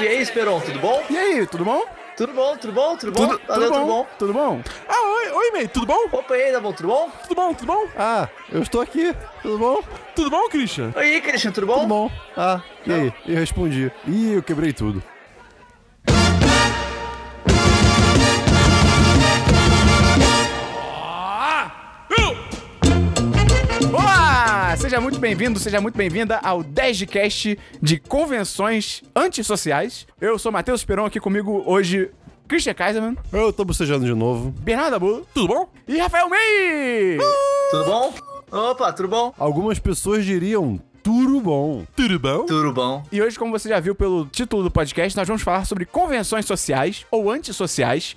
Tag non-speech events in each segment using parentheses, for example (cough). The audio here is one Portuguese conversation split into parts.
E aí, Esperon, tudo bom? E aí, tudo bom? Tudo bom, tudo bom, tudo bom? Tudo, Valeu, tudo, tudo bom? bom? Tudo bom? Ah, oi, oi, mate, tudo bom? Opa, e aí, Davon, tudo bom? Tudo bom, tudo bom? Ah, eu estou aqui, tudo bom? Tudo bom, Christian? Oi, aí, Christian, tudo bom? Tudo bom. Ah, e aí? Eu respondi. Ih, eu quebrei tudo. Olá! Seja muito bem-vindo, seja muito bem-vinda ao 10 de cast de convenções antissociais. Eu sou Matheus Esperon, aqui comigo hoje Christian Kaiserman, Eu tô bocejando de novo. Bernardo Abu, tudo bom? E Rafael May! Tudo bom? Opa, tudo bom? Algumas pessoas diriam tudo bom. Tudo bom? Tudo bom. E hoje, como você já viu pelo título do podcast, nós vamos falar sobre convenções sociais ou antissociais.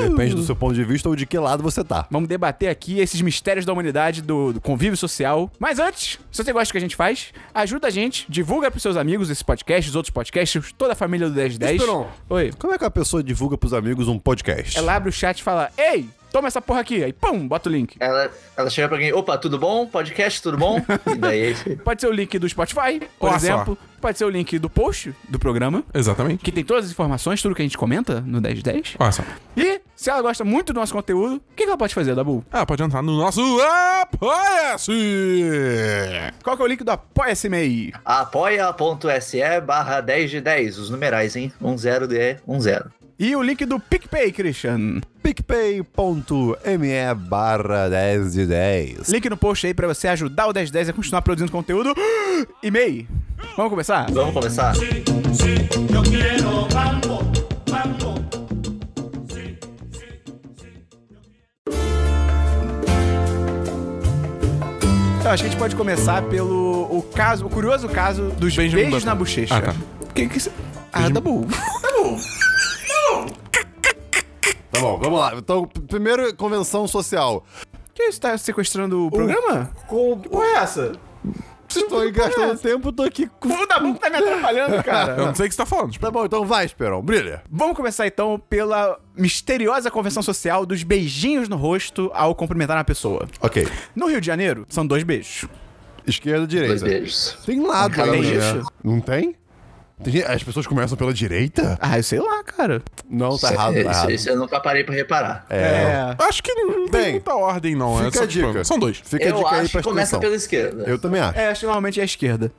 Depende do seu ponto de vista ou de que lado você tá. Vamos debater aqui esses mistérios da humanidade, do, do convívio social. Mas antes, se você gosta do que a gente faz, ajuda a gente, divulga pros seus amigos esse podcast, os outros podcasts, toda a família do 1010. Esperon. Oi. Como é que a pessoa divulga pros amigos um podcast? Ela abre o chat e fala: Ei, toma essa porra aqui. Aí, pum, bota o link. Ela, ela chega pra alguém, opa, tudo bom? Podcast, tudo bom? E daí, Pode ser o link do Spotify, por Olha só. exemplo. Pode ser o link do post do programa, Exatamente. que tem todas as informações, tudo que a gente comenta no 1010. Olha só. E, se ela gosta muito do nosso conteúdo, o que, que ela pode fazer, Dabu? Ah, pode entrar no nosso Apoia-se! Qual que é o link do Apoia-se MEI? apoia.se barra 10 de 10, os numerais, hein? 10D, 10. E o link do PicPay, Christian. picpay.me barra 10 de 10. Link no post aí pra você ajudar o 1010 a continuar produzindo conteúdo. (gasps) E MEI, vamos começar? Vamos começar? sí, yo quiero mambo, mambo. Sí, sí, sí. Eu Então, acho que a gente pode começar pelo o caso, o curioso caso dos Benjamin beijos Button. na bochecha. Ah, tá. Que que cê- Ah, Dabu. Tá bom, vamos lá. Então, p- primeiro, convenção social. Que isso, tá sequestrando o programa? Que porra é essa? Vocês estão aí gastando tempo, tô aqui... com- O Dabu tá me atrapalhando, Eu cara. não sei o que você tá falando. Tipo, Tá bom, então vai, Esperão, brilha. Vamos começar então pela misteriosa convenção social dos beijinhos no rosto ao cumprimentar uma pessoa. Ok, No Rio de Janeiro, são dois beijos. esquerda, Dois direita. beijos. Tem lado Tem ainda, isso? né? Não tem? Tem gente- As pessoas começam pela direita? Ah, eu sei lá, cara. Não, tá errado, tá Isso- é- errado. isso eu nunca parei pra reparar. É. acho que não tem Bem, muita ordem, não. é Fica só, a tipo, dica. são dois. Fica a Eu dica aí acho pra que começa pela esquerda. Eu também acho. É, acho que normalmente é a esquerda.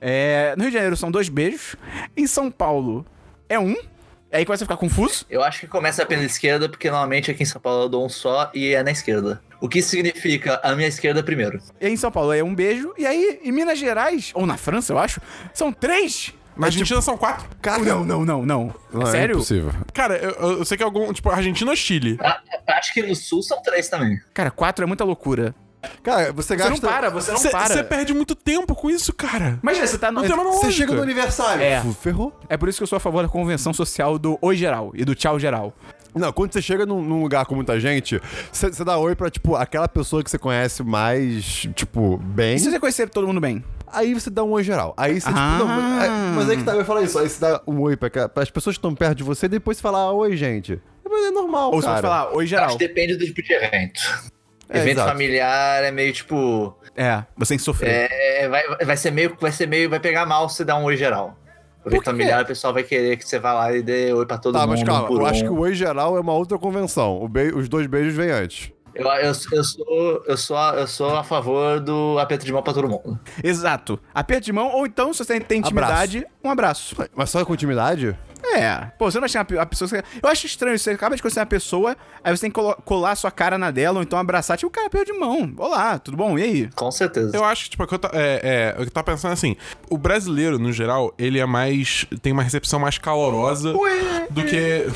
É, no Rio de Janeiro são dois beijos. Em São Paulo é um. Aí começa a ficar confuso. Eu acho que começa pela esquerda, porque normalmente aqui em São Paulo eu dou um só e é na esquerda. O que significa a minha esquerda primeiro. E aí em São Paulo é um beijo. E aí em Minas Gerais, ou na França, eu acho, são três. Na Argentina são quatro. Não, não, não, não. Não, É Sério? impossível. Cara, eu, eu sei que algum. Tipo, Argentina ou Chile. Ah, acho que no sul são três também. Cara, quatro é muita loucura. Cara, você Você gasta... não para, você não Cê- para. cê perde muito tempo com isso, cara. Imagina, você tá no. Não tem uma Você lógica. chega no aniversário. É. Fu- Ferrou. É por isso que eu sou a favor da convenção social do oi geral e do tchau geral. Não, quando você chega num, num lugar com muita gente, você você dá oi pra, tipo, aquela pessoa que você conhece mais, tipo, bem. E se você conhecer todo mundo bem? Aí você dá um oi geral. Aí você, Ah. tipo, não, é- mas aí que tá, eu ia falar isso. Aí você dá um oi pra, ca- pras pessoas que estão perto de você e depois você fala, ah, oi, gente. Mas é normal, Ou você cara. pode falar oi Acho geral. que depende do tipo de evento. É, evento exato. familiar é meio tipo. É, você tem que sofrer. é, vai, vai ser meio. Vai ser meio. Vai pegar mal se dar um oi geral. Evento familiar, o pessoal vai querer que você vá lá e dê oi pra todo Tá, mundo. mas calma, por eu um. acho que o oi geral é uma outra convenção. O bei- os dois beijos vêm antes. eu, eu, eu sou, eu, sou, a- eu sou a favor do aperto de mão pra todo mundo. Exato. Aperto de mão, ou então, se você tem intimidade, um abraço. Mas só com intimidade? É. Pô, você não acha que a pessoa. Eu acho estranho, você acaba de conhecer uma pessoa, aí você tem que colo- colar a sua cara na dela, ou então abraçar, tipo, cara, aperto de mão. Olá, tudo bom? E aí? Com certeza. Eu acho que, tipo, o que eu tá- é, é, eu tava pensando assim: o brasileiro, no geral, ele é mais. tem uma recepção mais calorosa do que. (laughs)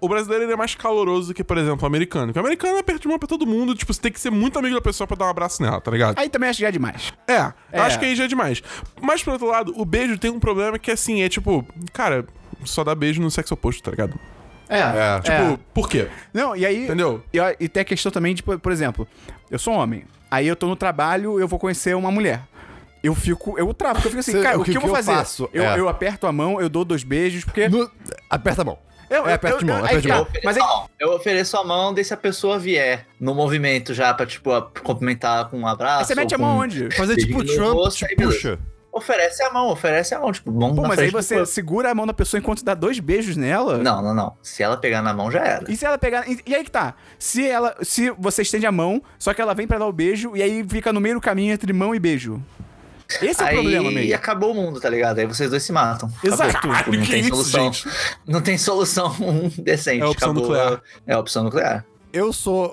o brasileiro ele é mais caloroso do que, por exemplo, o americano. Porque o americano é perto de mão pra todo mundo, tipo, você tem que ser muito amigo da pessoa pra dar um abraço nela, tá ligado? Aí também acho que já é demais. É, É. eu acho que aí já é demais. Mas, por outro lado, o beijo tem um problema que, assim, é tipo, cara, só dá beijo no sexo oposto, tá ligado? É. É, Tipo. Tipo, por quê? Não, e aí. Entendeu? E, e tem a questão também de, por por exemplo, eu sou homem. Aí eu tô no trabalho, eu vou conhecer uma mulher. Eu fico, eu travo, porque eu fico assim, Cê- cara, o que, eu vou fazer? faço? Eu, É. eu aperto a mão, eu dou dois beijos, porque. No- Aperta a mão. Eu, É, aperto de mão, aperto aí de tá, mão. Mas é, a mão. eu ofereço a mão, daí se a pessoa vier no movimento já pra, tipo, a- cumprimentar com um abraço. aí você mete a ou com- mão onde? Fazer tipo Beijinho no Trump, rosto, te aí beleza. puxa. Oferece a mão, oferece a mão. Tipo, mão Pô, na mas aí frente do você corpo. segura a mão da pessoa enquanto dá dois beijos nela. Não, não, não. Se ela pegar na mão, já era. E se ela pegar. E, e aí que tá. Se ela. Se você estende a mão, só que ela vem pra dar o beijo e aí fica no meio do caminho entre mão e beijo. Esse é aí o problema, E meio. acabou o mundo, tá ligado? Aí vocês dois se matam. Exato. Acabou. Tipo, Caralho, não que tem isso, solução. gente? Não tem solução (laughs) um decente. É a opção nuclear. É a opção nuclear. Eu sou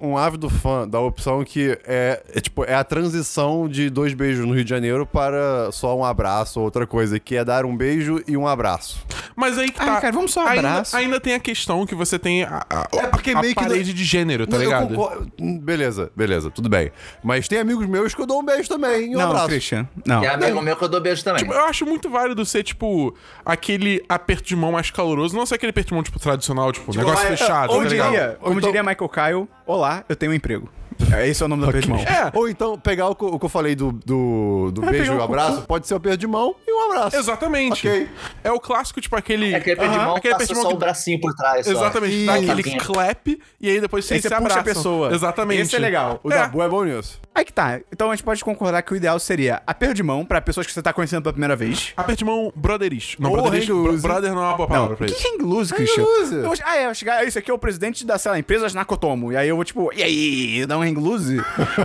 um, um ávido fã da opção que é, é tipo, é a transição de dois beijos no Rio de Janeiro para só um abraço ou outra coisa, que é dar um beijo e um abraço. Mas aí que Ai, tá. cara, vamos só um ainda, abraço. ainda tem a questão que você tem a, a, É porque a meio que- parede de gênero, tá Não, eu ligado? concordo. Hum, Beleza, beleza, tudo bem. Mas tem amigos meus que eu dou um beijo também e um Não, abraço. Christian. Não. E amigo meu que eu dou beijo também. Tipo, eu acho muito válido ser, tipo, aquele aperto de mão mais caloroso. Não ser aquele aperto de mão, tipo, tradicional, tipo, negócio é, vai- fechado, Como tá ligado? diria, como Então- diria Michael Kyle, olá, eu tenho um emprego. É, Esse é o nome da okay. mão. É, Ou então, pegar o, que- o que eu falei do, do, do É, beijo e pegar o o- abraço, pode ser o beijo de mão e um abraço. exatamente. Ok. É o clássico, tipo, aquele... É aquele pé de Aham, mão, aquele passa aperto de só mão o que... bracinho por trás. Exatamente, dá Só. Tá aquele Tapinha. clap e aí depois Aí vocês você se puxa abraçam. a pessoa. Exatamente. Esse é legal. O É. Dabu é bom nisso. Aí que tá. Então a gente pode concordar que o ideal seria aperto de mão pra pessoas que você tá conhecendo pela primeira vez. Aperto de mão brotherístico. Não, Ou brotherístico. bro- recuse. Brother não é uma boa palavra O pra que isso. que é inglês, Christian? inglês. Eu vou- ah, é, eu chegar, isso aqui é o presidente da, sei lá, empresas Nakotomo. E aí eu vou, tipo, e aí, dá um inglês? Você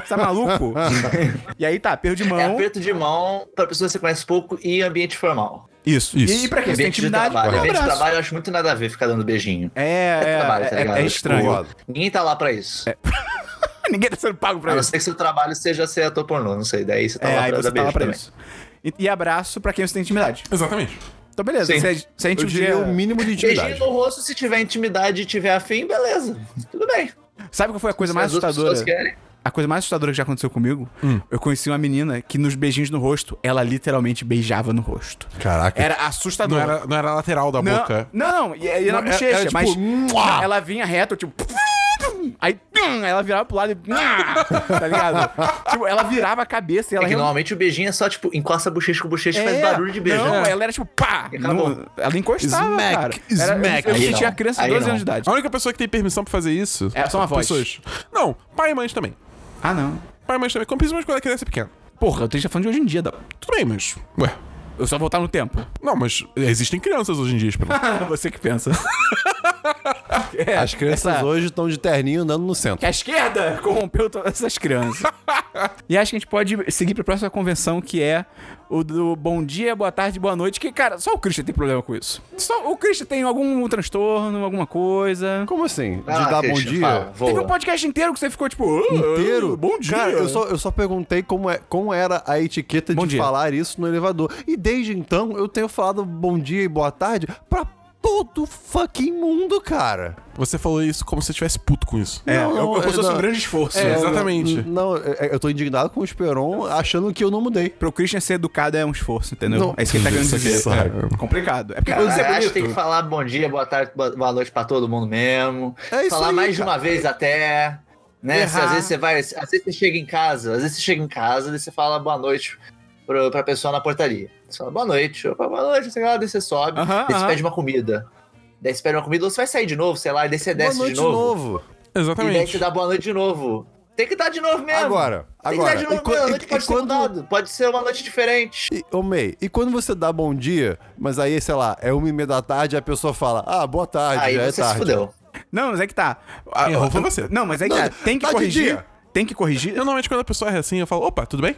tá (laughs) maluco? e aí tá, perdo de mão. É aperto de mão pra pessoa que você conhece pouco e ambiente formal. Isso, isso. E pra quê? Você tem Ambiente de intimidade? trabalho. Um Ambiente de abraço. trabalho eu acho muito nada a ver ficar dando beijinho. É, é, trabalho, tá é- ligado? é estranho. Concordo. Ninguém tá lá pra isso. (laughs) Ninguém tá sendo pago A pra não isso. ser que seu trabalho seja ser ator pornô, não sei. Daí Ah, você tá É, lá aí pra dar você tá beijo lá pra também. isso. E, e abraço pra quem você tem intimidade. Exatamente. Então, beleza. Sim. Se a, se a gente Eu um diria dia... o mínimo de Beijinho intimidade. no rosto, se tiver intimidade e tiver afim, beleza. Tudo bem. Sabe qual foi a coisa mais Se as outras assustadora? pessoas querem. É Hum. A coisa mais assustadora que já aconteceu comigo, eu conheci uma menina que nos beijinhos no rosto, ela literalmente beijava no rosto. Caraca. Era Não assustador. era, não era lateral da Não, boca. não, não, e e na Não, é- é bochecha, tipo, mas "Mua!" ela vinha reta, eu tipo. (laughs) Aí tum, ela virava pro lado e. (laughs) Tá ligado? tipo, ela virava a cabeça e ela. É que normalmente o beijinho é só, tipo, encosta a bochecha com a bochecha e realmente- faz barulho de beijo. Não, É. ela era tipo pá! E acabou. não- ela encostava. Smack, cara. Era- smack. Eu, eu Aí sentia não, criança de aí 12 não. anos de idade. A única pessoa que tem permissão pra fazer isso... É só uma voz. Pessoas. Não, pai e mães também. Ah, não. Pai e mães também. Como principalmente quando a criança é pequena. Porra, eu tô já falando de hoje em dia. Da... Tudo bem, mas... Ué... Eu só voltar no tempo. Não, mas existem crianças hoje em dia, (laughs) pelo Ah, Você que pensa. As crianças essa- hoje estão de terninho andando no centro. Que a esquerda corrompeu todas essas crianças. e acho que a gente pode seguir pra próxima convenção, que é o do bom dia, boa tarde, boa noite. Que, cara, só o Christian tem problema com isso. Só o Christian tem algum transtorno, alguma coisa. Como assim? De é Vai lá, dar bom Christian, dia? Ah, fala, Teve voa. um podcast inteiro que você ficou tipo. "Ah, Inteiro? Bom dia. Cara, eu só, eu só perguntei como, é, como era a etiqueta Bom de dia. falar isso no elevador. E desde então, eu tenho falado bom dia e boa tarde pra todo fucking mundo, cara. Você falou isso como se você estivesse puto com isso. É, Não, eu, eu, não, fosse um não. grande esforço. É, exatamente. Não, é- é- eu tô indignado com o Esperon achando que eu não mudei. Pro Christian ser educado é um esforço, entendeu? Não. É isso que ele tá querendo dizer. Sabe. É complicado. É porque Cara, quando você é acho que bonito. tem que falar bom dia, boa tarde, boa boa noite pra todo mundo mesmo. É isso falar aí, mais de cara. uma vez até. Né? Se Errar. às vezes você vai. Às vezes você chega em casa, às vezes você chega em casa e você fala boa noite pra, pra pessoa na portaria. Você fala boa noite, opa, boa noite, sei lá, daí você sobe, Aham, daí você aham. pede uma comida. Daí você pede uma comida, ou você vai sair de novo, sei lá, e daí você desce boa noite de novo. E daí Exatamente. você dá boa noite de novo. Tem que dar de novo mesmo. Agora, Tem que dar agora. de novo E quan- mesmo. A e- noite e pode ser quando- mudado. Pode ser uma noite diferente. E, ô May, e quando você dá bom dia, mas aí, sei lá, é uma e meia da tarde, a pessoa fala, ah, boa tarde, Aí já é você se tarde. fudeu. Não, mas é que tá. Ah, Errou ah, foi você. Não, mas é que Não, tá. Tem que tá de corrigir. dia. Tem que corrigir. Normalmente quando a pessoa é assim, eu falo, opa, tudo bem?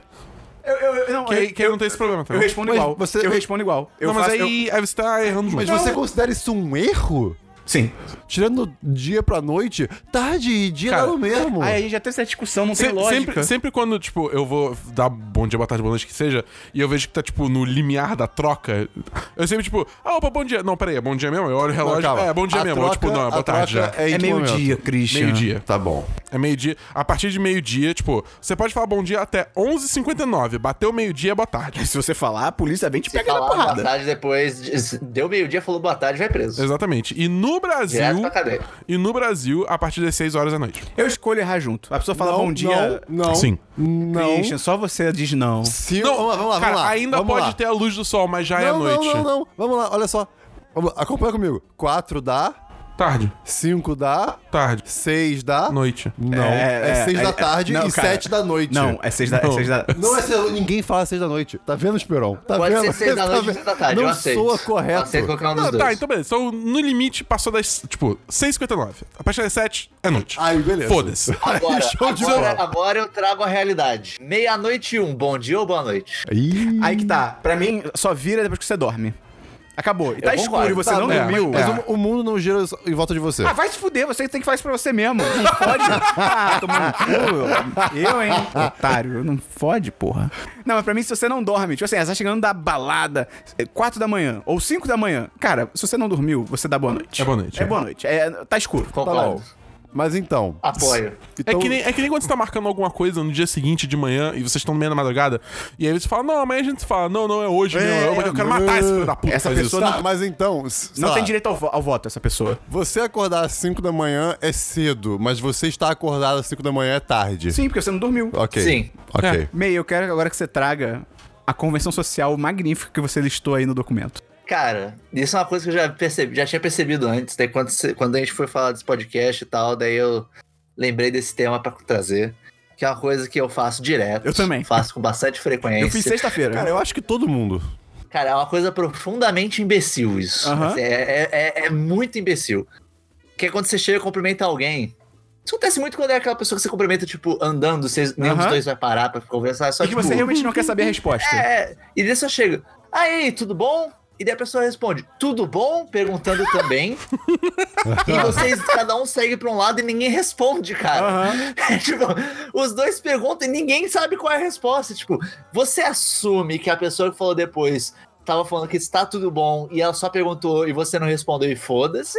Eu, eu, eu- não, Que aí, eu- que aí não tem esse problema, tá? Eu respondo Mas igual. você- Eu respondo igual. Eu não, mas faço- aí, aí você tá errando Mas demais. você considera isso um erro? eu- Sim. Tirando dia pra noite, tarde e dia Cara, dá o mesmo. Aí, aí já teve essa discussão, não Se- tem lógica. sempre, sempre quando, tipo, eu vou dar bom dia, boa tarde, boa noite, que seja, e eu vejo que tá, tipo, no limiar da troca, eu sempre, tipo, ah, opa, bom dia. Não, peraí, é bom dia mesmo? Eu olho o Não, relógio, calma. é bom dia A mesmo. troca- eu, tipo, não, é a boa tarde já. troca em É que meio-dia, momento? Christian. Meio-dia. Tá bom. É meio-dia. A partir de meio-dia, tipo, você pode falar bom dia até 11h59. Bateu meio-dia, é boa tarde. Se você falar, a polícia vem te Se pegar na falar né? boa porrada. tarde depois, (laughs) diz- deu meio-dia, falou boa tarde, vai preso. Exatamente. E no Brasil. Direto pra cadeia. E no Brasil, a partir das 6 horas da noite. Eu escolho errar junto. A pessoa fala bom dia. Não. não Sim. Não. Christian, só você diz não. Se- Não, vamos lá, vamos lá, cara, vamos lá. ainda vamos pode lá. ter a luz do sol, mas já é não, noite. Não, não, não. Vamos lá, olha só. Vamos- Acompanha comigo. 4 dá, Tarde. 5 da Tarde. 6 da Noite. Não, é 6 da tarde não, e cara. 7 da noite. Não, é seis da. É Não. seis da... Não é seis, ninguém fala 6 da noite. Tá vendo, Esperon? Tá Pode vendo? ser seis da (laughs) Tá noite ou vendo? seis da tarde, Não eu aceito. soa Eu correto. aceito qualquer um dos Não, dois. tá, então beleza. Então, no limite, passou das. Tipo, 6h59. A partir das 7 é noite. Aí, beleza. (laughs) Foda-se. (laughs) Agora, Show de agora, bola. agora eu trago a realidade. Meia-noite e um, bom dia ou boa noite? Ih. Aí que tá. Pra mim, só vira depois que você dorme. Acabou. E Eu tá escuro concordo. e você Tá, não mas- dormiu. Mas É. o, o mundo não gira em volta de você. Ah, vai se fuder, você tem que fazer isso pra você mesmo. Não fode. Ah, tomando cu. Eu, hein? Otário, não fode, porra. Não, mas pra mim, se você não dorme, tipo assim, você tá chegando da balada, é, 4 da manhã ou 5 da manhã, cara, se você não dormiu, você dá boa noite. É boa noite, É, é. boa noite. É, tá escuro. Tá Concordo. bom. Mas então. Apoio. É então que, nem, é que nem quando você tá marcando alguma coisa no dia seguinte de manhã e vocês estão no meio da madrugada. E aí você fala, não, amanhã a gente fala, não, não, é hoje, meu, eu, eu quero matar esse filho da puta. Essa que faz pessoa isso. Tá, mas então. s- sei Não lá, tem direito ao, vo- ao voto essa pessoa. Você acordar às 5 da manhã é cedo, mas você está acordado às 5 da manhã é tarde. Sim, porque você não dormiu. Ok. Sim. Ok. É. Meio, eu quero agora que você traga a convenção social magnífica que você listou aí no documento. Cara, isso é uma coisa que eu já percebi, já tinha percebido antes, daí quando, se- quando a gente foi falar desse podcast e tal, daí eu lembrei desse tema pra trazer, que é uma coisa que eu faço direto. Eu também. Faço com bastante frequência. É, Eu fiz sexta-feira. Cara, eu acho que todo mundo. Cara, é uma coisa profundamente imbecil isso. Aham. Assim, é, é- é- é muito imbecil. Que é quando você chega e cumprimenta alguém. Isso acontece muito quando é aquela pessoa que você cumprimenta, tipo, andando, vocês, nenhum dos Aham. dois vai parar pra conversar. Só, e que tipo, você realmente não quer saber a resposta. é, e daí só chega, aí, tudo bom? E daí a pessoa responde, tudo bom? Perguntando (laughs) também. e vocês, cada um segue pra um lado e ninguém responde, cara. Aham. (laughs) tipo, os dois perguntam e ninguém sabe qual é a resposta. Tipo, você assume que a pessoa que falou depois tava falando que está tudo bom e ela só perguntou e você não respondeu e foda-se?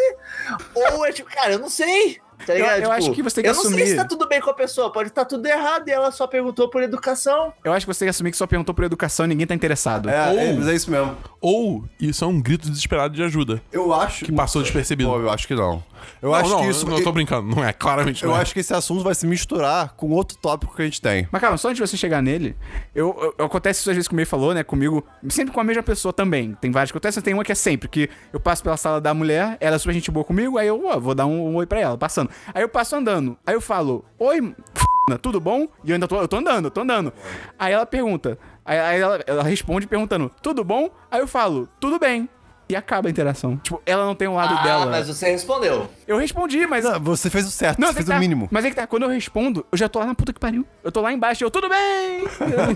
Ou é tipo, cara, eu não sei. Tá Eu- ligado? eu Tipo, acho que você tem que Eu não sei se assumir. tá tudo bem com a pessoa, pode estar tudo errado e ela só perguntou por educação. Eu acho que você tem que assumir que só perguntou por educação e ninguém tá interessado. Ou- é, mas é isso mesmo. Ou isso é um grito desesperado de ajuda. Eu acho Que passou despercebido. Pô, eu acho que não. Eu não, acho não, que isso. Não, eu tô brincando, não é, claramente eu não é. acho que esse assunto vai se misturar com outro tópico que a gente tem. Mas, cara, só antes de você chegar nele, eu, eu- eu- acontece isso às vezes que o meio falou, né? Comigo, sempre com a mesma pessoa também. Tem várias que acontecem, tem uma que é sempre, que eu passo pela sala da mulher, ela é super gente boa comigo, aí eu ó, vou dar um, um oi pra ela, passando. Aí eu passo andando, aí eu falo, oi, f***na, tudo bom? E eu ainda tô, eu tô andando, eu tô andando. Aí ela pergunta, aí, aí ela, ela responde perguntando, tudo bom? Aí eu falo, tudo bem. E acaba a interação. Tipo, ela não tem um lado dela. Ah, mas você respondeu. Eu respondi, mas Não, ah, você fez o certo, não, você tem que fez tá. o mínimo. Mas é que tá, quando eu respondo, eu já tô lá na puta que pariu. Eu tô lá embaixo, eu, tudo bem! (laughs)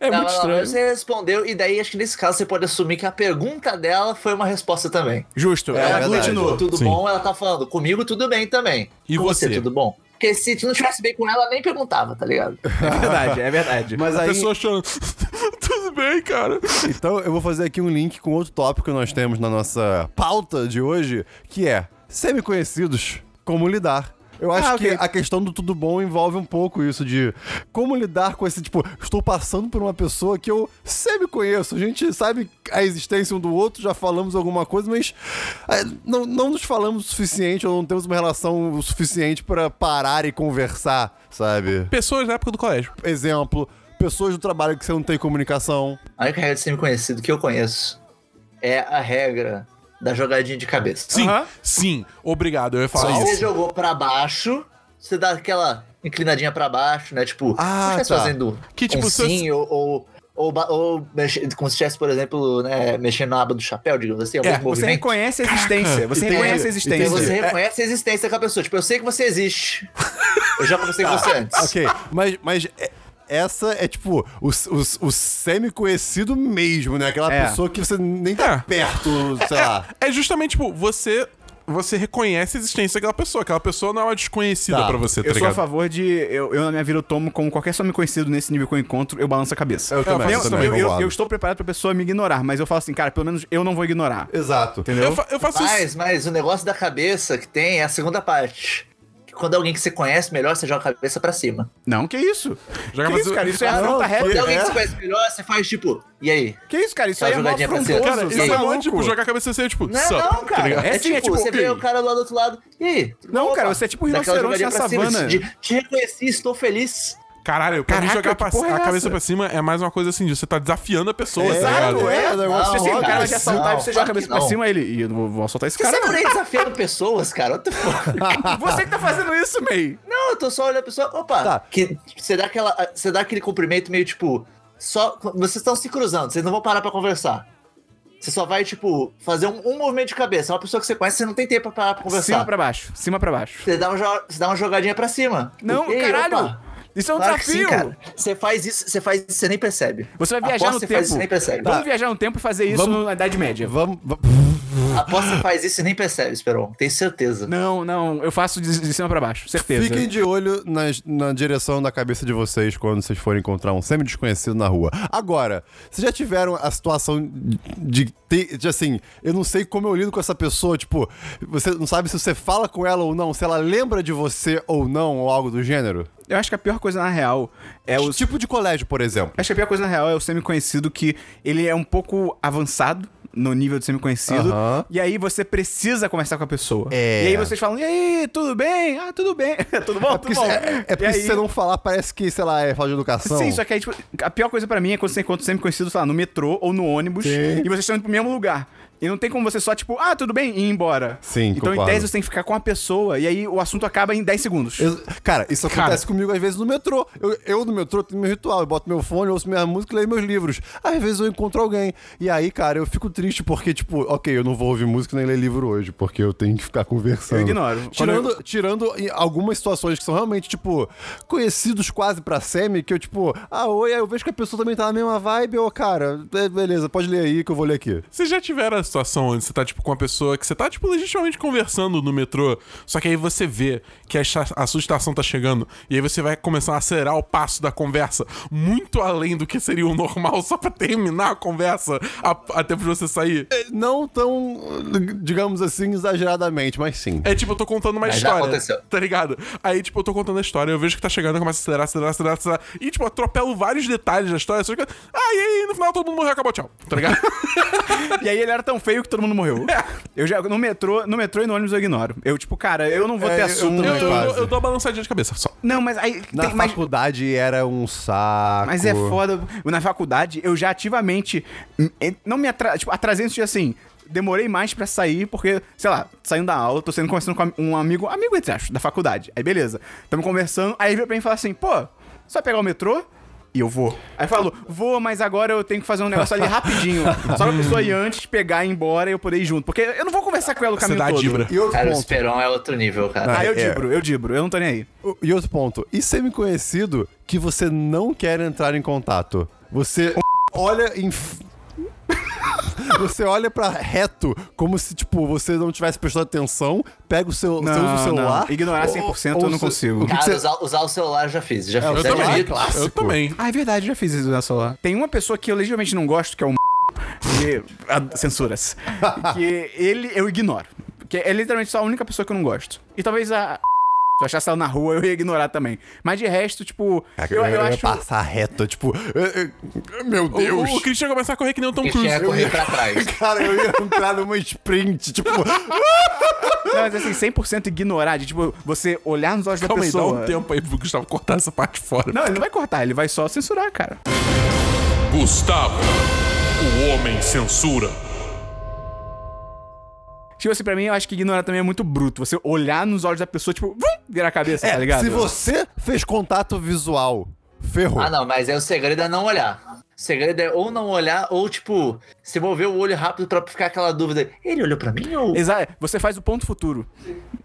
é Não, muito não, não, estranho. Você respondeu, e daí acho que nesse caso você pode assumir que a pergunta dela foi uma resposta também. Justo, É, ela verdade. continuou. Tudo Sim. bom, ela tá falando. Comigo tudo bem também. E Com você? tudo bom? Porque se tu não estivesse bem com ela, nem perguntava, tá ligado? (laughs) É verdade, é verdade. Mas A tá aí, pessoa chorando. (laughs) Tudo bem, cara. então eu vou fazer aqui um link com outro tópico que nós temos na nossa pauta de hoje, que é semi-conhecidos, como lidar. Eu acho Ah, ok. que a questão do tudo bom envolve um pouco isso de como lidar com esse, tipo, estou passando por uma pessoa que eu semi-conheço. A gente sabe a existência um do outro, já falamos alguma coisa, mas é, não, não nos falamos o suficiente ou não temos uma relação o suficiente para parar e conversar, sabe? Pessoas da época do colégio. Exemplo, pessoas do trabalho que você não tem comunicação. A única regra de semi-conhecido que eu conheço é a regra da jogadinha de cabeça. Sim, Aham. sim. Obrigado, eu ia Se falar você isso. jogou pra baixo, você dá aquela inclinadinha pra baixo, né? Tipo, Ah, se estivesse tá. fazendo Que, que, tipo, tipo, um se eu- sim ou... ou ou, ba- ou mexe- como se estivesse, por exemplo, né, mexendo na aba do chapéu, digamos assim, algum É, você movimento. reconhece a existência. Você entendi, reconhece a Então existência. você reconhece a existência daquela pessoa. Tipo, eu sei que você existe. Eu já conversei com você antes. Ok, mas, mas é- essa é tipo o, o, o semi-conhecido mesmo, né? Aquela É. pessoa que você nem tá É. perto, sei lá. É justamente, tipo, você. Você reconhece a existência daquela pessoa. Aquela pessoa não é uma desconhecida Tá. pra você, tá Eu sou a ligado? favor de. Eu, eu, na minha vida, eu tomo como qualquer só me conhecido nesse nível que eu encontro, eu balanço a cabeça. Tá, Eu também, eu É, eu, faço também, eu- eu- concordo. eu estou preparado pra pessoa me ignorar, mas eu falo assim, cara, pelo menos eu não vou ignorar. Exato. Entendeu? Eu, fa- eu faço isso. Mas, mas o negócio da cabeça que tem é a segunda parte. Que quando é alguém que você conhece melhor, você joga a cabeça pra cima. Não, que isso? Já que mas isso, eu- cara? Isso é Não, afronta que- Quando é reta. alguém que é? você conhece melhor, você faz tipo, e aí? Que isso, cara? Isso Aquela aí é mó jogadinha pra afrontoso. cima. Cara, E isso aí? é maluco. muito, tipo, jogar a cabeça assim, tipo, Não, sup, não, tá cara. ligado? É, É sim, é tipo, tipo, você ok. vê o cara lá do outro lado. Ih, tudo Não, bom, cara, opa. você é tipo um Daquela rinoceronte jogadinha na pra cima, savana. de- Te reconheci, estou feliz. Caralho, pra mim Caraca, que jogar pra- porra é a cabeça essa? pra cima é mais uma coisa assim, de você tá desafiando a pessoa, tá Exato, um ligado? é, Não, o negócio Se esse cara, cara te assaltar não, e você joga a claro cabeça que pra não. cima, ele. "Ih, eu não vou- vou assaltar esse Você cara. sempre não." nem desafiando (laughs) pessoas, cara. What the fuck? (laughs) Você que tá fazendo isso, May. Não, eu tô só olhando a pessoa. Opa! Tá. Que, você, dá aquela, você dá aquele cumprimento meio tipo. Só, vocês estão se cruzando, vocês não vão parar pra conversar. Você só vai, tipo, fazer um, um movimento de cabeça. É uma pessoa que você conhece, você não tem tempo pra parar pra conversar. Cima pra baixo, cima pra baixo. Você, dá um jo- você dá uma jogadinha pra cima. Não, Ei, caralho! opa. Isso é um Claro que sim, desafio! cara. Você faz isso, você faz isso, você nem percebe. Você vai viajar Aposto no que você tempo. faz isso e nem percebe. Vamos Tá. viajar no tempo e fazer isso Vamos- na Idade Média. Vamos. va- Aposto que você faz isso Tá. e nem percebe, Esperon. Tenho certeza. Não, não, eu faço de, de cima pra baixo, certeza. Fiquem de olho nas- na direção da cabeça de vocês quando vocês forem encontrar um semi-desconhecido na rua. Agora, vocês já tiveram a situação de ter. De, assim, eu não sei como eu lido com essa pessoa. Tipo, você não sabe se você fala com ela ou não, se ela lembra de você ou não, ou algo do gênero? Eu acho que a pior coisa na real é o. Tipo de colégio, por exemplo. Acho que a pior coisa na real é o semi-conhecido que ele é um pouco avançado no nível de semi-conhecido. Aham. E aí você precisa conversar com a pessoa. É. E aí vocês falam, e aí, tudo bem? Ah, tudo bem. (laughs) tudo bom? É porque, tudo bom. é, é E porque aí- se você não falar, parece que, sei lá, é falta de educação. Sim, só que aí, tipo, a pior coisa pra mim é quando você encontra sempre conhecido, sei lá, no metrô ou no ônibus, e vocês estão indo pro mesmo lugar. E não tem como você só, tipo, ah, tudo bem, e ir embora. Sim, Então, concordo. em tese, você tem que ficar com a pessoa, e aí o assunto acaba em 10 segundos. Eu- cara, isso Cara. acontece comigo às vezes no metrô. Eu, eu no metrô tenho meu ritual, eu boto meu fone, ouço minha música e leio meus livros. Às vezes eu encontro alguém. E aí, cara, eu fico triste porque, tipo, ok, eu não vou ouvir música nem ler livro hoje, porque eu tenho que ficar conversando. Eu ignoro. Quando Tirando, eu- tirando em algumas situações que são realmente, tipo, conhecidos quase pra semi, que eu, tipo, ah, oi, aí eu vejo que a pessoa também tá na mesma vibe, ô, cara, é, beleza, pode ler aí que eu vou ler aqui. Vocês já tiveram a situação onde você tá, tipo, com uma pessoa que você tá, tipo, legitimamente conversando no metrô, só que aí você vê que a, cha- a sua estação tá chegando, e aí você vai começar a acelerar o passo da conversa muito além do que seria o normal, só pra terminar a conversa a, a tempo de você sair. É, Não tão, digamos assim, exageradamente, mas sim. é tipo, eu tô contando uma Mas já história. aconteceu. Tá ligado? Aí, tipo, eu tô contando a história, eu vejo que tá chegando, eu começo a acelerar, acelerar, acelerar, acelerar. E, tipo, eu atropelo vários detalhes da história, só que. Ah, e aí, no final todo mundo morreu, acabou, tchau. Tá ligado? E aí ele era tão feio que todo (laughs) mundo morreu. Eu já, no metrô, no metrô e no ônibus eu ignoro. Eu, tipo, cara, eu não vou É, ter eu assunto. eu, eu- quase. eu dou uma balançadinha de cabeça só. Não, mas aí. Na É, tem- mas, faculdade era um saco. mas é foda. Na faculdade, eu já ativamente. hum, eh, Não me atra, tipo, atrasei no sentido assim. Demorei mais pra sair, porque, sei lá, saindo da aula, tô saindo conversando com um amigo, amigo entre aspas, da faculdade. Aí beleza. Tamo conversando, aí ele veio pra mim e fala assim, pô, só pegar o metrô? E eu vou. Aí falou, vou, mas agora eu tenho que fazer um negócio ali rapidinho. Só pra pessoa ir antes, pegar e ir embora e eu poder ir junto. Porque eu não vou conversar com ela o caminho dá a todo. dibra. E outro Cara, o ponto. Esperon é outro nível, cara. Ah, eu É. dibro, eu dibro, eu não tô nem aí. E outro ponto. E semi-conhecido que você não quer entrar em contato. Você olha em. f- (laughs) Você olha pra reto como se, tipo, você não tivesse prestado atenção, pega o seu, você usa o celular. Ignorar ou- 100% ou eu não se- consigo. que que Cara, você- usar, usar o celular eu já fiz, É, já eu fiz. já também. fiz de Eu é clássico. também. Ah, é verdade, eu já fiz isso na celular. Tem uma pessoa que eu legitimamente não gosto, que é o que, é (laughs) a- censuras. que ele eu ignoro. Que é literalmente só a única pessoa que eu não gosto. E talvez a. Se eu achasse ela na rua, eu ia ignorar também. Mas de resto, tipo. Caraca, eu, eu É ia acho. passar reto, tipo. eh, eh, Meu Deus! O, o Christian ia começar a correr que nem o Tom Ele Cruise. tinha que é correr pra (laughs) trás. (laughs) Cara, eu ia entrar numa sprint, tipo. Tá Não, mas assim, 100% ignorar. De, tipo, você olhar nos olhos Calma da aí, dá é. pessoa. um tempo aí pro Gustavo cortar essa parte fora. Não, ele não vai cortar, ele vai só censurar, cara. Gustavo, o homem censura. Tipo assim, pra mim, eu acho que ignorar também é muito bruto. Você olhar nos olhos da pessoa, tipo, vum, virar a cabeça, tá ligado? É, se você fez contato visual, ferrou. Ah, não, mas aí o segredo é não olhar. O segredo é ou não olhar, ou, tipo, se mover o olho rápido pra ficar aquela dúvida. Ele olhou pra mim ou... Exato. Você faz o ponto futuro.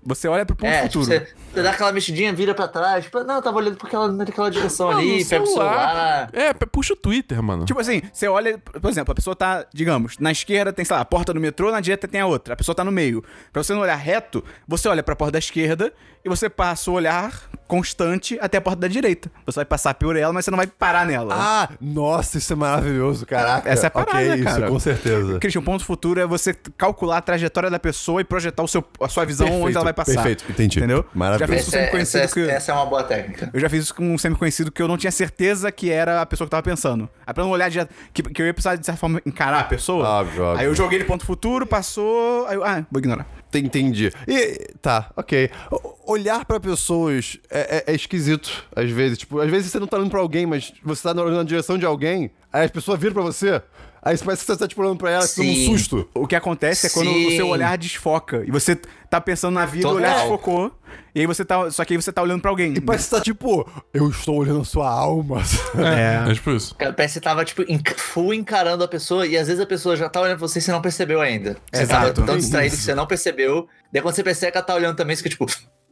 Você olha pro ponto É, tipo, futuro. você, você dá aquela mexidinha, vira pra trás. Tipo, não, eu tava olhando pra aquela- naquela Ah, direção Não, ali, no pega o celular. celular. É, p- puxa o Twitter, mano. Tipo assim, você olha, por exemplo, a pessoa tá, digamos, na esquerda tem, sei lá, a porta do metrô, na direita tem a outra. A pessoa tá no meio. Pra você não olhar reto, você olha pra porta da esquerda e você passa o olhar constante até a porta da direita. Você vai passar por ela, mas você não vai parar nela. Ah, nossa, isso é maravilhoso, caraca. Essa é a parada, Ok, cara. isso, com certeza. Christian, o ponto futuro é você calcular a trajetória da pessoa e projetar o seu, a sua visão onde ela vai passar. Perfeito, entendi. Entendeu? Maravilhoso. Já fiz isso Essa, com um é- essa, conhecido que... é- essa é uma boa técnica. Eu já fiz isso com um semi-conhecido que eu não tinha certeza que era a pessoa que eu tava pensando. Aí pra não olhar direto, que, que eu ia precisar de certa forma encarar a pessoa. Óbvio, óbvio. Aí eu ah, joguei ele ponto futuro, passou. Aí eu, ah, vou ignorar. Entendi. E, tá, ok. O- olhar pra pessoas é, é- é esquisito, às vezes. Tipo, às vezes você não tá olhando pra alguém, mas você tá olhando na direção de alguém, aí as pessoas viram pra você, aí parece que você tá tipo, olhando pra ela, você toma um Sim. susto. O que acontece é quando Sim. o seu olhar desfoca. E você tá pensando na vida, o Total. olhar desfocou. E aí você tá. Só que aí você tá olhando pra alguém. E (laughs) parece que você tá tipo, eu estou olhando a sua alma. (laughs) É tipo isso. Cara, Parece que você tava, tipo, enc- full encarando a pessoa e às vezes a pessoa já tá olhando pra você e você não percebeu ainda. Você Exato. tava tão distraído que você não percebeu. Daí quando você percebe que ela tá olhando também, você fica, tipo,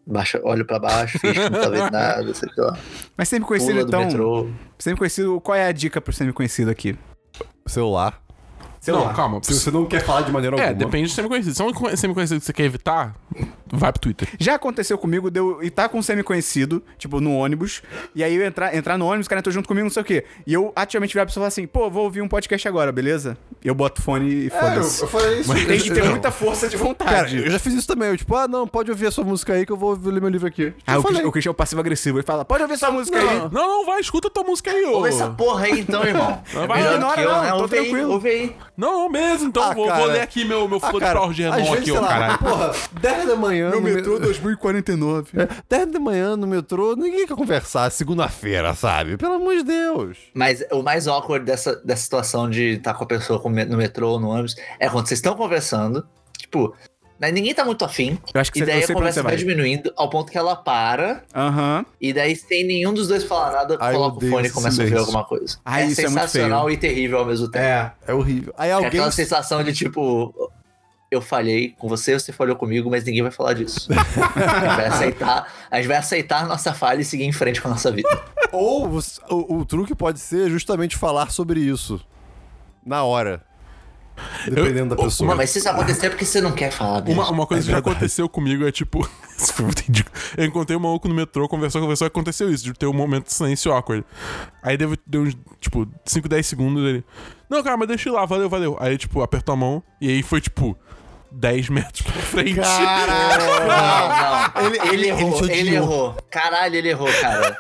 baixa, olho pra baixo, finge que não tá vendo nada, sei (laughs) lá. Mas sempre conhecido, Pula do então. metrô. Sempre conhecido, qual é a dica pro sempre conhecido aqui? Celular. Não, calma. Se você não quer falar de maneira É, alguma. depende de semi-conhecido. Se é um semi-conhecido que você quer evitar, vai pro Twitter. Já aconteceu comigo de eu estar com um semi-conhecido, tipo, no ônibus, e aí eu entrar, entrar no ônibus, o cara entrou junto comigo, não sei o quê. E eu ativamente virar pra pessoa e falar assim, pô, vou ouvir um podcast agora, beleza? Eu boto fone e É, eu, foda-se. eu falei isso. (laughs) Tem que ter Eu- muita força de Cara, vontade. eu já fiz isso também. Eu, tipo, ah, não, pode ouvir a sua música aí que eu vou ler meu livro aqui. Ah, eu o, Cris- falei. o Christian é o passivo-agressivo. Ele fala, pode ouvir sua música aí. Não, não, vai, escuta tua música aí, ô. Ouve essa porra aí então, (laughs) irmão. É vai, melhor do ignora que eu, não, né? tô Ouve aí, tranquilo. Ouve aí. Não, não, beleza, então Ah, vou, vou cara. ler aqui meu, meu Ah, fone de cara, Jorge às Renan vezes, aqui, sei ô lá, caralho. Porra, 10 da manhã. No metrô, 2049. é, 10 da manhã no metrô, ninguém quer conversar segunda-feira, sabe? Pelo amor de Deus. Mas o mais awkward dessa, dessa situação de estar com a pessoa com- no metrô ou no ônibus é quando vocês estão conversando, tipo, né, ninguém tá muito afim, Eu acho e que você, daí eu a sei pra onde você conversa vai vai. diminuindo ao ponto que ela para Aham. E daí, sem nenhum dos dois falar nada, Ai, eu coloca o odeio fone e esse começa a ver silêncio. alguma coisa. Ah, é isso é muito sensacional e terrível ao mesmo tempo. É. É horrível. Aí É alguém. aquela sensação de tipo, eu falhei com você, você falhou comigo, mas ninguém vai falar disso. a, gente vai aceitar, a gente vai aceitar a nossa falha e seguir em frente com a nossa vida. Ou você- o, o truque pode ser justamente falar sobre isso. Na hora. Dependendo da pessoa. Não, mas se isso acontecer é porque você não quer falar disso. Uma, uma coisa que já aconteceu comigo é tipo. (laughs) isso foi muito ridículo. Eu encontrei um maluco no metrô, conversou, conversou, aconteceu isso, de ter um momento de silêncio awkward. Aí deu, deu uns, tipo, 5, 10 segundos ele. Não, cara, mas deixa eu ir lá, valeu, valeu. Aí, tipo, apertou a mão e aí foi, tipo, 10 metros pra frente. Não, não. Ele- Ele, ele errou, te ele, odiou. errou. Caralho, ele errou, cara.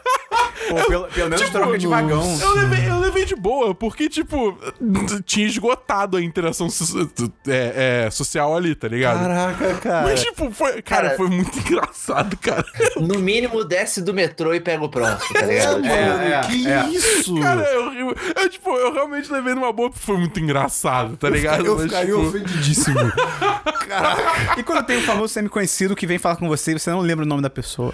Pô, pelo, pelo Tipo menos troca de vagão. (laughs) Eu levei, eu levei de boa, porque, tipo, tinha esgotado a interação so- é, é, social ali, tá ligado? Caraca, cara. Mas, tipo, foi. Cara, Cara- foi muito (laughs) engraçado, cara. No mínimo, desce do metrô e pega o próximo, tá É, ligado? mano, é, que é. isso? Cara, eu, eu, eu, tipo, eu realmente levei numa boa porque foi muito engraçado, tá ligado? eu Mas, (laughs) ficaria tipo, ofendidíssimo. E quando tem um famoso semi-conhecido que vem falar com você e você não lembra o nome da pessoa.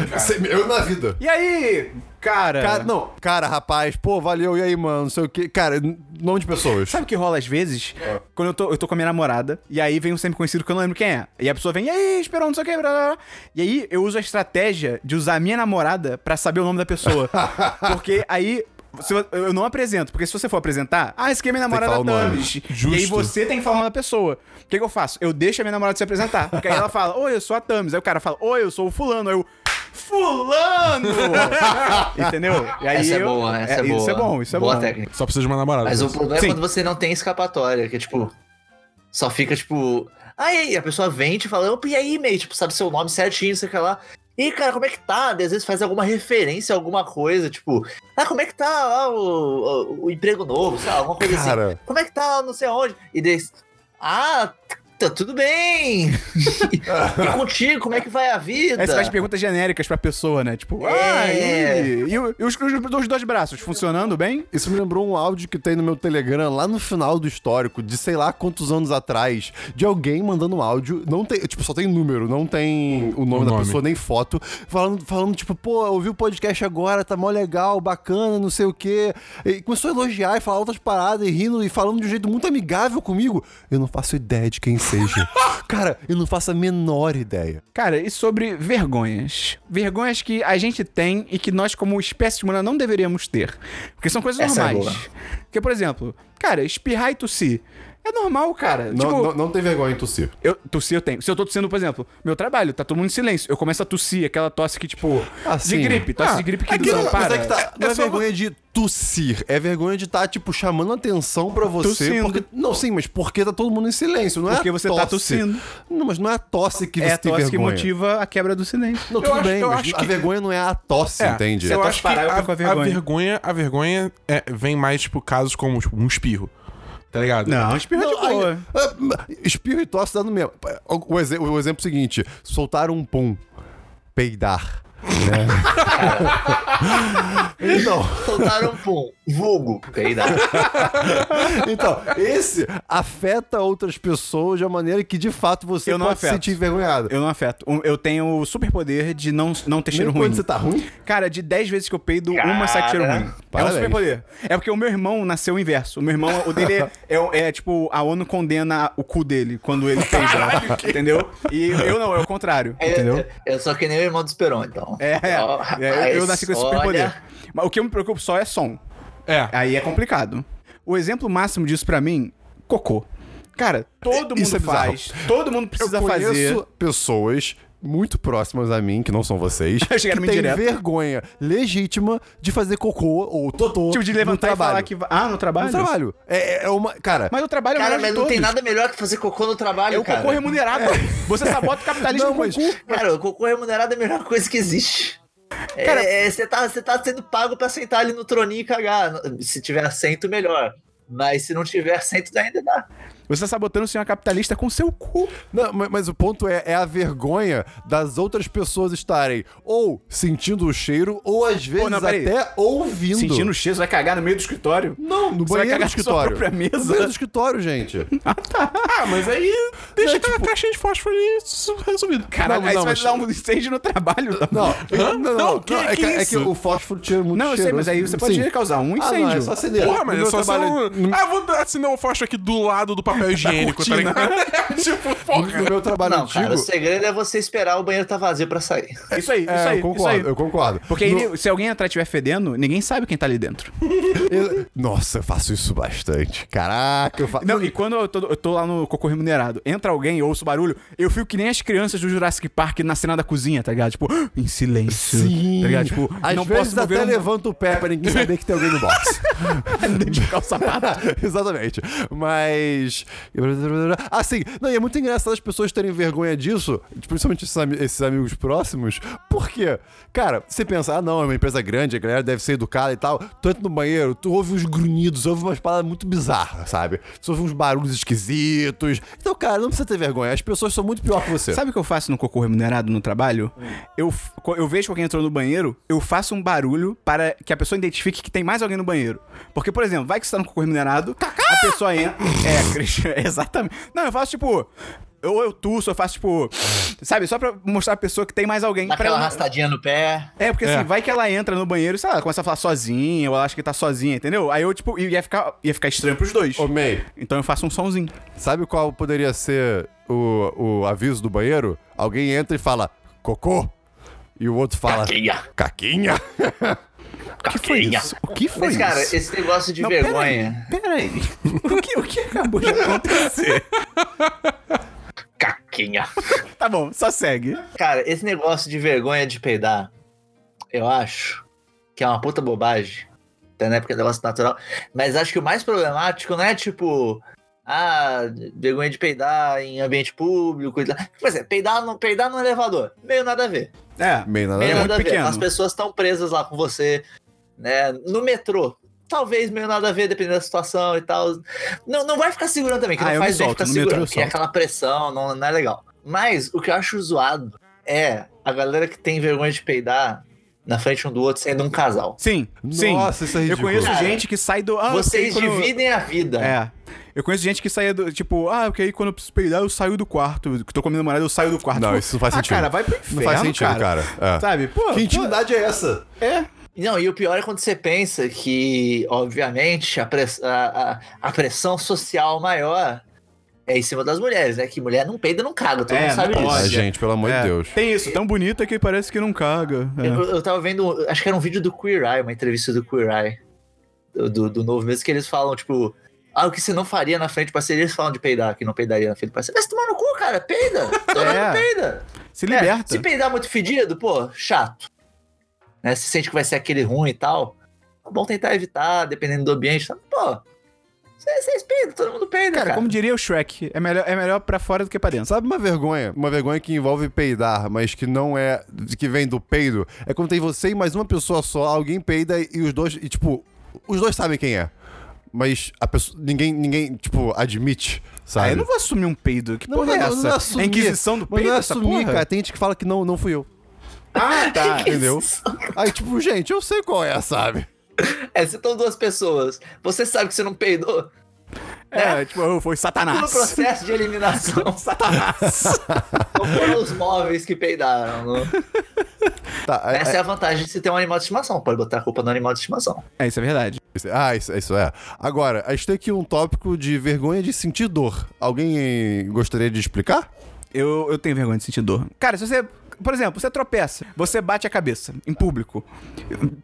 eu na vida. E aí, cara? Cara, não, cara, rapaz, pô, valeu, e aí, mano, não sei o que. Cara, n- nome de pessoas. Sabe o que rola às vezes? Ah. Quando eu tô, eu tô com a minha namorada, e aí vem um sempre conhecido que eu não lembro quem é. E a pessoa vem, e aí, esperou, não sei o que, blá, blá, blá. E aí eu uso a estratégia de usar a minha namorada pra saber o nome da pessoa. (laughs) porque aí. se eu- eu não apresento, porque se você for apresentar, ah, esse aqui é minha namorada falar o nome. Thames. E aí Justo. você tem que falar o nome da pessoa. O que, que eu faço? Eu deixo a minha namorada se apresentar. Porque (laughs) aí ela fala, oi, eu sou a Thames. Aí o cara fala, oi, eu sou o Fulano. Aí eu. (laughs) Fulano! Entendeu? E aí Essa é eu- boa, essa é, boa. Isso é bom, isso é boa bom. técnica. Só precisa de uma namorada. Mas o problema Sim. é quando você não tem escapatória, que é tipo. Só fica tipo. Ah, e aí, a pessoa vem te fala, opa, e aí, meio, tipo, sabe seu nome certinho, sei o que lá. E cara, como é que tá? Daí, Às vezes faz alguma referência a alguma coisa, tipo, ah, como é que tá lá o, o, o emprego novo, sei lá, alguma coisa Cara. assim. Como é que tá lá não sei aonde? E desse, ah, tá tudo bem. (laughs) e contigo, como é que vai a vida? Aí você faz perguntas genéricas pra pessoa, né? Tipo, ah, É. e, e o- e os, os- os dois braços funcionando bem? Isso me lembrou um áudio que tem no meu Telegram, lá no final do histórico, de sei lá quantos anos atrás, de alguém mandando um áudio, não tem, tipo, só tem número, não tem o nome O da nome. pessoa, nem foto, falando, falando tipo, pô, eu ouvi o podcast agora, tá mó legal, bacana, não sei o quê. E começou a elogiar e falar outras paradas, e rindo, e falando de um jeito muito amigável comigo. Eu não faço ideia de quem (laughs) seja. Cara, eu não faço a menor ideia. Cara, e sobre vergonhas? Vergonhas que a gente tem e que nós, como espécie humana, não deveríamos ter. Porque são coisas Essa é normais. Porque, por exemplo, cara, espirrar e tossir. É normal, cara. tipo, tem vergonha em tossir. eu tossir eu tenho. Se eu tô tossindo, por exemplo, meu trabalho, tá todo mundo em silêncio. Eu começo a tossir, aquela tosse que, tipo, Ah, sim. de gripe, tosse de gripe que Aqui não, não para. mas é que tá, não é, vergonha de tossir, é vergonha de estar, tipo, chamando atenção pra você. Tossindo. Porque, não, sim, mas porque tá todo mundo em silêncio, não é Porque a você tosse. tá tossindo. Não, mas não é a tosse que É você a tem tosse que vergonha. motiva a quebra do silêncio. Não, tudo Eu acho- bem, eu mas acho a que- vergonha não é a tosse, É, entende? eu eu posso acho que parar, eu a, fico com a vergonha. vergonha. a vergonha é- vem mais, tipo, casos como, tipo, um espirro. Tá ligado? Não, espirra é de Não, aí- boa. ah, espirro e tosse dá no mesmo. O, exe- o exemplo seguinte: soltar um pum. peidar. né? então, Soltaram um pum. Vulgo. Peidar. (laughs) então, esse afeta outras pessoas de uma maneira que de fato você Eu não pode se afeto. sentir envergonhado. Eu não afeto. Um- Eu tenho o superpoder de não, não ter Nem cheiro ruim. quando você tá ruim? Cara, de 10 vezes que eu peido, uma sai com cheiro ruim. Parabéns. É um superpoder. É porque o meu irmão nasceu o inverso. O meu irmão, (laughs) o dele é, é- é, tipo, a ONU condena o cu dele (laughs) quando ele peida. entendeu? E eu não, é o contrário. é, entendeu? é, Eu sou que nem o irmão do Esperon, então. É, é. Ó, É, eu- eu rapaz, nasci com esse olha, superpoder. Mas o que eu me preocupo só é som. É. Aí é complicado. O exemplo máximo disso pra mim, cocô. Cara, todo mundo Isso é bizarro. faz. Todo mundo precisa eu conheço fazer. pessoas muito próximas a mim, que não são vocês, que (laughs) Chegaram têm me direto. vergonha legítima de fazer cocô ou totô Tipo, de no levantar e trabalho. falar que. va- Ah, no trabalho? No trabalho. É, é uma... Cara... Mas o trabalho é o Cara, melhor mas de não tem todos. nada melhor que fazer cocô no trabalho, É o cara. É. cocô remunerado. Você sabota o capitalismo Não, com o mas- cu. Cara, o cocô remunerado é a melhor coisa que existe. Cara- É, você tá, você tá sendo pago pra sentar ali no troninho e cagar. Se tiver assento, melhor. Mas se não tiver assento, ainda dá. Você tá sabotando o senhor capitalista com seu cu. Não, ma- mas o ponto é, é a vergonha das outras pessoas estarem ou sentindo o cheiro, ou às vezes não, peraí. até ouvindo. Sentindo o cheiro, você vai cagar no meio do escritório? Não, no Você vai banheiro do cagar na sua escritório. própria mesa? No banheiro do escritório, gente. Ah, mas aí deixa Não, aquela tipo- caixinha de fósforo ali su- resolvido. Caralho, Não, aí não, você vai mas- dar um incêndio no trabalho. tá? Não, não, não, Não, não, que- é, que que, é isso? que o fósforo tira muito Não, eu cheiro. sei, mas aí você pode causar um Ah, incêndio. não, é só acender. Porra, mas No é meu só ser trabalho- um... Ah, vou acender o fósforo aqui do lado do papel higiênico, tá cortina. ligado? tipo, porra. No meu trabalho não, antigo... cara, o segredo é você esperar o banheiro tá vazio pra sair. Isso aí, É, isso aí. eu concordo, isso aí. eu concordo. Porque aí, No- se alguém atrás estiver fedendo, ninguém sabe quem tá ali dentro. eu- Nossa, eu faço isso bastante. Caraca, eu faço... Não, e quando eu tô, eu tô lá no cocô remunerado, entra alguém, eu ouço barulho, eu fico que nem as crianças do Jurassic Park na cena da cozinha, tá ligado? Tipo, em silêncio. Sim. Tá ligado? Tipo, Às não vezes posso mover até um- levanta o pé pra (laughs) ninguém saber que tem alguém no box. identificar o sapato. (laughs) Exatamente. Mas. Assim, não, e é muito engraçado as pessoas terem vergonha disso, tipo, principalmente esses, ami- esses amigos próximos. Por quê? Cara, você pensa, ah, não, é uma empresa grande, a galera deve ser educada e tal. Tu entra no banheiro, tu ouve uns grunhidos, ouve umas paradas muito bizarras, sabe? Tu ouve uns barulhos esquisitos. Então, cara, não precisa ter vergonha. As pessoas são muito pior que você. Sabe o que eu faço no cocô remunerado no trabalho? Eu, f- co- eu vejo que alguém entrou no banheiro, eu faço um barulho para que a pessoa identifique que tem mais alguém no banheiro. Porque, por exemplo, vai que você tá no cocô remunerado, a pessoa entra. É, (laughs) Christian, exatamente. Não, eu faço tipo. Ou eu tuço, eu faço tipo. Sabe, só pra mostrar a pessoa que tem mais alguém. Dá pra aquela ela não- arrastadinha no pé. É, porque É. assim, vai que ela entra no banheiro, sei lá, ela começa a falar sozinha, ou ela acha que tá sozinha, entendeu? Aí eu, tipo, ia ficar, ia ficar estranho pros dois. Ô, May, Então eu faço um sonzinho. sabe qual poderia ser o, o aviso do banheiro? Alguém entra e fala, cocô. E o outro fala, Caquinha. caquinha. Caquinha. Que foi isso? O que foi Mas, cara, isso? esse negócio de Não, vergonha. Peraí, peraí. (laughs) O que, o que acabou de acontecer? Caquinha. (laughs) tá bom, só segue. Cara, esse negócio de vergonha de peidar, eu acho que é uma puta bobagem. tá, né? Até na época do é um negócio natural. Mas acho que o mais problemático não é tipo. Ah, vergonha de peidar em ambiente público. e tal. Por exemplo, peidar no, peidar no elevador. Meio nada a ver. É. Meio nada a Meio ver. nada a ver. pequeno. As pessoas estão presas lá com você. Né? No metrô. Talvez meio nada a ver, dependendo da situação e tal. Não, não vai ficar segurando também, que Ah, não eu faz me bem solto, ficar no metrô segurando. eu Que é solto. aquela pressão, não, não é legal. Mas o que eu acho zoado é a galera que tem vergonha de peidar na frente um do outro sendo um casal. Sim, sim. Nossa, isso é ridículo. Eu conheço Cara, gente que sai do. Ah, eu Vocês sei quando- dividem a vida. É. Eu conheço gente que saia do. Tipo, ah, porque aí quando eu preciso peidar, eu saio do quarto. Eu Tô com a minha namorada, eu saio do quarto. Não, Tipo, isso não faz sentido. Ah, cara, vai pro inferno. Tá Não faz sentido, cara. É. Sabe? Pô, Que intimidade é essa? pô, é. Não, e o pior é quando você pensa que, obviamente, a, press- a- a- a pressão social maior é em cima das mulheres, né? Que mulher não peida, não caga, todo É, mundo sabe não disso. pode. Ai, gente, pelo amor É. de Deus. Tem isso, tão bonita que parece que não caga. É. Eu, eu tava vendo, acho que era um vídeo do Queer Eye, uma entrevista do Queer Eye, do, do, do novo mesmo, que eles falam, tipo, ah, o que você não faria na frente do parceiro, eles falam de peidar, que não peidaria na frente do parceiro. Mas tomar no cu, cara, peida, todo (laughs) É. mundo peida. Se É, liberta. se peidar muito fedido, pô, chato. Né, se sente que vai ser aquele ruim e tal, é bom tentar evitar, dependendo do ambiente, sabe? pô, vocês vocês peidam, todo mundo peida, cara. Cara, como diria o Shrek, é melhor, é melhor pra fora do que pra dentro. Sabe uma vergonha? Uma vergonha que envolve peidar, mas que não é. que vem do peido. É quando tem você e mais uma pessoa só, alguém peida e os dois. E tipo, os dois sabem quem é. Mas a pessoa. ninguém, ninguém tipo, admite, Ah, sabe? eu não vou assumir um peido. Que Não, porra mas é não, essa? não é assumir. é Inquisição do Mas peido, não é essa assumir, porra? cara. Tem gente que fala que não, não fui eu. (laughs) Ah, tá. entendeu? Aí, tipo, gente, eu sei qual é, sabe? É, se estão duas pessoas, você sabe que você não peidou É, tipo, foi no Satanás. processo de eliminação. Satanás. Não foram os móveis que peidaram. não. Tá, é- Essa é a vantagem de se ter um animal de estimação. Pode botar a culpa no animal de estimação. (laughs) É, isso é verdade. Isso- Ah, isso, isso é. Agora, a gente tem aqui um tópico de vergonha de sentir dor. Alguém gostaria de explicar? Eu, eu tenho vergonha de sentir dor. Cara, se você. Por exemplo, você tropeça, você bate a cabeça em público.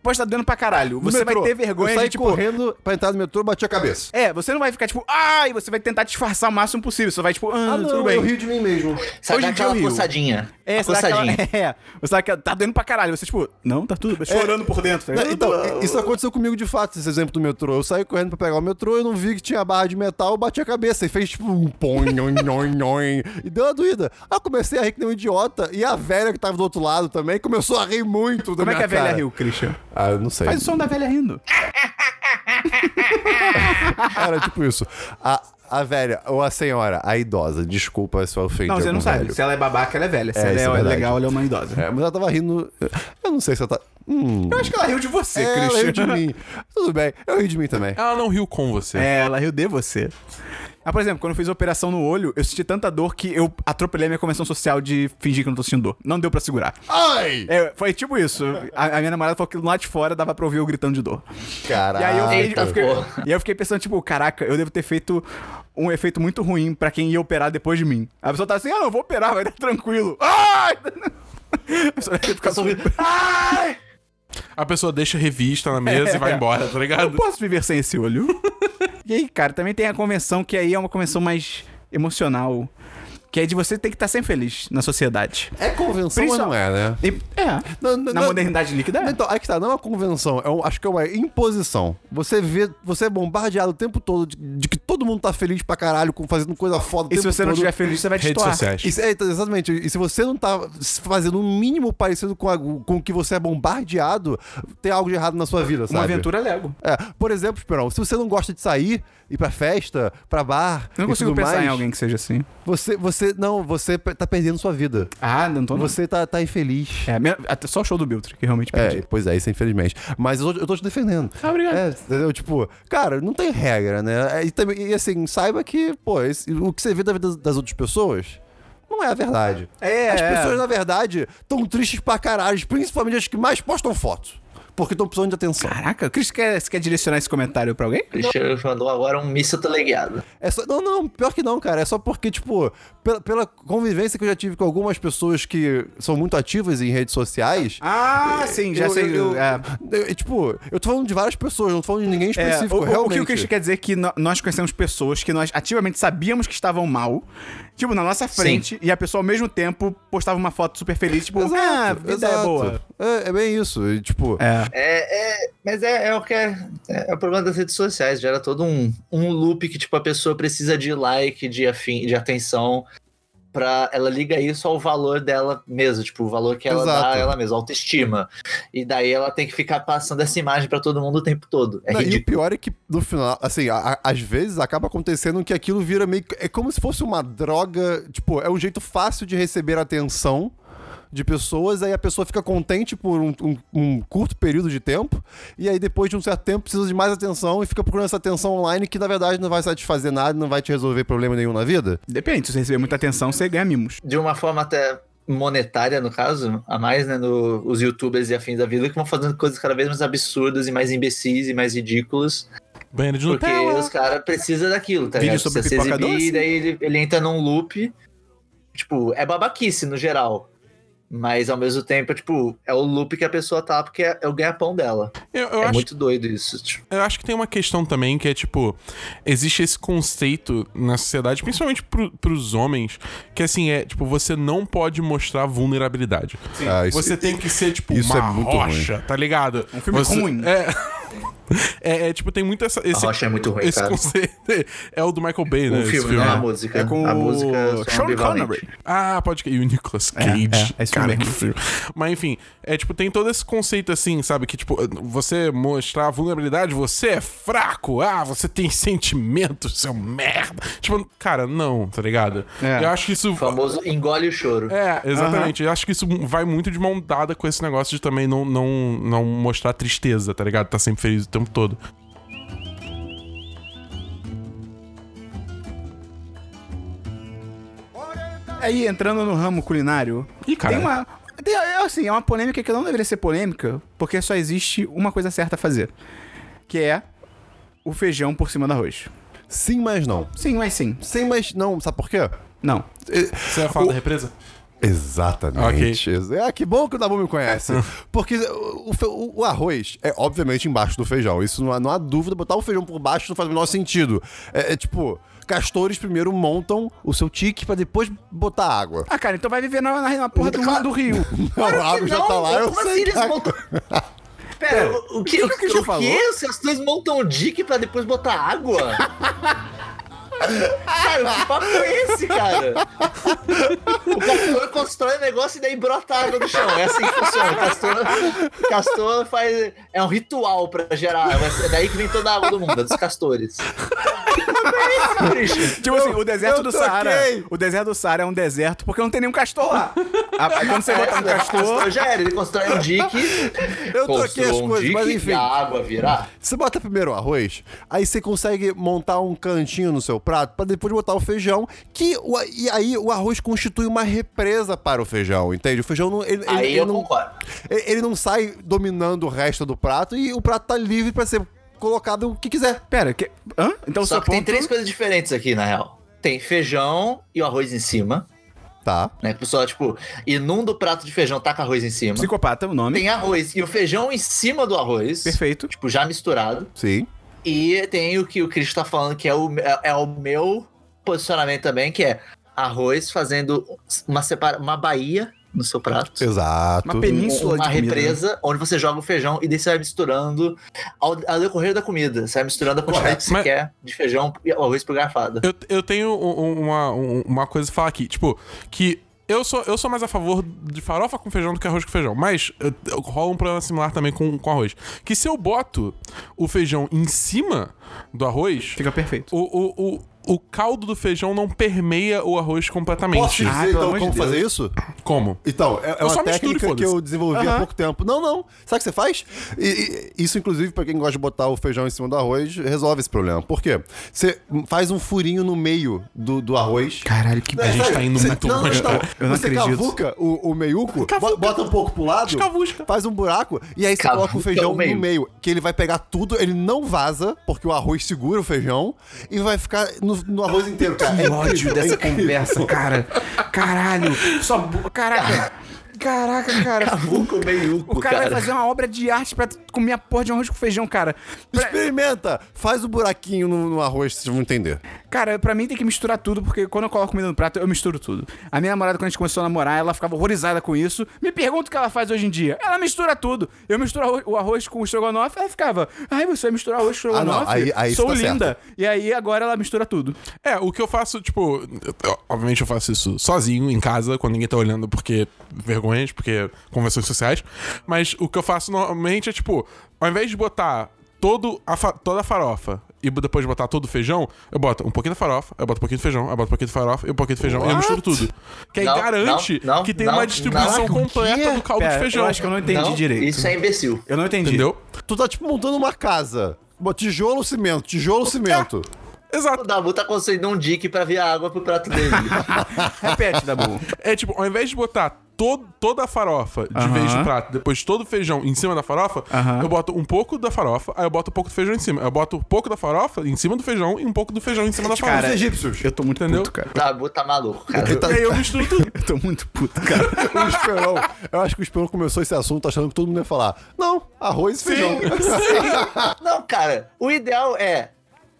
Pode estar doendo pra caralho. Você No vai metrô, ter vergonha eu saí de, tipo. correndo pra entrar no metrô, bati a cabeça. É, você não vai ficar tipo, ai, você vai tentar disfarçar o máximo possível. Você vai tipo, ah, tudo bem. de mim mesmo. Sabe Hoje em dia eu aquela rio. coçadinha? É, A você dá aquela, (laughs) coçadinha. é, você dá aquela, tá doendo pra caralho. Você tipo, não, tá tudo, bem", chorando por dentro. Tá ligado? Então, isso aconteceu comigo de fato, esse exemplo do metrô. Eu saí correndo pra pegar o metrô, eu não vi que tinha barra de metal, eu bati a cabeça e fez tipo um põe, nhon, nhon, nhon, e deu uma doída. Aí eu comecei a rir que nem um idiota, e a velha que tava do outro lado também começou a rir muito da Como é que minha a velha cara. riu, Christian? Ah, eu não sei. Faz o som da velha rindo. (laughs) Era tipo isso. A, a velha, ou a senhora, a idosa, desculpa se eu ofendi Não, você não algum sabe. velho. Se ela é babaca, ela é velha. Se É, isso é ela é, verdade. legal, ela é uma idosa. É, mas ela tava rindo. Eu não sei se ela tá. Hum. Eu acho que ela riu de você, É, ela Christian. riu de mim. Tudo bem, eu ri de mim também. Ela não riu com você. (laughs) É, ela riu de você. Ah, por exemplo, quando eu fiz a operação no olho, eu senti tanta dor que eu atropelei minha convenção social de fingir que eu não tô sentindo dor. Não deu pra segurar. Ai! É, foi tipo isso. A, a minha namorada falou que lá de fora dava pra ouvir eu gritando de dor. E aí, eu Caralho. fiquei, Eita, eu fiquei- porra. e aí eu fiquei pensando, tipo, caraca, eu devo ter feito um efeito muito ruim pra quem ia operar depois de mim. A pessoa tá assim, ah, não, vou operar, vai dar tranquilo. Ai! A pessoa deve ficar Eu só vi- super- A pessoa deixa a revista na mesa e vai embora, tá Eu ligado? posso viver sem esse olho. e aí, cara, também tem a convenção que aí é uma convenção mais emocional. Que é de você ter que estar sempre feliz na sociedade. É convenção Principal- ou não é, né? E- é. Não, não, na não. modernidade líquida é. Então, aí que tá, não é uma convenção, é um- acho que é uma imposição. Você vê, você é bombardeado o tempo todo de, de que todo mundo tá feliz pra caralho, com, fazendo coisa foda o E se tempo você não todo. estiver feliz, você vai Redes destoar. sociais. E se- é, então, exatamente. E se você não tá se fazendo o mínimo parecido com, a- com o que você é bombardeado, tem algo de errado na sua vida, sabe? Uma aventura Lego. É, por exemplo, Esperão, se você não gosta de sair, ir pra festa, pra bar, Eu não e consigo tudo pensar mais, em alguém que seja assim. Você, você, não, você pe- tá perdendo sua vida. Ah, não tô não. Você tá, tá infeliz. É, me- até só o show do Biltre, que realmente É, perdi. pois é, isso infelizmente. Mas eu, tô- eu tô te defendendo. Ah, obrigado. É, entendeu? Tipo, cara, não tem regra, né? É, E, também, e assim, saiba que, pô, esse- o que você vê da vida das outras pessoas não é a verdade. É, As é. pessoas, na verdade, estão tristes pra caralho, principalmente as que mais postam fotos. Porque estão precisando de atenção. Caraca, o Chris quer, você quer direcionar esse comentário pra alguém? Christian mandou agora um míssil teleguiado. É só, não, não, pior que não, cara. É só porque, tipo, pela, pela convivência que eu já tive com algumas pessoas que são muito ativas em redes sociais. Ah, sim, já É, eu- sei. eu- eu- é. eu- tipo, eu tô falando de várias pessoas, não tô falando de ninguém É, específico, o, o- realmente. o que o Christian quer dizer é que no- nós conhecemos pessoas que nós ativamente sabíamos que estavam mal, tipo, na nossa frente, e a pessoa ao mesmo tempo postava uma foto super feliz, tipo, ah, vida é exato. boa. É, é bem isso. E, tipo, É. É, é, mas é, é o que é, é o problema das redes sociais, gera todo um, um loop que tipo a pessoa precisa de like, de afim, de atenção para ela liga isso ao valor dela mesma, tipo o valor que ela dá Exato. a ela mesma, autoestima. E daí ela tem que ficar passando essa imagem pra todo mundo o tempo todo. É não, e o ridículo. pior é que no final, assim, a- a- às vezes acaba acontecendo que aquilo vira meio. que- É como se fosse uma droga. Tipo, é um jeito fácil de receber atenção de pessoas, aí a pessoa fica contente por um, um- um curto período de tempo, e aí depois de um certo tempo precisa de mais atenção e fica procurando essa atenção online que na verdade não vai satisfazer nada, não vai te resolver problema nenhum na vida. Depende, se você receber muita atenção, você ganha mimos. De uma forma até monetária, no caso, a mais, né, no, os youtubers e afins da vida que vão fazendo coisas cada vez mais absurdas e mais imbecis e mais ridículas. Banheiro de Porque Nutella. os caras precisam daquilo, tá Vídeo ligado? sobre Você se pipoca exibir, doce? daí ele, ele entra num loop. Tipo, é babaquice no geral. Mas ao mesmo tempo, é, tipo, é o loop que a pessoa tá porque é, é o ganha-pão dela. Eu, eu é acho, muito doido isso. Tipo, eu acho que tem uma questão também que é, tipo, existe esse conceito na sociedade, principalmente pro, pros homens, que assim, é, tipo, você não pode mostrar vulnerabilidade. Ah, isso- Você tem que ser, tipo, isso uma é muito rocha, tá ligado? Um filme Você- ruim. É, (laughs) É, é, tipo, tem muito essa, esse, Rocha é muito ruim, esse cara. conceito. (laughs) É o do Michael Bay, né? O esse filme, né? A música. É com a o música um são Sean ambivalentes. Connery. Ah, pode que. E o Nicolas Cage. é, é isso cara, mesmo. que filme. Mas enfim, é tipo, tem todo esse conceito assim, sabe? Que tipo, você mostrar a vulnerabilidade, você é fraco, ah, você tem (laughs) sentimentos, seu merda. Tipo, cara, não, tá ligado? É. Eu acho que isso. O famoso engole o choro. É, exatamente. Eu acho que isso vai muito de mão dada com esse negócio de também não, não, não mostrar tristeza, tá ligado? Tá sempre feliz o tempo todo. Aí, entrando no ramo culinário, Ih, cara. tem uma. Tem, é, assim, é uma polêmica que não deveria ser polêmica, porque só existe uma coisa certa a fazer. Que é o feijão por cima do arroz. Sim, mas não. Sim, mas sim. Sim, mas não. Sabe por quê? Não. Você vai falar da represa? Exatamente. Ex- Ah, que bom que o Dabu me conhece. Porque o, o fe- o- o arroz é obviamente embaixo do feijão. Isso não há, não há dúvida. Botar o feijão por baixo não faz o menor sentido. É, é tipo, castores primeiro montam o seu tique pra depois botar água. (laughs) Ah, cara, então vai viver na, na, na porra do, do rio. o água já tá lá, eu Ah, como sei. assim cara. eles (laughs) montam... Pera, o, o que, o, que que, a gente o falou? que? Os castores montam o dique pra depois botar (laughs) água? cara, que papo é esse, cara? O castor constrói um negócio e daí brota água do chão. É assim que funciona. O castor, o castor faz... É um ritual pra gerar água. É daí que vem toda a água do mundo, é dos (laughs) castores. Que papo é esse, bicho? Tipo assim, o deserto eu do troquei. Saara. O deserto do Saara é um deserto porque não tem nenhum (laughs) castor lá. Ah, Aí quando É, você bota um O castor. É, castor já era, ele constrói um dique. Eu troquei construiu as um coisas, dique mas E enfim. a água virar. Você bota primeiro o arroz, aí você consegue montar um cantinho no seu prato pra depois botar o feijão, que o- e aí o arroz constitui uma represa para o feijão, entende? O feijão não, ele, Aí ele- eu ele não, concordo. é ele- ele não sai dominando o resto do prato e o prato tá livre pra ser colocado o que quiser. Pera, que... hã? Então Só seu que ponto... tem três coisas diferentes aqui, na real. Tem feijão e o arroz em cima, Tá. né? Que o pessoal, tipo, inunda o prato de feijão, taca arroz em cima. (laughs) Psicopata, o nome. Tem arroz e o feijão em cima do arroz. Perfeito. Tipo, já misturado. Sim. E tem o que o Cris tá falando, que é o, é, é o meu posicionamento também, que é arroz fazendo uma, separa, uma baía no seu prato. Exato. Uma península uma de comida. né? represa onde você joga o feijão e daí você vai misturando ao, ao decorrer da comida. Você vai misturando a quantidade Correto, que você mas- quer de feijão e arroz por garfada. Eu, eu tenho um- um- uma, um- uma coisa a falar aqui, tipo, que eu sou, eu sou mais a favor de farofa com feijão do que arroz com feijão, mas eu- eu- rola um problema similar também com, com arroz. Que se eu boto o feijão em cima do arroz, Fica perfeito. o, o, o, o caldo do feijão não permeia o arroz completamente. Posso dizer Ah, pelo então amor de como Deus. fazer isso? Como? Então, é, é Eu uma só misturo e técnica que foda-se. eu desenvolvi há Aham. pouco tempo. Não, não. Sabe o que você faz? E- e- isso, inclusive, pra quem gosta de botar o feijão em cima do arroz, resolve esse problema. Por quê? Você faz um furinho no meio do, do arroz. Caralho, que... gente tá indo muito não, longe, Não, cara. Eu não você acredito. cavuca o, o meiuco, Cavuca. bo- bota um pouco pro lado, Cavusca. faz um buraco e aí você Cavuca coloca o feijão o meio. no meio. Que ele vai pegar tudo, ele não vaza, porque o arroz segura o feijão e vai ficar no, no arroz inteiro, cara. Que É ódio incrível, é (laughs) dessa incrível. conversa, cara. Caralho. Só. bu- Caraca. Caraca, cara. Cavuco meiuco, O cara, vai fazer uma obra de arte pra comer a porra de um arroz com feijão, cara. Pra- Experimenta! Faz o buraquinho no, no arroz, vocês vão entender. cara, pra mim tem que misturar tudo, porque quando eu coloco comida no prato, eu misturo tudo. A minha namorada, quando a gente começou a namorar, ela ficava horrorizada com isso. Me pergunta o que ela faz hoje em dia. Ela mistura tudo. Eu misturo arro- o arroz com o estrogonofe, ela ficava, ai, você vai misturar arroz com o Ah, não, estrogonofe? aí- aí isso Sou tá linda. E aí agora ela mistura tudo. É, o que eu faço, tipo, eu- obviamente eu faço isso sozinho, em casa, quando ninguém tá olhando, porque vergonhas, porque convenções sociais. Mas o que eu faço normalmente é, tipo, ao invés de botar todo a fa- toda a farofa e bo- depois botar todo o feijão, eu boto um pouquinho da farofa, eu boto um pouquinho de feijão, eu boto um pouquinho de farofa e um pouquinho de feijão. E eu misturo tudo. Que aí Não, garante não, não, que tem não, uma distribuição não. Então, completa Que? do caldo de Pera, feijão. Eu acho que eu não entendi Não, direito. Isso é imbecil. Eu não entendi. Entendeu? Tu tá tipo montando uma casa. Bom, Tijolo, cimento, (laughs) tijolo, cimento. O Exato. Dabu tá construindo um dique pra vir a água pro prato (laughs) dele. (laughs) Repete, Dabu. É tipo, ao invés de botar todo, toda a farofa de Aham. vez no prato, depois todo o feijão em cima da farofa, Aham. eu boto um pouco da farofa, aí eu boto um pouco do feijão em cima. Eu boto um pouco da farofa em cima do feijão e um pouco do feijão em cima da farofa. Cara, Os egípcios. Eu tô muito Entendeu? puto, cara. o Dabu tá maluco, cara. Ele tá- E aí eu misturo tudo. Eu tô muito puto, cara. o Esperão. Eu acho que o Esperão começou esse assunto achando que todo mundo ia falar. Não, arroz e feijão. Não, cara, o ideal é.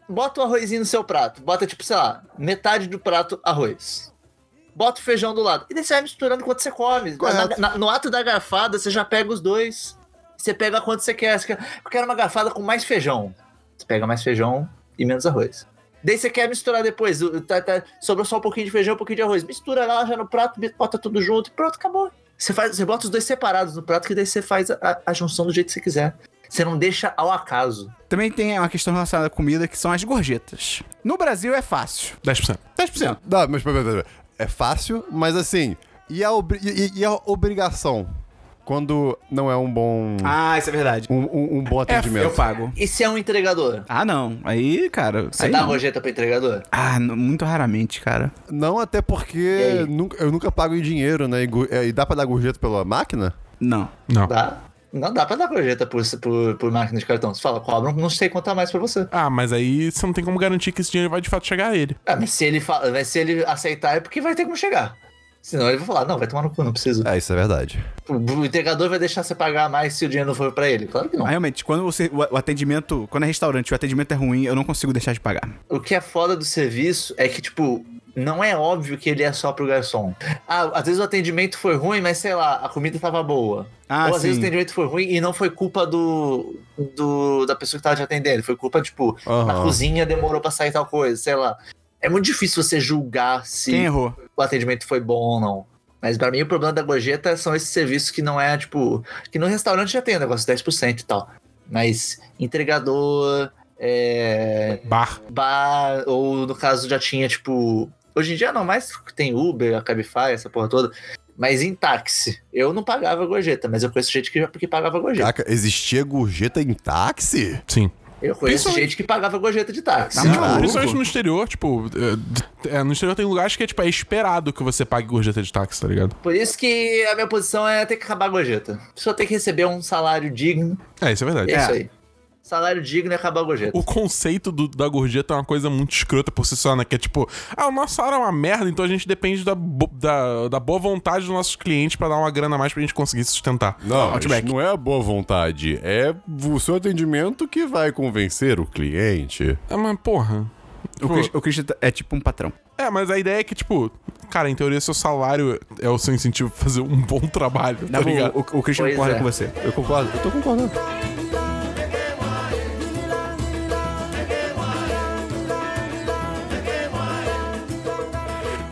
Bota o arrozinho no seu prato. Bota, tipo, sei lá, metade do prato arroz. Bota o feijão do lado. E daí você vai misturando enquanto você come. Na- Correto. na- no ato da garfada, você já pega os dois. Você pega quanto você quer. Você quer eu quero uma garfada com mais feijão. Você pega mais feijão e menos arroz. Daí você quer misturar depois. o- Tá, tá, sobrou só um pouquinho de feijão, um pouquinho de arroz. Mistura lá já no prato, bota tudo junto e pronto, acabou. Você, faz, você bota os dois separados no prato, que daí você faz a- a, a junção do jeito que você quiser. Você não deixa ao acaso. Também tem uma questão relacionada à comida, que são as gorjetas. No Brasil é fácil. 10%. 10%. Não, mas pera, pera, pera. É fácil, mas assim. E a, obri- e- e a obrigação? Quando não é um bom. Ah, isso é verdade. Um, um- um bom atendimento. eu pago. E se é um entregador? Ah, não. Aí, cara. Você aí dá a não. gorjeta pro entregador? Ah, n- muito raramente, cara. Não, até E porque aí? nunca- eu nunca pago em dinheiro, né? E, gu- é, e dá pra dar gorjeta pela máquina? Não. Não. Dá? Não dá pra dar gorjeta por, por, por máquina de cartão. Você fala, cobra, não sei quanto a mais pra você. Ah, mas aí você não tem como garantir que esse dinheiro vai de fato chegar a ele. Ah, mas se ele, fala, mas se ele aceitar é porque vai ter como chegar. Senão ele vai falar, não, vai tomar no cu, não preciso. É, isso é verdade. O, o entregador vai deixar você pagar mais se o dinheiro não for pra ele. Claro que não. Ah, realmente, quando você. O o atendimento. Quando é restaurante e o atendimento é ruim, eu não consigo deixar de pagar. O que é foda do serviço é que, tipo, não é óbvio que ele é só pro garçom. Ah, às vezes o atendimento foi ruim, mas sei lá, a comida tava boa. Ah, Ou às vezes o sim. atendimento foi ruim e não foi culpa do, do da pessoa que tava te atendendo. Foi culpa, tipo, na Ah. Aham. cozinha demorou pra sair tal coisa, sei lá. É muito difícil você julgar se Quem errou? o atendimento foi bom ou não. Mas pra mim o problema da gorjeta são esses serviços que não é, tipo. Que no restaurante já tem o negócio 10% e tal. Mas entregador, é, Bar. bar, ou no caso já tinha, tipo. Hoje em dia não, mais tem Uber, a Cabify, essa porra toda. Mas em táxi, eu não pagava gorjeta, mas eu conheço gente que, já- que pagava gorjeta. Caraca, existia gorjeta em táxi? Sim. Eu conheço Principalmente- gente que pagava gorjeta de táxi. Tá Tipo, maluco? Principalmente no exterior, tipo. é, é, no exterior tem lugares que é, tipo, é esperado que você pague gorjeta de táxi, tá ligado? por isso que a minha posição é ter que acabar a gorjeta. A pessoa tem que receber um salário digno É, isso é verdade. É, isso É. aí. Salário digno e acabar a gorjeta. O conceito do- da gorjeta é uma coisa muito escrota por si só, né? Que é tipo, ah, o nosso salário é uma merda, então a gente depende da, bo- da, da boa vontade dos nossos clientes pra dar uma grana a mais pra gente conseguir se sustentar. Ah, Não, Outback. isso não é a boa vontade. É o seu atendimento que vai convencer o cliente. É, mas porra. O, Chris- o Christian é tipo um patrão. É, mas a ideia é que, tipo, cara, em teoria, seu salário é o seu incentivo pra fazer um bom trabalho, tá Não, ligado? o, o, o Christian Pois concorda é. com você. Eu concordo, eu tô concordando.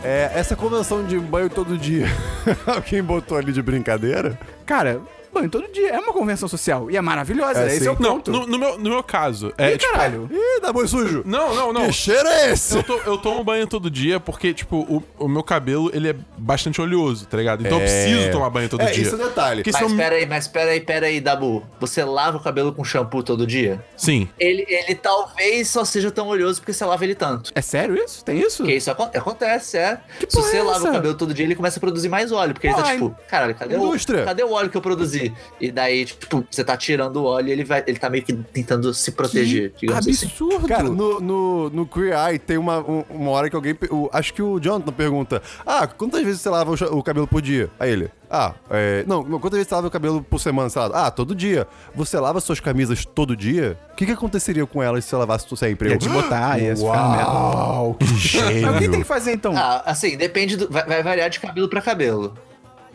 É, essa convenção de banho todo dia, (laughs) alguém botou ali de brincadeira? Cara, banho todo dia. É uma convenção social. E é maravilhosa. É, esse sim. é o Não, ponto. no, no meu, no meu caso, é. Ih, tipo, caralho. Ih, dá banho sujo! não, não, não. Que cheiro é esse? Eu, to- eu tomo banho todo dia porque, tipo, o, o meu cabelo, ele é bastante oleoso, tá ligado? Então eu preciso tomar banho todo é, dia. isso é detalhe. Porque Mas senão- peraí, mas peraí, peraí, Dabu. Você lava o cabelo com shampoo todo dia? Sim. Ele, ele talvez só seja tão oleoso porque você lava ele tanto. É sério isso? Tem isso? Porque isso acon- acontece, é. Se porra você é lava essa? o cabelo todo dia, ele começa a produzir mais óleo. Porque ele tá Uai. tipo, caralho, cadê o, Indústria. cadê o óleo que eu produzi? E daí, tipo, você tá tirando o óleo e ele, vai, ele tá meio que tentando se proteger, digamos assim. Absurdo. Cara, no, no, no Queer Eye tem uma, um- uma hora que alguém. pe- o- acho que o Jonathan pergunta: Ah, quantas vezes você lava o, cha- o cabelo por dia? Aí ele. Ah, é, não, não, quantas vezes você lava o cabelo por semana? Sei lá. Ah, todo dia. Você lava suas camisas todo dia? O que, que aconteceria com elas se você lavasse tu sempre? Ia Eu- desbotar, ia ficar merda. Uau, que (laughs) Mas o que tem gênio. que fazer então? Ah, assim, depende do. Vai, vai variar de cabelo pra cabelo.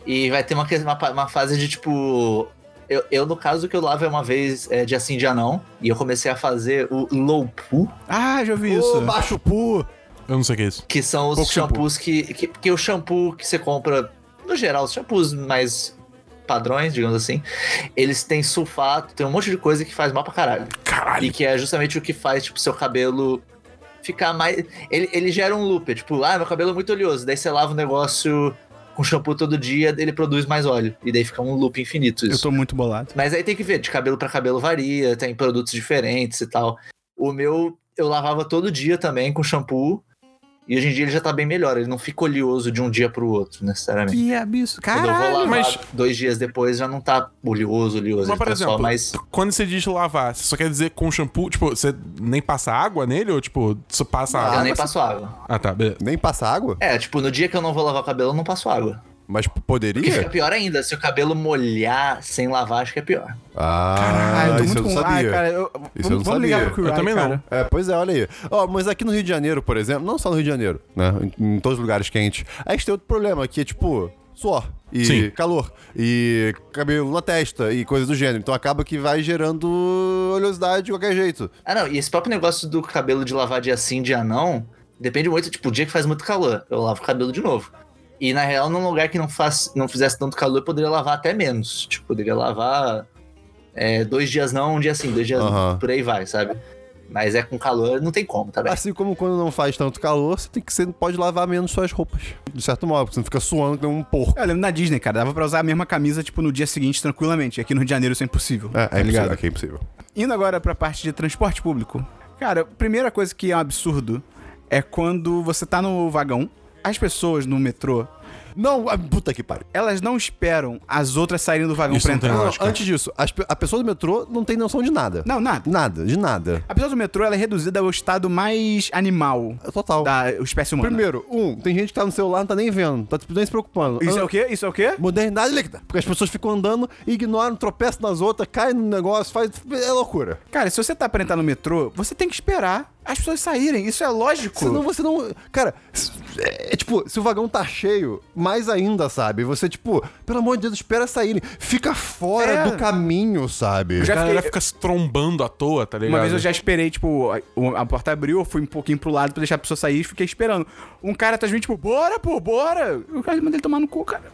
E vai ter uma, que- uma, pa- uma fase de tipo. Eu, eu, no caso, que eu lavo é uma vez é, de assim dia não. E eu comecei a fazer o low poo, Ah, já ouvi Ô, isso. baixo pu. Eu não sei o que é isso. que são os Pouco shampoo. shampoos que, que. Porque o shampoo que você compra, no geral, os shampoos mais padrões, digamos assim, eles têm sulfato, tem um monte de coisa que faz mal pra caralho. Caralho. E que é justamente o que faz, tipo, seu cabelo ficar mais. Ele, ele gera um loop, tipo, ah, meu cabelo é muito oleoso. Daí você lava o negócio com shampoo todo dia, daí ele produz mais óleo. E daí fica um loop infinito Eu isso. tô muito bolado. Mas aí tem que ver, de cabelo pra cabelo varia, tem produtos diferentes e tal. O meu, eu lavava todo dia também com shampoo. E hoje em dia ele já tá bem melhor, ele não fica oleoso de um dia pro outro, necessariamente. Que absurdo. Quando eu vou Caralho. lavar mas- dois dias depois, já não tá oleoso, oleoso. Mas, Mas, ele por tá exemplo, só mais. Quando você diz lavar, você só quer dizer com shampoo? Tipo, você nem passa água nele? Ou, tipo, você passa Eu água? nem passo água. Ah, tá, beleza. Nem passa água? É, tipo, no dia que eu não vou lavar o cabelo, eu não passo água. Mas p- Porque fica poderia? pior ainda, se o cabelo molhar sem lavar, acho que é pior. Ah, Caralho, eu tô isso muito eu não com- Ai, sabia. cara, eu... Isso vamos, eu não vamos ligar sabia. pro Kurai, Eu também não. cara. É, pois é, olha aí. Ó, mas aqui no Rio de Janeiro, por exemplo, não só no Rio de Janeiro, né? Em, em todos os lugares quentes. A gente tem outro problema, que é tipo. suor. E Sim. calor. E cabelo na testa e coisa do gênero. Então acaba que vai gerando oleosidade de qualquer jeito. Ah, não, e esse próprio negócio do cabelo de lavar dia sim, dia não, depende muito, tipo, o dia que faz muito calor, eu lavo o cabelo de novo. E na real, num lugar que não, faz, não fizesse tanto calor, eu poderia lavar até menos. Tipo, poderia lavar é, dois dias não, um dia sim, dois dias Aham. não, por aí vai, sabe? Mas é com calor, não tem como, tá bem? Assim como quando não faz tanto calor, você tem que você pode lavar menos suas roupas. De certo modo, porque você não fica suando que nem um porco. Eu lembro na Disney, cara, dava pra usar a mesma camisa, tipo, no dia seguinte, tranquilamente. Aqui no Rio de Janeiro isso é impossível. tá ligado? Aqui é impossível. Indo agora pra parte de transporte público. Cara, a primeira coisa que é um absurdo é quando você tá no vagão, as pessoas no metrô, Não, ah, puta que pariu. elas não esperam as outras saírem do vagão Isso pra não tem entrar. lógica. Não, acho que- antes disso, as pe- a pessoa do metrô não tem noção de nada. Não, nada. Nada, de nada. A pessoa do metrô ela é reduzida ao estado mais animal Total. da espécie humana. Primeiro, um, tem gente que tá no celular e não tá nem vendo, tá tipo, nem se preocupando. Isso é An- o quê? Isso é o quê? Modernidade líquida. Porque as pessoas ficam andando, ignoram, tropeçam nas outras, caem no negócio, faz. É loucura. Cara, se você tá pra entrar no metrô, você tem que esperar as pessoas saírem. Isso é lógico. Senão você não. Cara, s- é, é tipo, se o vagão tá cheio, mais ainda, sabe? Você, tipo, pelo amor de Deus, espera saírem. Fica fora É. do caminho, sabe? Já A galera fiquei- fica se trombando à toa, tá ligado? Uma vez eu já esperei, tipo, a- o- a porta abriu, eu fui um pouquinho pro lado pra deixar a pessoa sair e fiquei esperando. Um cara atrás de mim, tipo, bora, pô, bora! O cara mandei ele tomar no cu, cara.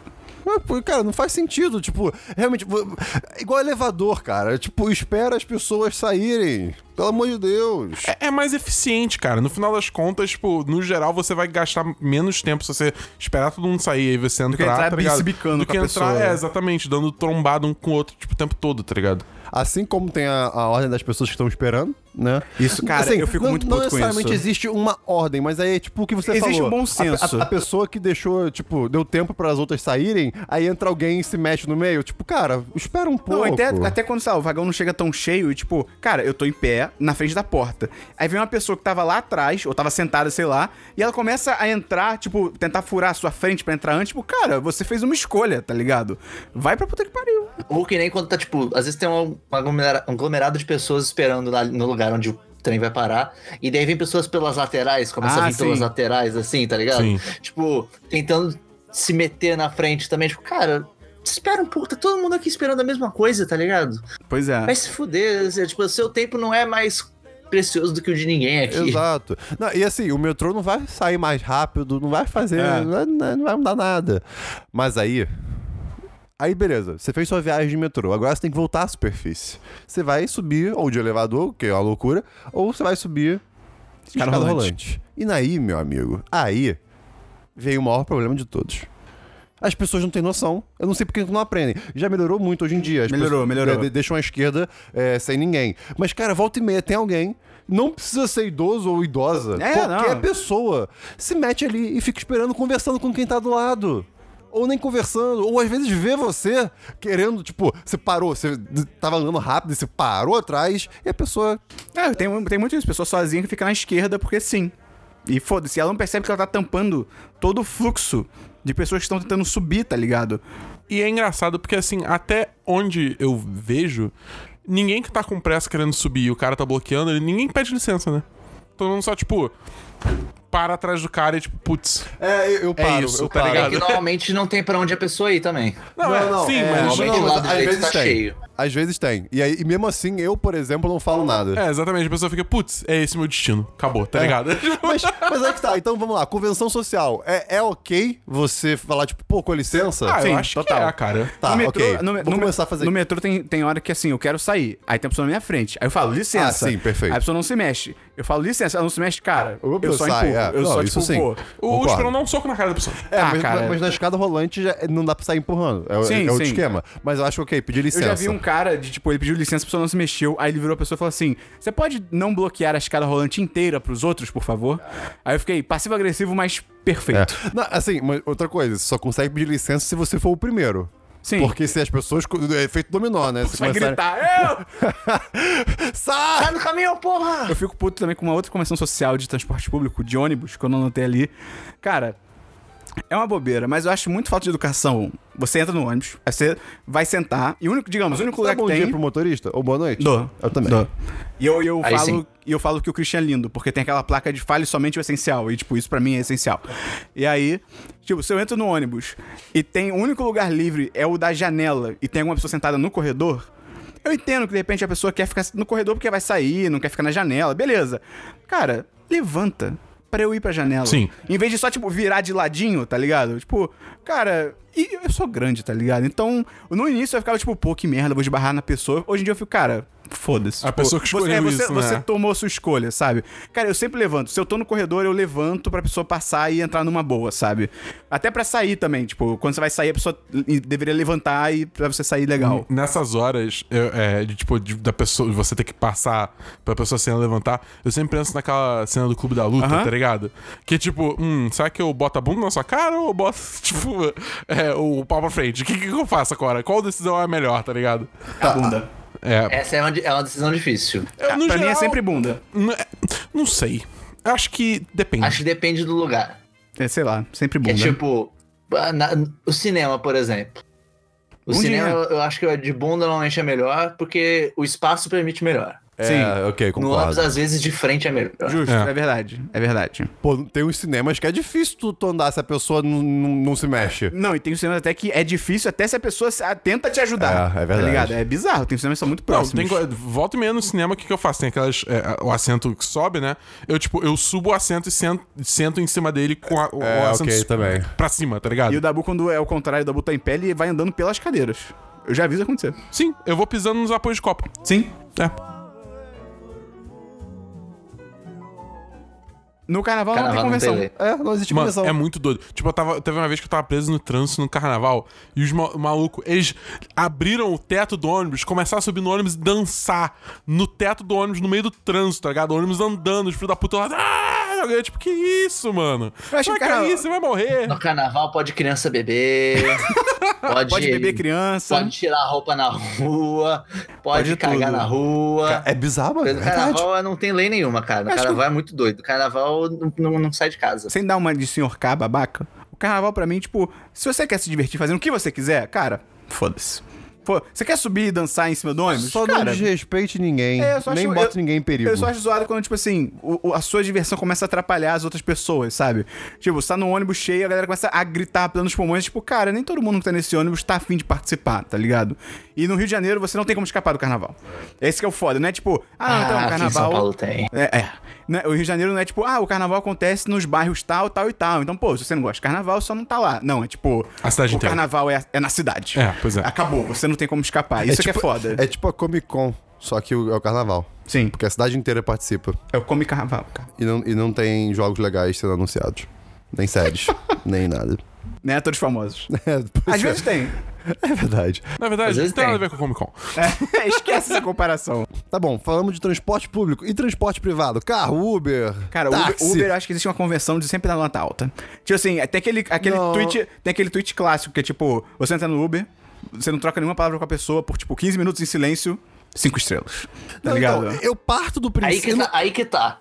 Mas, pô, Cara, não faz sentido. Tipo, realmente. vo- é Igual elevador, cara. Tipo, espera as pessoas saírem. Pelo amor de Deus. É- É mais eficiente, cara. No final das contas, tipo, no geral, você vai gastar menos tempo se você esperar todo mundo sair e você entrar, que entrar tá ligado? bicibicando Do com que a entrar, pessoa. né? é, exatamente, dando trombada um com o outro, tipo, o tempo todo, tá ligado? Assim como tem a, a ordem das pessoas que estão esperando, né? Isso, cara, eu fico não, muito Não puto com necessariamente isso. existe uma ordem, mas aí é tipo o que você Existe falou. um bom A- a- senso. A, pessoa que deixou, tipo, deu tempo para as outras saírem, aí entra alguém e se mete no meio. Tipo, cara, espera um pouco. Não, é até, até quando, sabe, o vagão não chega tão cheio e, tipo, cara, eu tô em pé na frente da porta. Aí vem uma pessoa que tava lá atrás, ou tava sentada, sei lá, e ela começa a entrar, tipo, tentar furar a sua frente pra entrar antes. Tipo, cara, você fez uma escolha, tá ligado? Vai pra puta que pariu. Ou que nem quando tá, tipo, às vezes tem um aglomera- um aglomerado de pessoas esperando lá no lugar onde o trem vai parar, e daí vem pessoas pelas laterais, começa Ah, a vir pelas sim. laterais, assim, tá ligado? Sim. Tipo, tentando se meter na frente também, tipo, cara, espera um pouco, tá todo mundo aqui esperando a mesma coisa, tá ligado? Pois é. Vai se fuder, assim, tipo, o seu tempo não é mais precioso do que o de ninguém aqui. Exato. Não, e assim, o metrô não vai sair mais rápido, não vai fazer, É. não, vai- não vai mudar nada. Mas aí. Aí, beleza, você fez sua viagem de metrô, agora você tem que voltar à superfície. Você vai subir, ou de elevador, que é uma loucura, ou você vai subir de escada rolante. E daí, meu amigo, aí veio o maior problema de todos. As pessoas não têm noção. Eu não sei porque não aprendem. Já melhorou muito hoje em dia. As Melhorou, pessoas- melhorou. de- de- deixam a esquerda é, sem ninguém. Mas, cara, volta e meia tem alguém. Não precisa ser idoso ou idosa. É, Qualquer não. pessoa se mete ali e fica esperando, conversando com quem tá do lado. Ou nem conversando, ou às vezes vê você querendo, tipo, você parou, você d- tava andando rápido e você parou atrás, e a pessoa É, tem, tem muito isso. Pessoa sozinha que fica na esquerda porque sim. E foda-se, ela não percebe que ela tá tampando todo o fluxo de pessoas que estão tentando subir, tá ligado? E é engraçado porque, assim, até onde eu vejo, ninguém que tá com pressa querendo subir e o cara tá bloqueando, ele, ninguém pede licença, né? Todo mundo só, tipo, para atrás do cara e, tipo, putz. É, eu, eu paro, isso, eu tá paro. É ligado? que normalmente não tem pra onde a pessoa ir também. Não, é, sim, mas. Normalmente não, o mas lado às direito vezes tá tem. cheio. Às vezes tem. E, aí, e mesmo assim, eu, por exemplo, não falo nada. É, exatamente. A pessoa fica, putz, é esse meu destino. Acabou, tá ligado? Mas, mas é que tá, então vamos lá, convenção social. É, é ok você falar, tipo, pô, com licença? Ah, Sim, eu acho total. que é, cara. Tá, no metrô, ok. no, me- Vou no me- começar a fazer. no metrô tem, tem hora que assim, eu quero sair. Aí tem a pessoa na minha frente. Aí eu falo, licença. Ah, sim, perfeito. Aí a pessoa não se mexe. Eu falo, licença. Ela não se mexe, cara. Eu Eu, vou só pensar, empurro. é. Eu Não, só, isso tipo, sim. pô. O Concordo. Esperão dá um soco na cara da pessoa. É, Ah, mas, cara. mas na escada rolante já não dá pra sair empurrando. É, o- Sim, é o sim. esquema. Mas eu acho ok, pedir Eu licença. já vi um cara, de, tipo, ele pediu licença, a pessoa não se mexeu. Aí ele virou a pessoa e falou assim: Você pode não bloquear a escada rolante inteira pros outros, por favor? Aí eu fiquei passivo-agressivo, mas É. perfeito. Não, assim, mas outra coisa, você só consegue pedir licença se você for o primeiro. Sim. Porque se as pessoas. É feito dominó, né? Se Vai começarem- gritar, eu! Sai! Sai do caminho, porra! (laughs) Eu fico puto também com uma outra convenção social de transporte público, de ônibus, que eu não anotei ali. Cara, É uma bobeira, mas eu acho muito falta de educação. Você entra no ônibus, aí você vai sentar, e o único, digamos, o único Dá lugar Tá bom é que tem. dia pro motorista? Ou boa noite? Dou. Eu também. Dou. E eu, eu, Aí falo, sim. e eu falo que o Christian é lindo, porque tem aquela placa de fale somente o essencial. E, tipo, isso pra mim é essencial. E aí, tipo, se eu entro no ônibus e tem o único lugar livre é o da janela e tem alguma pessoa sentada no corredor. Eu entendo que de repente a pessoa quer ficar no corredor porque vai sair, não quer ficar na janela, beleza. Cara, levanta pra eu ir pra janela. Sim. Em vez de só, tipo, virar de ladinho, tá ligado? Tipo, cara, e eu sou grande, tá ligado? Então, no início eu ficava, tipo, pô, que merda, vou esbarrar na pessoa. Hoje em dia eu fico, cara, foda-se. A pessoa que você, é, escolheu você, isso, né? você tomou sua escolha, sabe? Cara, eu sempre levanto. Se eu tô no corredor, eu levanto pra pessoa passar e entrar numa boa, sabe? Até pra sair também, tipo, quando você vai sair, a pessoa e- deveria levantar e pra você sair legal. Nessas horas, eu- é, de, tipo, de- da pessoa, de você ter que passar pra pessoa cena levantar, eu sempre penso naquela cena do Clube da Luta, Aham. tá ligado? Que tipo, hum, será que eu boto a bunda na sua cara ou eu boto, (laughs) tipo, é, o pau pra frente? O que, que eu faço agora? Qual decisão é a melhor, tá ligado? Tá, bunda. É, Essa é uma, de- é uma decisão difícil. eu, no pra mim é geral, sempre bunda. Não, é- não sei. Acho que depende. Acho que depende do lugar. É, sei lá, sempre Que bunda. é tipo, ah, na- o cinema, por exemplo. O Bundinha. cinema, eu, eu acho que de bunda normalmente é melhor, porque o espaço permite melhor. É, ok, No ônibus, concordo. às vezes, de frente é melhor. Justo, É. é verdade, é verdade. Pô, tem uns cinemas que é difícil tu, tu andar se a pessoa não- não não se mexe. Não, e tem cinemas até que é difícil até se a pessoa se- ah, tenta te ajudar. É, é verdade. Tá ligado? É bizarro, tem cinemas que são muito Não, próximos. tem, co- volta e meia no cinema, o que, que eu faço? Tem aquelas. é, o assento que sobe, né? Eu, tipo, eu subo o assento e sento, sento em cima dele com a- o, É, o assento ok, su- também. pra cima, tá ligado? E o Dabu, quando é o contrário, o Dabu tá em pé, ele vai andando pelas cadeiras. Eu já aviso acontecer. Sim, eu vou pisando nos apoios de copo. Sim. É. No carnaval, Carnaval não não tem convenção. tem lei. É, não existe Mano, convenção. é muito doido. Tipo, eu tava, teve uma vez que eu tava preso no trânsito no carnaval e os ma malucos, eles abriram o teto do ônibus, começaram a subir no ônibus e dançar no teto do ônibus, no meio do trânsito, tá ligado? O ônibus andando, os filhos da puta lá. Ah! Eu, tipo, que isso, mano? Eu achei vai que era- cair, você vai morrer. No carnaval pode criança (laughs) beber. Pode, Pode beber criança. Pode tirar a roupa na rua. Pode, Pode cagar tudo. na rua. É bizarro, mano. No é verdade. carnaval não tem lei nenhuma, cara. No Acho que- carnaval é muito doido. No carnaval não, não- não sai de casa. Sem dar uma de senhor K, babaca. O carnaval, pra mim, tipo, se você quer se divertir fazendo o que você quiser, cara, foda-se. Pô, você quer subir e dançar em cima do ônibus? Só não cara, desrespeite ninguém. É, eu só nem acho- bota eu- ninguém em perigo. Eu só acho zoado quando, tipo assim, o- o- a sua diversão começa a atrapalhar as outras pessoas, sabe? Tipo, você tá num ônibus cheio, a galera começa a gritar pelos pulmões, tipo, cara, nem todo mundo que tá nesse ônibus tá afim de participar, tá ligado? E no Rio de Janeiro você não tem como escapar do carnaval. Esse que é o foda, não é tipo, ah, aqui então, em São carnaval. Paulo tem. É, é. Né, O Rio de Janeiro não é tipo, ah, o carnaval acontece nos bairros tal, tal e tal. Então, pô, se você não gosta de carnaval, só não tá lá. Não, é tipo. A cidade o inteira. carnaval é, é na cidade. É, pois é. Acabou, você não tem como escapar. Isso é que é foda. É tipo a Comic Con, só que o- é o carnaval. Sim, Porque a cidade inteira participa. eu come carnaval, cara. E não, e não tem jogos legais sendo anunciados. Nem (laughs) séries, nem nada. Né? Todos famosos. É, (laughs) pois Às é. vezes tem. é verdade. Na Às verdade, vezes não tem nada a tem. ver com o Comic Con. É, (laughs) esquece essa comparação. Tá bom, falamos de transporte público e transporte privado. Carro, Uber. Cara, o Uber, táxi. Uber, eu acho que existe uma convenção de sempre dar nota alta. Tipo assim, tem aquele, aquele Não. tweet. Tem aquele tweet clássico que é tipo, você entra no Uber, você não troca nenhuma palavra com a pessoa por tipo 15 minutos em silêncio, cinco estrelas. Tá Não, ligado? então, eu parto do Aí princípio. que tá. Aí que tá.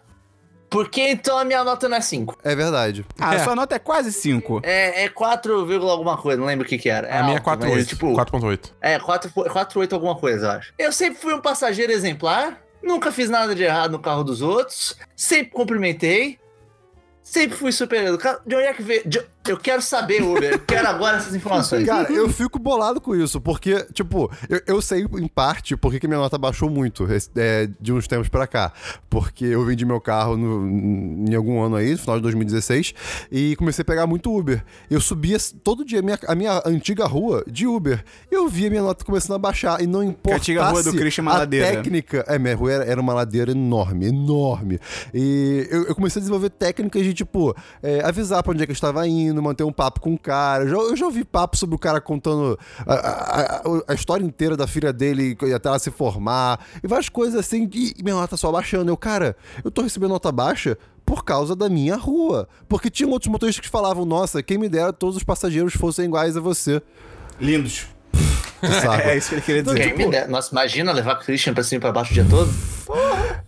Por que então a minha nota não é 5? É verdade. Ah, É. sua nota é quase 5. É, é 4, vírgula alguma coisa, não lembro o que que era. É a minha é alto, 4.8. mas, Tipo, 4.8. É, 4,8 alguma coisa, eu acho. Eu sempre fui um passageiro exemplar, nunca fiz nada de errado no carro dos outros, sempre cumprimentei, sempre fui super educado. De onde é que veio? De- Eu quero saber, Uber, eu quero agora essas informações. (laughs) Cara, eu fico bolado com isso, porque, tipo, eu, eu sei em parte porque que minha nota baixou muito esse- é, de uns tempos pra cá. Porque eu vendi meu carro no- em algum ano aí, no final de 2016, e comecei a pegar muito Uber. Eu subia s- todo dia a minha, a minha antiga rua de Uber. E eu via minha nota começando a baixar, e não importa. antiga rua do Christian é uma ladeira. técnica. É, minha rua era, era uma ladeira enorme, enorme. E eu, eu comecei a desenvolver técnicas de, tipo, é, avisar pra onde é que eu estava indo, manter um papo com o cara. Eu já, eu já ouvi papo sobre o cara contando a, a- a- a história inteira da filha dele e até ela se formar. E várias coisas assim. E minha nota só baixando. Eu, cara, eu tô recebendo nota baixa. Por causa da minha rua. Porque tinham outros motoristas que falavam: Nossa, quem me dera todos os passageiros fossem iguais a (laughs) você. Lindos. Sabe? É isso que ele queria dizer. Então, tipo, Quem me der- Nossa, imagina levar Christian pra cima e pra baixo o dia todo?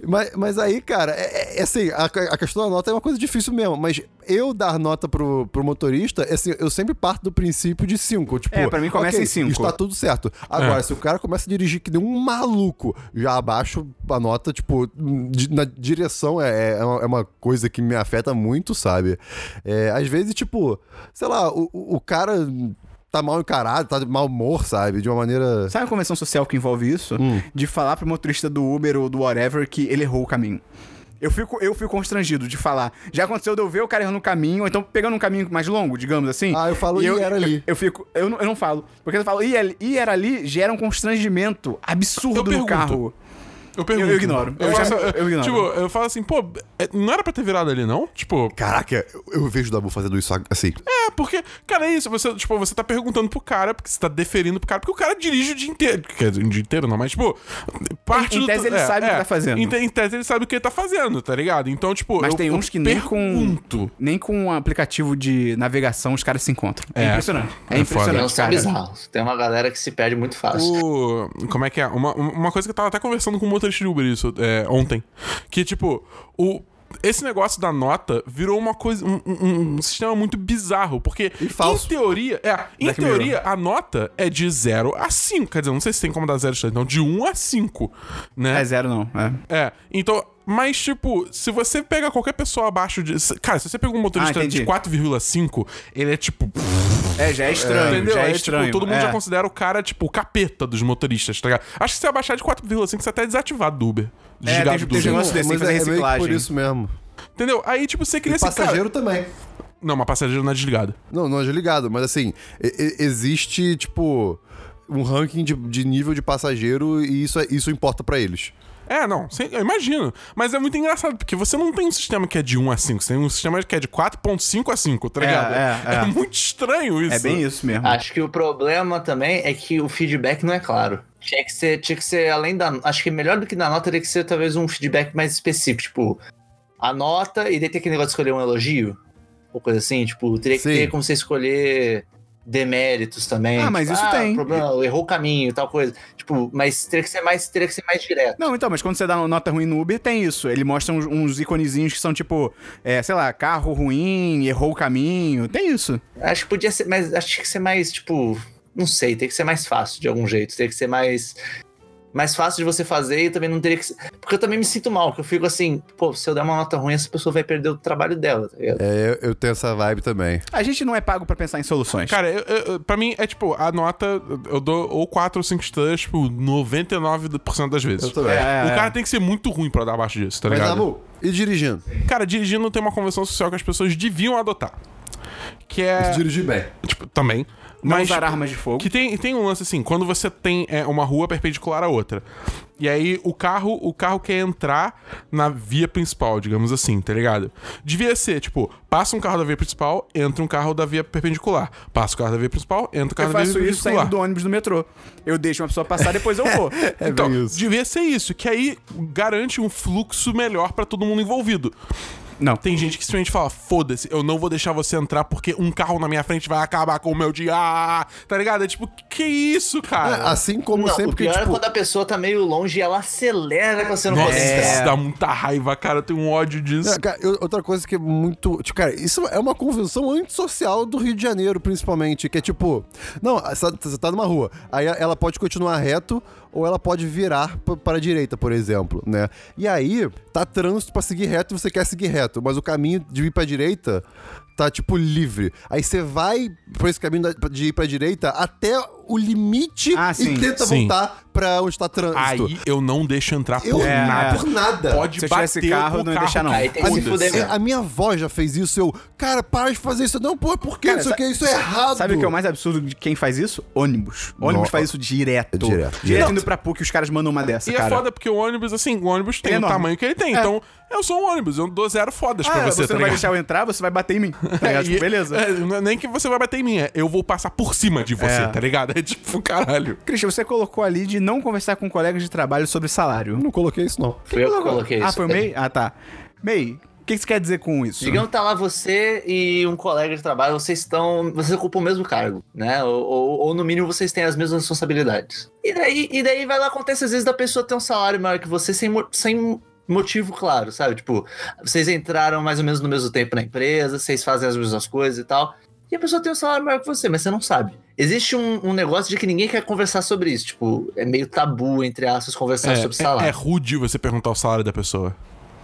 Mas, mas aí, cara, é, é- é assim, a, a questão da nota é uma coisa difícil mesmo, mas eu dar nota pro, pro motorista, é assim, eu sempre parto do princípio de 5. Tipo, É, pra mim começa ok, em cinco. É. Está tudo certo. Agora, se o cara começa a dirigir que nem um maluco, já abaixo a nota, tipo, di- na direção é, é, uma, é uma coisa que me afeta muito, sabe? É, às vezes, tipo, sei lá, o, o o cara tá mal encarado, tá de mau humor, sabe? De uma maneira. Sabe a convenção social que envolve isso? Hum. De falar pro motorista do Uber ou do whatever que ele errou o caminho. Eu fico, eu fico constrangido de falar. Já aconteceu de eu ver o cara errando o caminho, ou então pegando um caminho mais longo, digamos assim. Ah, eu falo, "Ih, era ali." Eu, fico, eu não, eu não falo. Porque eu falo, "Ih, ali- ih, era ali, gera um constrangimento absurdo Eu no pergunto. carro. Eu pergunto. Eu- eu ignoro. Eu faço- já- eu ignoro. Tipo, eu falo assim, pô, é, não era pra ter virado ali, não? Tipo, Caraca, eu, eu vejo o Dabu fazendo isso assim. é, porque, cara, é isso. Você, tipo, você tá perguntando pro cara, porque você tá deferindo pro cara, porque o cara dirige o dia inteiro. Quer dizer, o dia inteiro não, mas, tipo, parte Em- em do. é, tese ele sabe o que tá fazendo. Em, te- em tese ele sabe o que ele tá fazendo, tá ligado? Então, tipo. Mas eu- tem eu uns que nem com, pergunto. nem com um aplicativo de navegação os caras se encontram. É, É. impressionante. É, É Não, impressionante, isso é cara. bizarro. Tem uma galera que se perde muito fácil. Assim. O- Como é que é? Uma, uma coisa que eu tava até conversando com o motorista de Uber isso, é, ontem. Que, tipo, o. Esse negócio da nota virou uma coisa. um, um- um sistema muito bizarro. Porque, falso. em teoria. É, em Black Mirror. teoria, a nota é de 0 a 5. Quer dizer, não sei se tem como dar 0 então, de 1 a 5. Né? É zero, não. É. É, então. Mas, tipo, se você pega qualquer pessoa abaixo de. Cara, se você pega um motorista Ah, entendi. de 4,5, ele é tipo. É, já é estranho. Entendeu? Já é, É, estranho. Tipo, todo mundo é. já considera o cara, tipo, o capeta dos motoristas, tá ligado? Acho que se abaixar de 4,5, você até é desativado do Uber. Desligado É, tem- do tem Uber. negócio desse, tem que fazer meio que reciclagem. por isso mesmo. Entendeu? Aí, tipo, você cria E esse passageiro também. cara... Não, mas passageiro não é desligado. Não, não é ligado, mas assim, e- e- existe, tipo, um ranking de, de nível de passageiro e isso, é- isso importa pra eles. É, não, você- eu imagino. Mas é muito engraçado, porque você não tem um sistema que é de 1 a 5, você tem um sistema que é de 4,5 a 5, tá É, ligado? é, é. muito estranho isso. É bem isso mesmo. Acho que o problema também é que o feedback não é claro. Tinha que ser, tinha que ser além da. Acho que melhor do que na nota teria que ser talvez um feedback mais específico, tipo, a nota e daí tem aquele negócio de escolher um elogio. Ou coisa assim, tipo, teria que Sim. ter como você escolher deméritos também. Ah, mas Tipo, isso tem. Problema, errou o caminho e tal coisa. Tipo, mas teria que ser mais, teria que ser mais direto. Não, então, mas quando você dá uma nota ruim no Uber, tem isso. Ele mostra uns, uns iconezinhos que são tipo, é, sei lá, carro ruim, errou o caminho. Tem isso. Acho que podia ser, mas acho que tinha que ser mais, tipo, não sei, tem que ser mais fácil de algum jeito, tem que ser mais mais fácil de você fazer e também não teria que ser, porque eu também me sinto mal, que eu fico assim, pô, se eu der uma nota ruim, essa pessoa vai perder o trabalho dela, tá ligado? É, eu, eu tenho essa vibe também. A gente não é pago pra pensar em soluções. Cara, eu, eu- eu- pra mim é tipo, a nota eu dou ou 4 ou 5 estrelas, tipo, 99% das vezes. É. Eu também. É, O cara tem que ser muito ruim pra dar abaixo disso, tá Mas, ligado? Dabu, e dirigindo? Cara, dirigindo tem uma convenção social que as pessoas deviam adotar. Que é. Dirigir bem. Tipo, também. não mas. tipo, usar armas de fogo. Que tem, tem um lance assim, quando você tem é, uma rua perpendicular à outra. E aí o carro, o carro quer entrar na via principal, digamos assim, tá ligado? Devia ser, tipo, passa um carro da via principal, entra um carro da via perpendicular. Passa o carro da via principal, entra o carro Eu da via faço isso perpendicular. saindo do ônibus é do metrô. Eu deixo uma pessoa passar, depois eu (laughs) vou. Então, bem isso. devia ser isso, que aí garante um fluxo melhor pra todo mundo envolvido. Não. Tem gente que simplesmente fala: foda-se, eu não vou deixar você entrar porque um carro na minha frente vai acabar com o meu dia. Ah, Tá ligado? É tipo, que isso, É, cara? Assim como Não, o sempre que, pior é tipo... quando a pessoa tá meio longe e ela acelera pra você não é Nossa, conseguir isso entrar. dá muita raiva, cara. Eu tenho um ódio disso. É, cara, eu- outra coisa que é muito. Tipo, cara, isso é uma convenção antissocial do Rio de Janeiro, principalmente. Que é tipo. Não, essa- você tá numa rua. Aí a- ela pode continuar reto ou ela pode virar p- para a direita, por exemplo, né? E aí, tá trânsito pra seguir reto e você quer seguir reto. Mas o caminho de ir pra direita tá, tipo, livre. Aí você vai por esse caminho da- de ir pra direita até o limite Ah, e sim, tenta sim. voltar pra onde tá trânsito. Aí eu não deixo entrar eu por é. nada. por nada. Pode Se eu bater tivesse carro, o eu não ia deixar, não. Aí tem que se Foda-se. fuder É, mesmo. a minha avó já fez isso, eu, cara, para de fazer isso. Não, pô, por quê? Cara, isso sa- aqui, isso é errado. Sabe o que é o mais absurdo de quem faz isso? Ônibus. Ônibus Nossa. faz isso direto. Direto, Direto, direto. indo pra PUC, os caras mandam uma dessa, É E é cara. foda porque o ônibus, assim, o ônibus tem É o enorme. tamanho que ele tem. É. Então, eu sou um ônibus, eu dou zero fodas Ah, pra você, você, tá não vai ligado? deixar eu entrar, você vai bater em (laughs) mim. Tá ligado? Tipo, E- beleza. é, não é nem que você vai bater em mim, é eu vou passar por cima de você, É. tá ligado? É tipo, caralho. Christian, você colocou ali de não conversar com colegas de trabalho sobre salário. Não coloquei isso, não. Foi eu que coloquei isso. É, Ah, foi o May? Ah, tá. May, o que que você quer dizer com isso? Digamos que tá lá você e um colega de trabalho, vocês estão. Vocês ocupam o mesmo cargo, né? Ou, ou, ou, no mínimo vocês têm as mesmas responsabilidades. E daí, e daí vai lá, acontece às vezes da pessoa ter um salário maior que você sem, mo- sem motivo claro, sabe? Tipo, vocês entraram mais ou menos no mesmo tempo na empresa, vocês fazem as mesmas coisas e tal. E a pessoa tem um salário maior que você, mas você não sabe. Existe um, um negócio de que ninguém quer conversar sobre isso. Tipo, é meio tabu, entre aspas, conversar sobre é, salário. é rude você perguntar o salário da pessoa.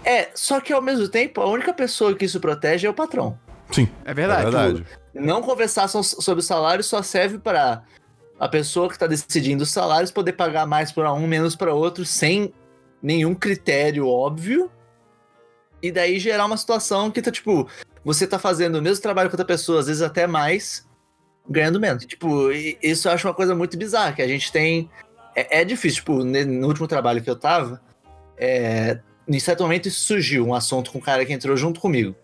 É, só que ao mesmo tempo, a única pessoa que isso protege é o patrão. Sim. É É verdade. verdade. Não conversar so- sobre o salário só serve para a pessoa que tá decidindo os salários poder pagar mais para um, menos para outro, sem nenhum critério óbvio. E daí gerar uma situação que tá tipo, você tá fazendo o mesmo trabalho que outra pessoa, às vezes até mais, ganhando menos. Tipo, e- isso eu acho uma coisa muito bizarra, que a gente tem. É, é difícil, tipo, ne- no último trabalho que eu tava, é, em certo momento isso surgiu um assunto com um cara que entrou junto comigo.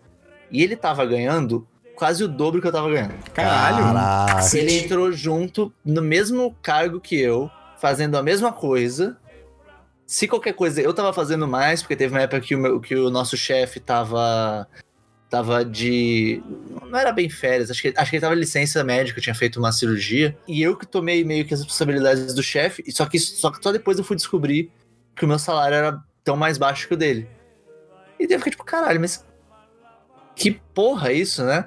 E ele tava ganhando quase o dobro que eu tava ganhando. Caralho. Caraca. Ele entrou junto no mesmo cargo que eu, fazendo a mesma coisa. Se qualquer coisa eu tava fazendo mais, porque teve uma época que o, meu- que o nosso chefe tava. Tava de. Não era bem férias, acho que, acho que ele tava de licença médica, tinha feito uma cirurgia. E eu que tomei meio que as responsabilidades do chefe, e só que, só que só depois eu fui descobrir que o meu salário era tão mais baixo que o dele. E daí eu fiquei tipo, caralho, mas. Que porra é isso, né?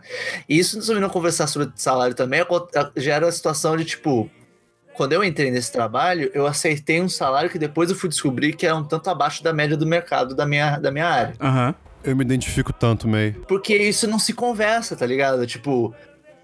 E isso, se eu não conversar sobre salário também, acon- a- gera a situação de tipo. Quando eu entrei nesse trabalho, eu aceitei um salário que depois eu fui descobrir que era um tanto abaixo da média do mercado da minha, da minha área. Aham. Eu me identifico tanto, May. Porque isso não se conversa, tá ligado? Tipo,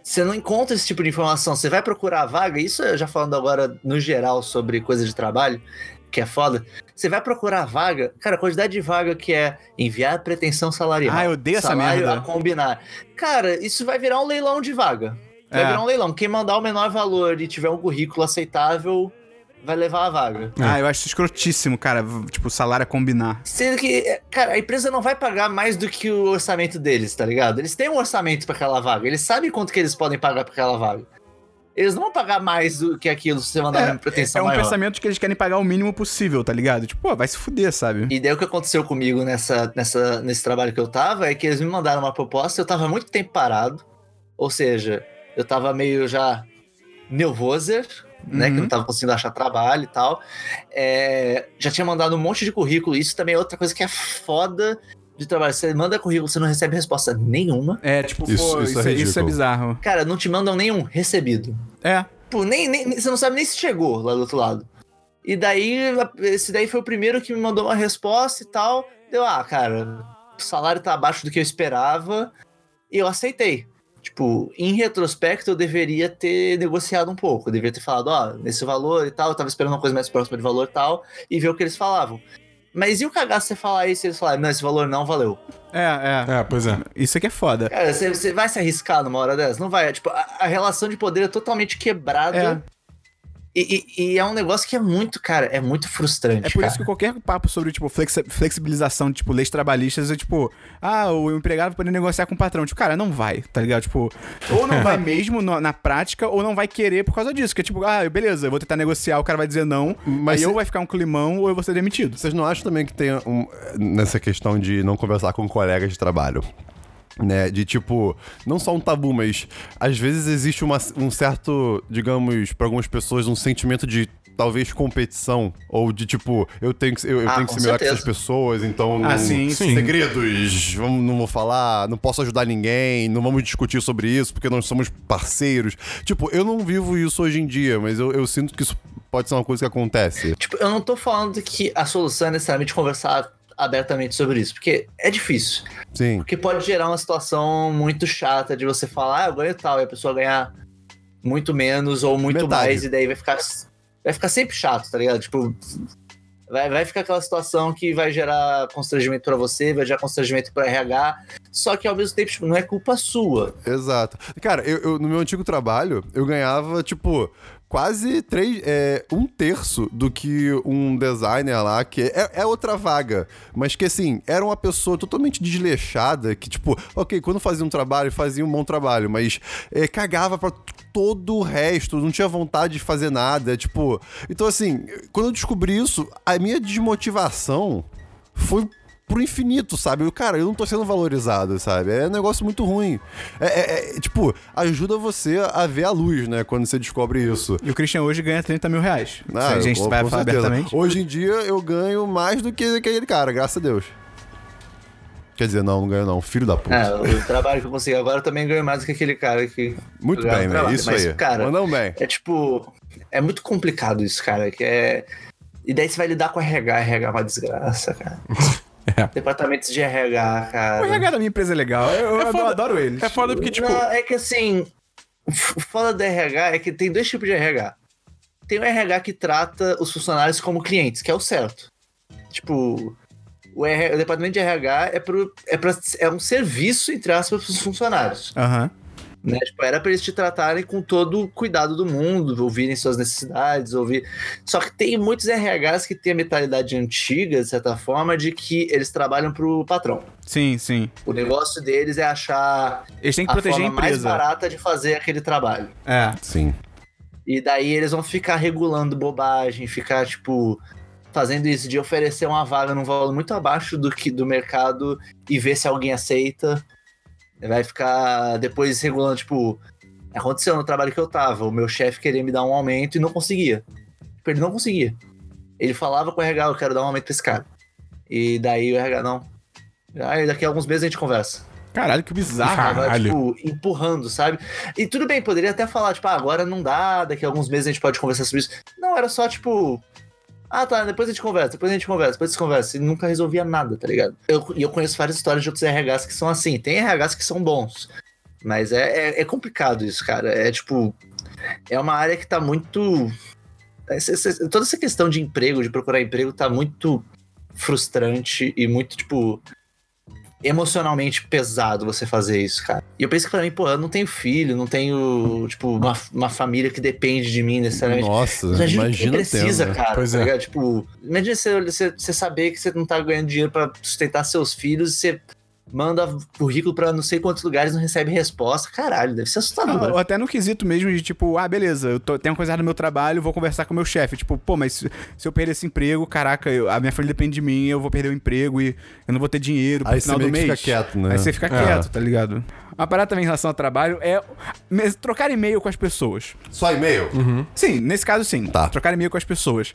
você não encontra esse tipo de informação. Você vai procurar a vaga, isso eu já falando agora no geral sobre coisa de trabalho, que é foda. Você vai procurar a vaga, cara, a quantidade de vaga que é enviar pretensão salarial. Ah, eu odeio essa salário merda. a combinar. Cara, isso vai virar um leilão de vaga. Vai É. virar um leilão. Quem mandar o menor valor e tiver um currículo aceitável, vai levar a vaga. É. Ah, eu acho isso escrotíssimo, cara. v- Tipo, salário a combinar. Sendo que, é, cara, a empresa não vai pagar mais do que o orçamento deles, tá ligado? Eles têm um orçamento pra aquela vaga, eles sabem quanto que eles podem pagar pra aquela vaga. Eles não vão pagar mais do que aquilo se você mandar uma pretensão É um maior. pensamento que eles querem pagar o mínimo possível, tá ligado? Tipo, pô, vai se fuder, sabe? E daí o que aconteceu comigo nessa, nessa, nesse trabalho que eu tava é que eles me mandaram uma proposta, eu tava muito tempo parado, ou seja, eu tava meio já nervoser, né, que eu Uhum. não tava conseguindo achar trabalho e tal. É, já tinha mandado um monte de currículo, isso também é outra coisa que é foda de trabalho. Você manda currículo, você não recebe resposta nenhuma. É, tipo, Isso- pô, isso isso, é é, isso é ridículo. bizarro. Cara, não te mandam nenhum recebido. É. Pô, nem, nem- você não sabe nem se chegou lá do outro lado. E daí, esse daí foi o primeiro que me mandou uma resposta e tal. Deu, ah, cara, o salário tá abaixo do que eu esperava. E eu aceitei. Tipo, em retrospecto, eu deveria ter negociado um pouco. Eu deveria ter falado, ó, nesse valor e tal. Eu tava esperando uma coisa mais próxima de valor e tal. E ver o que eles falavam. Mas e o cagaço você falar isso e eles falarem, não, esse valor não valeu? É, é. É, pois é. Isso aqui é foda. Cara, você, você vai se arriscar numa hora dessa? Não vai. Tipo, a, a relação de poder é totalmente É. quebrada. E, e- e é um negócio que é muito, cara, é muito frustrante. É por cara. isso que qualquer papo sobre, tipo, flexi- flexibilização de, tipo, leis trabalhistas é tipo, ah, o empregado vai poder negociar com o patrão. Tipo, cara, não vai, tá ligado? Tipo, ou É. não vai mesmo no- na prática, ou não vai querer por causa disso. Que é tipo, ah, beleza, eu vou tentar negociar, o cara vai dizer não, Mas mas aí se- ou vai ficar um climão, ou eu vou ser demitido. Vocês não acham também que tem um, nessa questão de não conversar com colegas de trabalho? Né, de tipo, não só um tabu, mas às vezes existe uma- um certo, digamos, pra algumas pessoas, um sentimento de talvez competição, ou de tipo, eu tenho que, eu, eu Ah, tenho que com ser melhor que certeza. essas pessoas, então. não- Ah, sim, sim. Segredos, vamos, não vou falar, não posso ajudar ninguém, não vamos discutir sobre isso porque nós somos parceiros. Tipo, eu não vivo isso hoje em dia, mas eu, eu sinto que isso pode ser uma coisa que acontece. (laughs) Tipo, eu não tô falando que a solução é necessariamente conversar abertamente sobre isso, porque é difícil. Sim. Porque pode gerar uma situação muito chata de você falar, ah, eu ganho tal, e a pessoa ganhar muito menos ou muito Metade. mais, e daí vai ficar. Vai ficar sempre chato, tá ligado? Tipo. Vai, vai ficar aquela situação que vai gerar constrangimento pra você, vai gerar constrangimento pra RH, só que ao mesmo tempo, tipo, não é culpa sua. Exato. Cara, eu, eu- no meu antigo trabalho, eu ganhava, tipo, quase três, é, um terço do que um designer lá, que é, é outra vaga, mas que, assim, era uma pessoa totalmente desleixada, que, tipo, ok, quando fazia um trabalho, fazia um bom trabalho, mas é, cagava pra todo o resto, não tinha vontade de fazer nada, tipo... Então, assim, quando eu descobri isso, a minha desmotivação foi pro infinito, sabe? Eu, cara, eu não tô sendo valorizado, sabe? É um negócio muito ruim. É, é- é, tipo, ajuda você a ver a luz, né? Quando você descobre isso. E o Christian hoje ganha 30 mil reais. Isso a gente eu- vai Ah, com falar certeza. abertamente. Hoje em dia eu ganho mais do que aquele cara, graças a Deus. Quer dizer, não, não ganho não. Filho da puta. É, o trabalho que eu consegui agora eu também ganho mais do que aquele cara que. Muito Legal, bem, né? trabalho. Isso Mas, aí. Cara, Mandam bem. É tipo. É muito complicado isso, cara. Que é... E daí você vai lidar com RH, RH é uma desgraça, (laughs) cara. É. Departamentos de RH, O cara. RH da minha empresa é legal. Eu, eu adoro eles. É foda porque, tipo, Não, é que assim. O foda da RH é que tem dois tipos de RH. Tem o RH que trata os funcionários como clientes, que é o certo. Tipo. O, RH o departamento de RH é, pro, é, pra, é um serviço, entre aspas, para os funcionários. Aham. né? Tipo, era pra eles te tratarem com todo o cuidado do mundo, ouvirem suas necessidades, ouvir. Só que tem muitos RHs que têm a mentalidade antiga, de certa forma, de que eles trabalham pro patrão. Sim, sim. O negócio deles é achar Eles têm que a proteger a forma mais empresa. barata de fazer aquele trabalho. É. Sim. E daí eles vão ficar regulando bobagem, ficar, tipo, fazendo isso de oferecer uma vaga num valor muito abaixo do que do mercado e ver se alguém aceita. Vai ficar depois regulando, tipo, aconteceu no trabalho que eu tava, o meu chefe queria me dar um aumento e não conseguia. Tipo, ele não conseguia. Ele falava com o RH, eu quero dar um aumento pra esse cara. E daí o RH, não. Aí daqui a alguns meses a gente conversa. Caralho, que bizarro. Ah, Tava, Caralho. tipo, empurrando, sabe? E tudo bem, poderia até falar, tipo, ah, agora não dá, daqui a alguns meses a gente pode conversar sobre isso. Não, era só, tipo, ah, tá, depois a gente conversa, depois a gente conversa, depois a gente conversa. E nunca resolvia nada, tá ligado? Eu- E eu, conheço várias histórias de outros RHs que são assim. Tem RHs que são bons, mas é, é, é complicado isso, cara. É, tipo, é uma área que tá muito... essa- essa- Toda essa questão de emprego, de procurar emprego, tá muito frustrante e muito, tipo emocionalmente pesado você fazer isso, cara. E eu penso que pra mim, pô, eu não tenho filho, não tenho, tipo, uma, uma família que depende de mim necessariamente. Nossa, Mas imagina, o que imagina precisa, tendo. né? cara. Pois tá é. ligado? Tipo, imagina você, você, você saber que você não tá ganhando dinheiro pra sustentar seus filhos e você manda currículo pra não sei quantos lugares e não recebe resposta. Caralho, deve ser assustador. Ou Ah, até no quesito mesmo de tipo, ah, beleza, eu tô, tenho uma coisa errada no meu trabalho, vou conversar com o meu chefe. Tipo, pô, mas se, se eu perder esse emprego, caraca, eu- a minha família depende de mim, eu vou perder o emprego e eu não vou ter dinheiro pro Aí final você do meio que mês. fica quieto, né? Aí você fica quieto, tá ligado? Uma parada também em relação ao trabalho é mes- trocar e-mail com as pessoas. Só e-mail? Uhum. Sim, nesse caso sim. Tá. Trocar e-mail com as pessoas.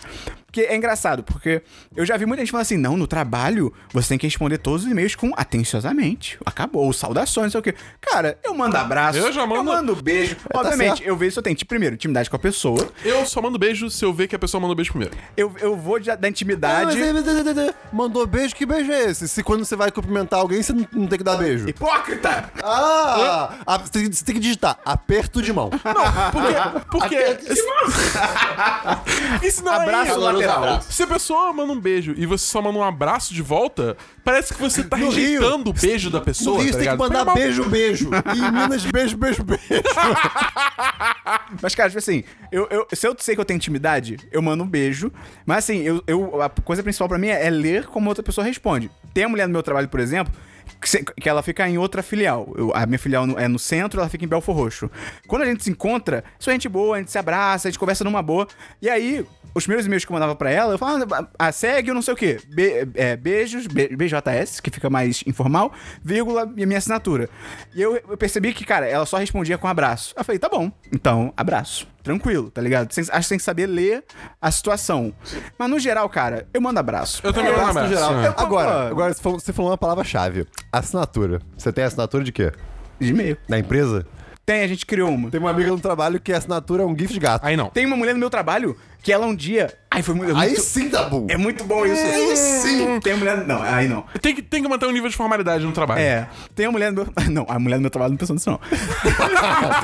Porque é engraçado, porque eu já vi muita gente falando assim: não, no trabalho você tem que responder todos os e-mails com atenciosamente. Acabou, saudações, não sei o quê. Cara, eu mando abraço, Eu já mando- beijo. Obviamente, eu vejo se eu tenho, tipo, primeiro, intimidade com a pessoa. eu só mando beijo se eu ver que a pessoa mandou beijo primeiro. Eu, eu vou de- da intimidade. Ah, mas- Mandou beijo, que beijo é esse? Se quando você vai cumprimentar alguém, você não não tem que dar beijo. Hipócrita! Ah! a- você tem que- você tem que digitar aperto de mão. Ah, Porque é isso não Abraço é isso. lateral. Abraço. Se a pessoa manda um beijo e você só manda um abraço de volta, parece que você tá No Rio. rejeitando o beijo da pessoa. No Rio, tá você tem que ligado? mandar Foi mal. beijo, beijo. E em Minas, beijo, beijo, beijo. Mas, cara, tipo assim, eu, eu- se eu sei que eu tenho intimidade, eu mando um beijo. Mas, assim, eu, eu- a coisa principal pra mim é, é ler como outra pessoa responde. Tem a mulher no meu trabalho, por exemplo, que, se- que ela fica em outra filial. Eu- a minha filial no- é no centro, ela fica em Belfor Roxo. Quando a gente se encontra, sou gente boa, a gente se abraça, a gente conversa numa boa. E aí, os primeiros e-mails que eu mandava pra ela, eu falava, ah, segue, eu não sei o quê. Be- é, beijos, be- BJS, que fica mais informal, vírgula, e a minha assinatura. E eu, eu percebi que, cara, ela só respondia com abraço. Eu falei, tá bom, então abraço. Tranquilo, tá ligado? Sem- acho que tem que saber ler a situação. Mas no geral, cara, eu mando abraço. Eu também mando Abraço no abraço. geral. é. Agora, agora você falou- você falou uma palavra-chave. Assinatura. Você tem assinatura de quê? De e-mail. Na empresa? Tem, a gente criou uma. Tem uma amiga no trabalho que a assinatura é um gif de gato. Aí não. Tem uma mulher no meu trabalho que ela um dia. Ai, foi muito. é Aí muito- sim, Dabu. É muito bom isso. Aí sim. Tem mulher. Não, aí não. Tem que, tem que manter um nível de formalidade no trabalho. É, tem uma mulher do meu. (laughs) Não, a mulher do meu trabalho não pensou nisso, não.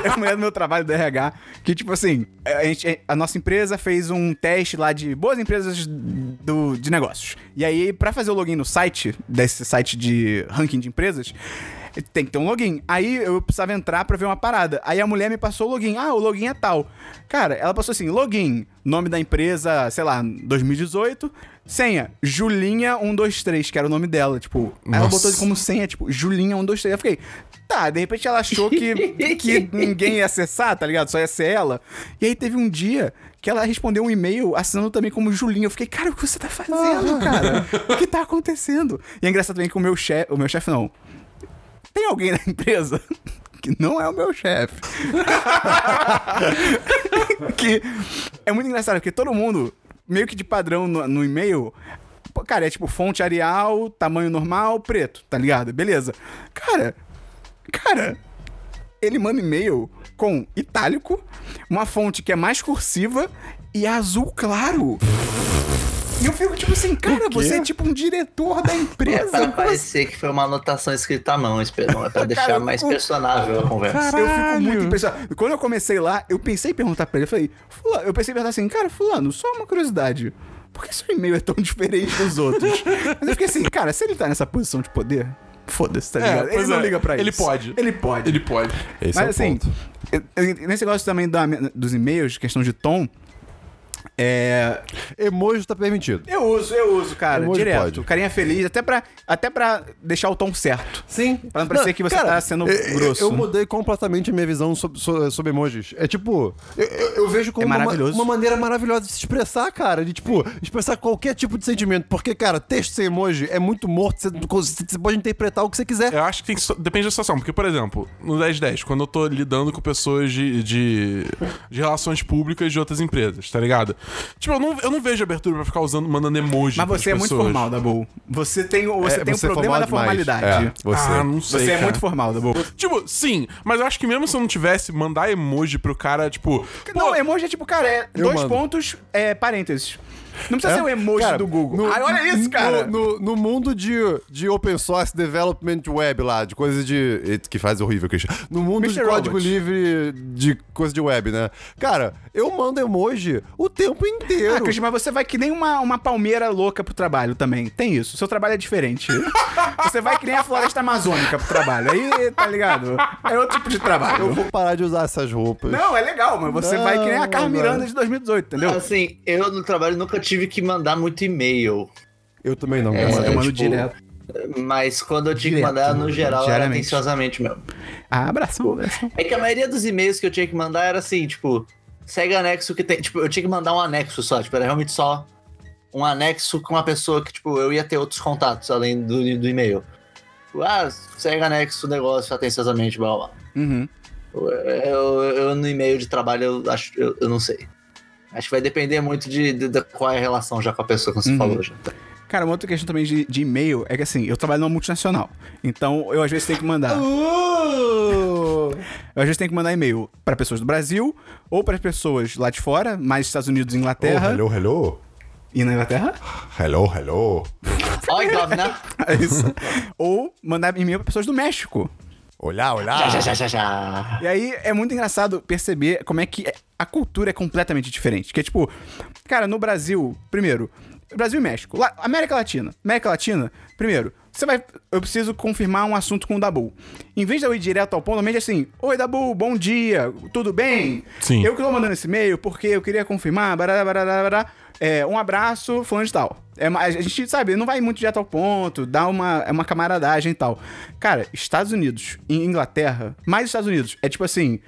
tem uma mulher do meu trabalho do RH que, tipo assim, a, gente- a nossa empresa fez um teste lá de boas empresas do, de negócios. E aí, pra fazer o login no site, desse site de ranking de empresas. Tem que ter um login. Aí eu precisava entrar pra ver uma parada. Aí a mulher me passou o login. Ah, o login é tal. Cara, ela passou assim: login, nome da empresa, sei lá, 2018. Senha, Julinha123, que era o nome dela. Tipo, aí ela Nossa. botou como senha, tipo, Julinha123. Eu fiquei, tá, de repente ela achou que, que ninguém ia acessar, tá ligado? Só ia ser ela. E aí teve um dia que ela respondeu um e-mail assinando também como Julinha. Eu fiquei, cara, o que você tá fazendo, cara? O que tá acontecendo? E é engraçado também que o meu chefe. O meu chefe não. Tem alguém na empresa (laughs) que não é o meu chefe. que é muito engraçado, porque todo mundo, meio que de padrão no, no e-mail, pô, cara, é tipo fonte Arial, tamanho normal, preto, tá ligado? Beleza. Cara, cara, ele manda e-mail com itálico, uma fonte que é mais cursiva e azul claro. E eu fico tipo assim, cara, você é tipo um diretor da É empresa. pra parecer que foi uma anotação escrita à mão, Esperão. É (laughs) pra deixar Cara, mais o- personável a conversa. Eu fico Caralho. muito impressionado. Quando eu comecei lá, eu pensei em perguntar pra ele. Eu falei, fulano, eu pensei em perguntar assim, cara, fulano, só uma curiosidade. Por que seu e-mail é tão (laughs) diferente dos outros? Mas eu fiquei assim, cara, se ele tá nessa posição de poder, foda-se, tá É, ligado? ele pois não é. liga pra isso. Ele pode. Ele pode. Ele pode. Esse Mas é o assim, ponto. eu- eu- nesse negócio também da- dos e-mails, questão de tom, é, Emoji tá permitido. eu uso, eu uso, cara, Emoji direto. pode. Carinha feliz, até pra, até pra deixar o tom certo. Sim. Pra não parecer que você tá sendo grosso. Eu mudei completamente a minha visão sobre, so- sobre emojis. É tipo, eu, eu- eu vejo como É uma, maravilhoso. uma maneira maravilhosa de se expressar, cara. De, tipo, expressar qualquer tipo de sentimento. Porque, cara, texto sem emoji é muito morto. Você, não cons- você pode interpretar o que você quiser. Eu acho que tem que so- depende da situação. Porque, por exemplo, no 1010, quando eu tô lidando com pessoas de, de, de relações públicas de outras empresas, tá ligado? Tipo, eu não, eu não vejo abertura pra ficar usando, mandando emoji Mas pras você é muito pessoas. formal, Dabu. Você tem, o- você Tipo É, tem o problema formal da demais. formalidade. É, você. Ah, não sei. Você é cara. muito formal, Dabu. Tipo, sim, mas eu acho que mesmo se eu não tivesse, mandar emoji pro cara, tipo. não, emoji é tipo, cara, é Eu dois mando. É? pontos, é, parênteses. Não precisa ser é o emoji Cara, do Google. no- Ai, olha isso, no- cara. No, no mundo de, de open source development web lá, de coisa de. Eita, Que faz horrível, Christian. No mundo de Mr. código Robot. livre de coisa de web, né? Cara, eu mando emoji o tempo inteiro. Ah, Christian, mas você vai que nem uma, uma palmeira louca pro trabalho também. Tem isso. Seu trabalho (laughs) é diferente. você vai que nem a floresta amazônica pro trabalho. Aí, tá ligado? É outro tipo de trabalho. Eu vou parar de usar essas roupas. Não, é legal, mas você vai que nem a Não, Carmen velho. Miranda de 2018, entendeu? Assim, eu no trabalho nunca tive que mandar muito e-mail. Eu também não, É, eu graças a mando Deus. tipo, direto. Mas quando eu tinha que Direto, mandar, no geral, era diariamente. atenciosamente mesmo. Ah, abração, abração. É que a maioria dos e-mails que eu tinha que mandar era assim, tipo, segue anexo que tem. Tipo, eu tinha que mandar um anexo só, tipo, era realmente só um anexo com uma pessoa que, tipo, eu ia ter outros contatos além do, do e-mail. Tipo, ah, segue anexo o negócio atenciosamente, blá blá blá. Uhum. Eu, eu, eu no e-mail de trabalho, eu acho, eu, eu não sei. Acho que vai depender muito de, de- da- qual é a relação já com a pessoa que você falou. Já. Cara, uma outra questão também de, de e-mail é que assim, eu trabalho numa multinacional. Então eu às vezes tenho que mandar. eu às vezes tenho que mandar e-mail pra pessoas do Brasil ou para pessoas lá de fora, mais Estados Unidos e Inglaterra. "Oh, hello. E na Inglaterra? (laughs) Hello, hello. Oi, governor! É isso. ou mandar e-mail pra pessoas do México. Olá, Já, olá. já, já, já, já. E aí é muito engraçado perceber como é que a cultura é completamente diferente. Que é tipo, cara, no Brasil, primeiro, Brasil e México, lá- América Latina. América Latina, primeiro, você vai. Eu preciso confirmar um assunto com o Dabu. Em vez de eu ir direto ao ponto, normalmente é assim: Oi, Dabu, bom dia, tudo bem? Sim. É Eu que tô mandando esse e-mail porque eu queria confirmar, barará, barará, barará, é, um abraço, fulano de tal. É, mas a gente, sabe, não vai muito direto ao ponto, dá uma, é uma camaradagem e tal. Cara, Estados Unidos e Inglaterra, mais Estados Unidos, é tipo assim.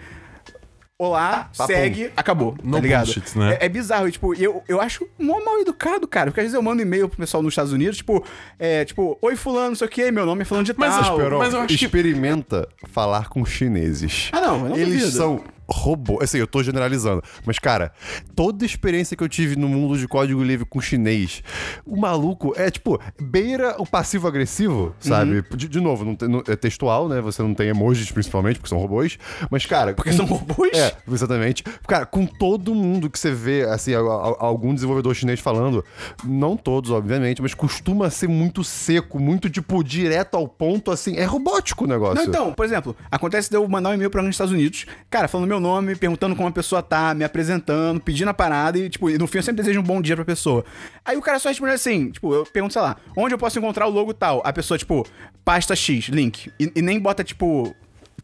Olá, segue, acabou. No tá ligado? bullshit, né? É- é bizarro, e, tipo, eu, eu acho mó mal educado, cara. Porque às vezes eu mando e-mail pro pessoal nos Estados Unidos, tipo, é, tipo, oi fulano, não sei o que, meu nome é fulano de Mas tal. esperou. Esperon, Mas eu acho que- experimenta falar com chineses. Ah, não, eu não Eles duvido. são robôs. Assim, eu tô generalizando. Mas, cara, toda experiência que eu tive no mundo de código livre com chinês, o maluco é, tipo, beira o passivo-agressivo, sabe? Uhum. De, de novo, não tem- não- é textual, né? Você não tem emojis, principalmente, porque são robôs. Mas, cara... Porque são robôs? É, exatamente. Cara, com todo mundo que você vê, assim, a- a- algum desenvolvedor chinês falando, não todos, obviamente, mas costuma ser muito seco, muito, tipo, direto ao ponto, assim. É robótico o negócio. então, Não, então, por exemplo, acontece de eu mandar um e-mail pra alguém nos Estados Unidos, cara, falando meu meu nome, perguntando como a pessoa tá, me apresentando, pedindo a parada e, tipo, e no fim eu sempre desejo um bom dia pra pessoa. Aí o cara só responde assim, tipo, eu pergunto, sei lá, onde eu posso encontrar o logo tal? A pessoa, tipo, pasta X, link. E, e nem bota, tipo,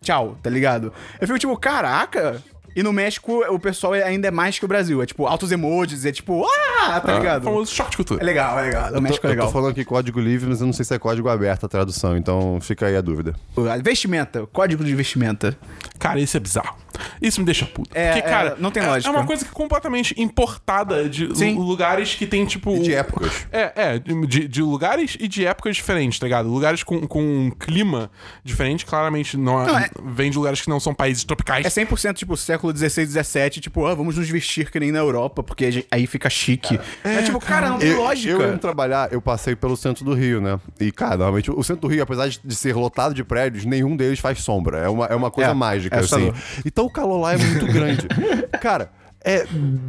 tchau, tá ligado? Eu fico, tipo, caraca... E no México, o pessoal é- ainda é mais que o Brasil. É tipo, altos emojis, é tipo, ah, tá O ligado? famoso choque de É cultura. legal, é legal. O México é Eu tô legal. falando aqui código livre, mas eu não sei se é código aberto a tradução, então fica aí a dúvida. Vestimenta, código de vestimenta. Cara, isso é bizarro. Isso me deixa puto. É, Porque, é, cara, não tem é- lógica. É uma coisa que é completamente importada de lu- Sim. lugares que tem, tipo. de épocas. É, é, de, de lugares e de épocas diferentes, tá ligado? Lugares com, com um clima diferente, claramente não, Não, é- vem de lugares que não são países tropicais. É 100% tipo século XVI, XVII, tipo, ah, vamos nos vestir que nem na Europa, porque a gente- aí fica chique. É, tipo, cara, não tem Eu, lógica. eu indo trabalhar, eu passei pelo centro do Rio, né? E, cara, normalmente o centro do Rio, apesar de de ser lotado de prédios, nenhum deles faz sombra. É uma, é uma coisa É, mágica, é assim. assustador. Então o calor lá é muito grande. (laughs) Cara. É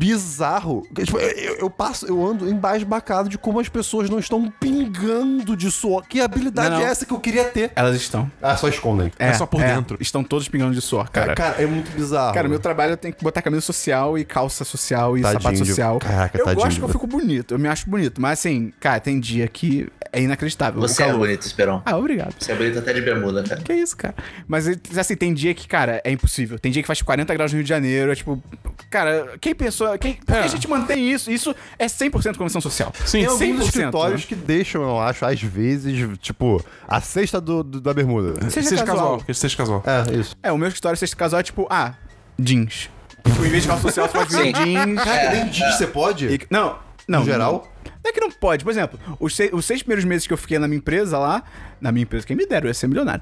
bizarro. Tipo, eu, eu passo, eu ando embasbacado de como as pessoas não estão pingando de suor. Que habilidade Não, não. é essa que eu queria ter? Elas estão. Ah, só escondem. É só por dentro. Estão todos pingando de suor, cara. Cara, é muito bizarro. Cara, meu trabalho eu tenho que botar camisa social e calça social e Tadinho sapato de- social. Caraca, eu tadinho gosto de que eu você. fico bonito, eu me acho bonito. Mas assim, cara, tem dia que é inacreditável. o Você é calor. bonito, Esperon. Ah, obrigado. Você é bonito até de bermuda, cara. Que isso, cara. Mas assim, tem dia que, cara, é impossível. Tem dia que faz 40 graus no Rio de Janeiro. É tipo, cara, quem pensou. Quem, por que É. a gente mantém isso? Isso é 100% convenção social. Sim, Tem alguns 100%, escritórios né? que deixam, eu acho, às vezes, tipo, a cesta do, do- da bermuda. Seja, Seja casual. casual. que Seja casual. É, isso. É, o meu escritório, sexto casal, é tipo, ah, jeans. Tipo, em vez de calça social, você pode vir jeans. Cara, nem diz, você pode? E- não, não. É. No geral? Não. Não é que não pode. Por exemplo, os seis, os seis primeiros meses que eu fiquei na minha empresa lá. Na minha empresa, quem me dera, eu ia ser milionário.